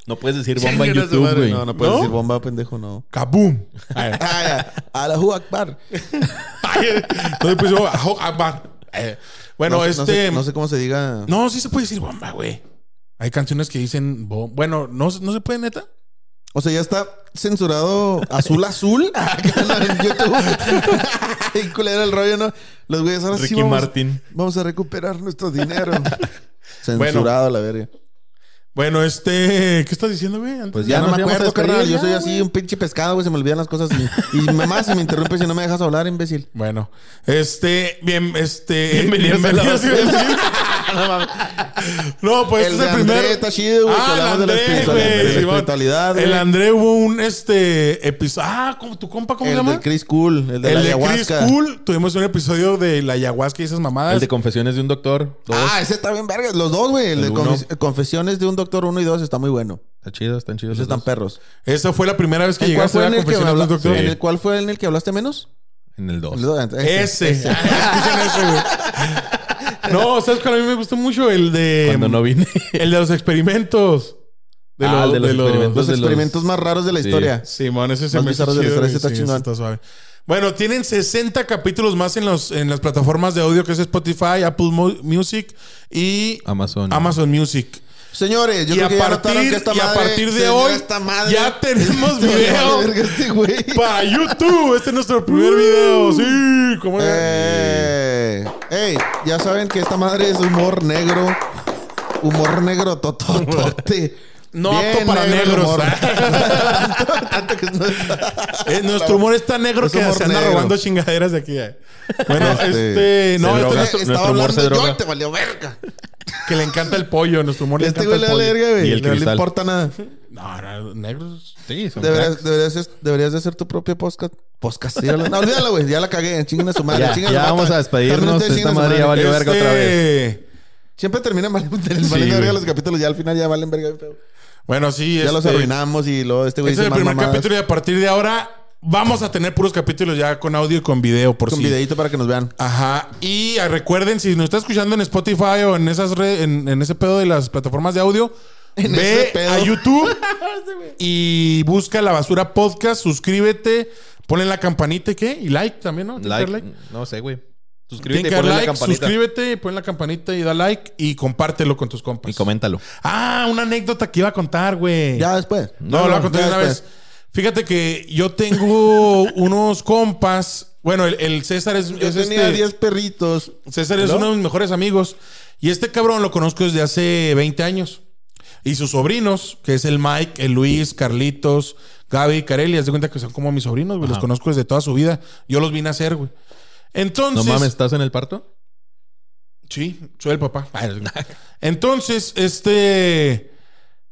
[SPEAKER 3] No puedes decir bomba en
[SPEAKER 2] Chingue a su
[SPEAKER 3] YouTube,
[SPEAKER 2] madre.
[SPEAKER 3] güey.
[SPEAKER 2] No, no puedes
[SPEAKER 1] ¿No?
[SPEAKER 2] decir bomba, pendejo, no.
[SPEAKER 1] ¡Kaboom! Ay,
[SPEAKER 2] Ah, ya. a la Hu Akbar.
[SPEAKER 1] ay, entonces, pues, yo, ajo, abar. Eh, Bueno,
[SPEAKER 2] no, sé-
[SPEAKER 1] este.
[SPEAKER 2] no sé, no sé cómo se diga.
[SPEAKER 1] No, sí se puede decir bomba, güey. Hay canciones que dicen bomba. Bueno, ¿no, ¿no se puede, neta?
[SPEAKER 2] O sea, ya está censurado azul azul acá en la- en YouTube. Ay, culero el rollo, ¿no? Los güeyes ahora sí
[SPEAKER 3] Ricky
[SPEAKER 2] vamos,
[SPEAKER 3] Martin.
[SPEAKER 2] vamos a recuperar nuestro dinero. Censurado a la verga.
[SPEAKER 1] Bueno, este. ¿Qué estás diciendo, güey? Antes-
[SPEAKER 3] Pues
[SPEAKER 2] Ya,
[SPEAKER 3] ya
[SPEAKER 2] no
[SPEAKER 3] nos
[SPEAKER 2] me
[SPEAKER 3] íbamos a
[SPEAKER 2] acuerdo,
[SPEAKER 3] despedir,
[SPEAKER 2] carnal. Yo
[SPEAKER 3] ya,
[SPEAKER 2] soy
[SPEAKER 3] güey.
[SPEAKER 2] así un pinche pescado, güey. Se me olvidan las cosas. Y, y mamá, si me interrumpes y no me dejas hablar, imbécil.
[SPEAKER 1] Bueno, este. Bien, este.
[SPEAKER 4] Bienvenidos a la
[SPEAKER 1] bienvenidos, No, pues
[SPEAKER 2] El
[SPEAKER 1] este es el
[SPEAKER 2] de
[SPEAKER 1] primer.
[SPEAKER 2] André está chido, güey, que
[SPEAKER 1] Ah,
[SPEAKER 2] hablamos
[SPEAKER 1] el
[SPEAKER 2] de la
[SPEAKER 1] André,
[SPEAKER 2] espiritualidad, de la
[SPEAKER 1] güey. Simón.
[SPEAKER 2] espiritualidad,
[SPEAKER 1] El
[SPEAKER 2] güey.
[SPEAKER 1] André hubo un este episodio. Ah, ¿cómo- ¿tu compa cómo se
[SPEAKER 2] El
[SPEAKER 1] llama?
[SPEAKER 2] del Chris Cool, el de la
[SPEAKER 1] El de Chris
[SPEAKER 2] ayahuasca.
[SPEAKER 1] Cool. Tuvimos un episodio de la ayahuasca y esas mamadas.
[SPEAKER 3] El de confesiones de un doctor. Dos.
[SPEAKER 2] Ah, ese está bien verga. Los dos, güey. El, de
[SPEAKER 3] uno.
[SPEAKER 2] confes- Confesiones de un Doctor 1 y 2 está muy bueno.
[SPEAKER 3] Está chido, están chidos.
[SPEAKER 2] Esos
[SPEAKER 3] los
[SPEAKER 2] están
[SPEAKER 3] dos.
[SPEAKER 2] perros.
[SPEAKER 1] Esa fue la primera vez que
[SPEAKER 2] ¿En cuál
[SPEAKER 1] llegaste
[SPEAKER 2] fue
[SPEAKER 1] a
[SPEAKER 2] en
[SPEAKER 1] la
[SPEAKER 2] el que me
[SPEAKER 1] confesión del
[SPEAKER 2] habla-
[SPEAKER 1] doctor.
[SPEAKER 2] en el cuál fue en el que hablaste menos?
[SPEAKER 3] En el 2.
[SPEAKER 1] Ese. Ah, Escuchen ese, güey. No, ¿sabes cuál a mí me gustó mucho? El de.
[SPEAKER 2] Em,
[SPEAKER 3] Cuando no vine.
[SPEAKER 1] El de los experimentos. De,
[SPEAKER 3] Ah,
[SPEAKER 1] los-
[SPEAKER 3] el de los experimentos.
[SPEAKER 2] Los
[SPEAKER 3] de los-
[SPEAKER 2] experimentos más raros de la
[SPEAKER 3] Sí.
[SPEAKER 2] historia.
[SPEAKER 1] Simón, ese se
[SPEAKER 2] Más
[SPEAKER 1] me hizo
[SPEAKER 2] bizarros de la
[SPEAKER 1] chido,
[SPEAKER 2] historia,
[SPEAKER 1] güey.
[SPEAKER 2] ese está
[SPEAKER 1] Sí, ese
[SPEAKER 2] chingón.
[SPEAKER 1] está suave. Bueno, tienen 60 capítulos más en, los, en las plataformas de audio que es Spotify, Apple Mu- Music y
[SPEAKER 3] Amazon.
[SPEAKER 1] Amazon Music.
[SPEAKER 2] Señores, yo
[SPEAKER 1] Y
[SPEAKER 2] creo
[SPEAKER 1] a
[SPEAKER 2] que ya
[SPEAKER 1] partir-
[SPEAKER 2] notaron que esta
[SPEAKER 1] y a
[SPEAKER 2] madre-
[SPEAKER 1] partir de
[SPEAKER 2] señora,
[SPEAKER 1] hoy,
[SPEAKER 2] esta madre-
[SPEAKER 1] ya tenemos
[SPEAKER 2] Señora,
[SPEAKER 1] video.
[SPEAKER 2] verga, este güey.
[SPEAKER 1] Para YouTube, este es nuestro primer video. Sí, ¿cómo era?
[SPEAKER 2] Eh, ey, ya saben que esta madre es humor negro. Humor negro tototote.
[SPEAKER 1] No
[SPEAKER 2] Bien
[SPEAKER 1] apto para
[SPEAKER 2] negro el
[SPEAKER 1] negros.
[SPEAKER 2] humor. Tanto que no
[SPEAKER 1] Eh, nuestro humor está negro
[SPEAKER 2] Es
[SPEAKER 1] que
[SPEAKER 2] humor
[SPEAKER 1] se anda
[SPEAKER 2] negro.
[SPEAKER 1] robando chingaderas de aquí. eh. Bueno,
[SPEAKER 2] Este,
[SPEAKER 1] este, no,
[SPEAKER 3] se
[SPEAKER 1] este
[SPEAKER 3] droga.
[SPEAKER 1] es
[SPEAKER 3] nuestro
[SPEAKER 2] Estaba
[SPEAKER 3] humor
[SPEAKER 2] hablando
[SPEAKER 3] se
[SPEAKER 2] yo
[SPEAKER 3] droga.
[SPEAKER 2] y te valió verga.
[SPEAKER 1] que le encanta el pollo, nuestro humor le
[SPEAKER 2] Este
[SPEAKER 1] encanta
[SPEAKER 2] güey
[SPEAKER 1] el
[SPEAKER 2] le vale
[SPEAKER 1] pollo.
[SPEAKER 2] verga,
[SPEAKER 3] Y
[SPEAKER 2] güey.
[SPEAKER 3] el
[SPEAKER 2] No le
[SPEAKER 3] cristal.
[SPEAKER 2] importa nada.
[SPEAKER 1] No, no, negros.
[SPEAKER 3] Sí, son
[SPEAKER 2] Deberías,
[SPEAKER 3] cracks.
[SPEAKER 2] deberías, deberías de hacer tu propio podcast. Podcast, sí, No, olvídalo, güey. Ya la cagué. Chinguen a su madre.
[SPEAKER 3] Ya,
[SPEAKER 2] chinguen a
[SPEAKER 3] ya
[SPEAKER 2] su madre.
[SPEAKER 3] vamos a despedirnos,
[SPEAKER 2] Terminen ustedes,
[SPEAKER 3] esta
[SPEAKER 2] chinguen a su
[SPEAKER 3] madre ya valió.
[SPEAKER 1] Este-
[SPEAKER 3] verga otra
[SPEAKER 2] Siempre termina mal. Valen
[SPEAKER 3] güey.
[SPEAKER 2] verga los capítulos. Ya al final ya valen verga. bien feo.
[SPEAKER 1] Bueno, sí.
[SPEAKER 2] Ya
[SPEAKER 1] este,
[SPEAKER 2] los arruinamos y luego este güey
[SPEAKER 1] Este es
[SPEAKER 2] dice
[SPEAKER 1] el
[SPEAKER 2] más
[SPEAKER 1] primer
[SPEAKER 2] mamadas.
[SPEAKER 1] capítulo y a partir de ahora vamos a tener puros capítulos ya con audio y con video, por
[SPEAKER 2] Con
[SPEAKER 1] si.
[SPEAKER 2] videito para que nos vean.
[SPEAKER 1] Ajá. Y ah, recuerden, si nos está escuchando en Spotify o en esas red- en, en ese pedo de las plataformas de audio,
[SPEAKER 2] ese
[SPEAKER 1] ve
[SPEAKER 2] pedo.
[SPEAKER 1] a YouTube y busca la basura podcast, suscríbete, ponle la campanita y qué, y like también, ¿no? Tiene que dar
[SPEAKER 3] Like. No sé, güey.
[SPEAKER 1] Tiene
[SPEAKER 3] Suscríbete
[SPEAKER 1] que
[SPEAKER 3] y
[SPEAKER 1] dar
[SPEAKER 3] ponle la
[SPEAKER 1] like,
[SPEAKER 3] campanita.
[SPEAKER 1] suscríbete, pon la campanita y da like y compártelo con tus compas.
[SPEAKER 3] Y coméntalo.
[SPEAKER 1] Ah, una anécdota que iba a contar, güey.
[SPEAKER 2] Ya después.
[SPEAKER 1] No, lo voy a contar
[SPEAKER 2] ya
[SPEAKER 1] de una
[SPEAKER 2] después.
[SPEAKER 1] vez. Fíjate que yo tengo unos compas. Bueno, el, el César es,
[SPEAKER 2] Yo
[SPEAKER 1] es
[SPEAKER 2] tenía
[SPEAKER 1] este-
[SPEAKER 2] 10 perritos.
[SPEAKER 1] César es
[SPEAKER 2] ¿No?
[SPEAKER 1] uno de mis mejores amigos. Y este cabrón lo conozco desde hace 20 años. Y sus sobrinos, que es el Mike, el Luis, Carlitos, Gaby, Carelli, haz de cuenta que son como mis sobrinos, güey. Los
[SPEAKER 3] Ajá.
[SPEAKER 1] conozco desde toda su vida. Yo los vine a hacer, güey.
[SPEAKER 3] No
[SPEAKER 1] Entonces.
[SPEAKER 3] mames, ¿estás en el parto?
[SPEAKER 1] Sí, soy el papá. Entonces, este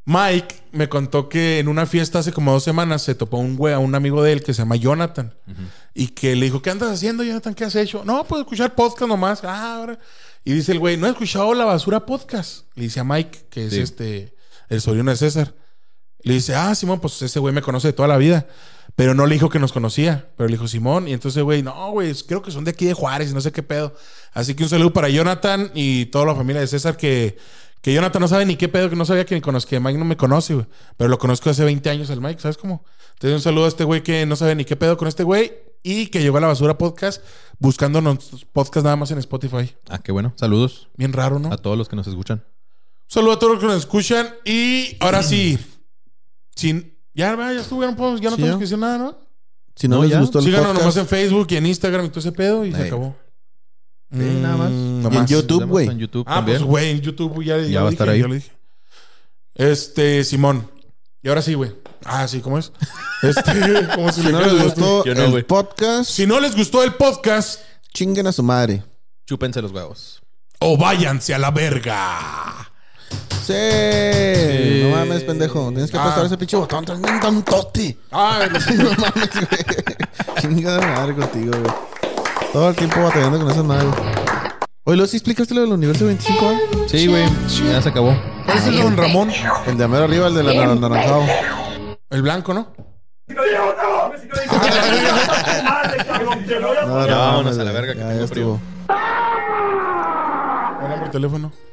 [SPEAKER 1] Mike me contó que en una fiesta hace como dos semanas se topó un güey, a un amigo de él que se llama Jonathan. Y que le dijo, ¿qué andas haciendo, Jonathan? ¿Qué has hecho? No, pues escuchar podcast nomás. Ah, ahora. Y dice el güey, no he escuchado la basura podcast. Le dice a Mike, que es
[SPEAKER 3] Sí.
[SPEAKER 1] este, el sobrino de César. Le dice, ah, Simón, pues ese güey me conoce de toda la vida. Pero no le dijo que nos conocía. Pero le dijo Simón. Y entonces, güey, no, güey, creo que son de aquí de Juárez, no sé qué pedo. Así que un saludo para Jonathan y toda la familia de César que... Que Jonathan no sabe ni qué pedo, que no sabía que me conozco, que Mike no me conoce, güey. Pero lo conozco hace 20 años al Mike, ¿sabes cómo? Entonces un saludo a este güey que no sabe ni qué pedo con este güey y que llegó a la basura podcast buscando nuestros podcasts nada más en Spotify.
[SPEAKER 3] Ah, qué bueno. Saludos
[SPEAKER 1] Bien raro, ¿no?
[SPEAKER 3] a todos los que nos escuchan.
[SPEAKER 1] Saludo a todos los que nos escuchan. Y ahora sí. Sin, ya, va, ya estuvo, ya no, podemos, ya no
[SPEAKER 2] Sí,
[SPEAKER 1] tenemos
[SPEAKER 2] ya.
[SPEAKER 1] que decir nada, ¿no?
[SPEAKER 2] Si no,
[SPEAKER 3] No,
[SPEAKER 2] les
[SPEAKER 3] ya.
[SPEAKER 2] gustó el
[SPEAKER 1] Síganos nomás
[SPEAKER 2] podcast.
[SPEAKER 1] en Facebook y en Instagram y todo ese pedo y se
[SPEAKER 3] Ey.
[SPEAKER 1] acabó.
[SPEAKER 3] Sí, nada más.
[SPEAKER 1] Mm,
[SPEAKER 2] Y en YouTube,
[SPEAKER 3] Estamos
[SPEAKER 2] güey.
[SPEAKER 3] En YouTube
[SPEAKER 1] Ah,
[SPEAKER 3] también.
[SPEAKER 1] pues, güey, en YouTube ya, ya lo
[SPEAKER 3] Ya va a
[SPEAKER 1] dije,
[SPEAKER 3] estar ahí.
[SPEAKER 1] ya lo dije. Este, Simón. Y ahora sí, güey. Ah, sí, ¿cómo es? Este, como si,
[SPEAKER 2] Si no
[SPEAKER 1] no
[SPEAKER 2] les gustó
[SPEAKER 3] Yo no, güey.
[SPEAKER 2] el podcast,
[SPEAKER 1] si no les gustó el podcast,
[SPEAKER 2] chinguen a su madre.
[SPEAKER 3] Chúpense los huevos.
[SPEAKER 1] o váyanse a la verga.
[SPEAKER 2] Sí. No mames, pendejo. Tienes que aplastar
[SPEAKER 1] Ah.
[SPEAKER 2] ese pinche botón. Estás bien tontote.
[SPEAKER 1] Ah, no sé.
[SPEAKER 2] No mames, güey. Chinga de madre contigo, güey. Todo el tiempo batallando con esas madres. Oye, ¿lo sí explicaste lo del universo 25? eh?
[SPEAKER 3] Sí, güey. Ya se acabó.
[SPEAKER 1] ¿Cuál es el de Don Ramón?
[SPEAKER 2] El de mero arriba, el de la la- anaranjado.
[SPEAKER 1] El blanco, ¿no?
[SPEAKER 2] No, no,
[SPEAKER 1] Ah,
[SPEAKER 3] vámonos
[SPEAKER 2] mames,
[SPEAKER 3] a la
[SPEAKER 2] güey.
[SPEAKER 3] verga, que
[SPEAKER 2] Ya,
[SPEAKER 3] tengo
[SPEAKER 2] ya
[SPEAKER 3] frío.
[SPEAKER 2] estuvo.
[SPEAKER 1] Habla por teléfono.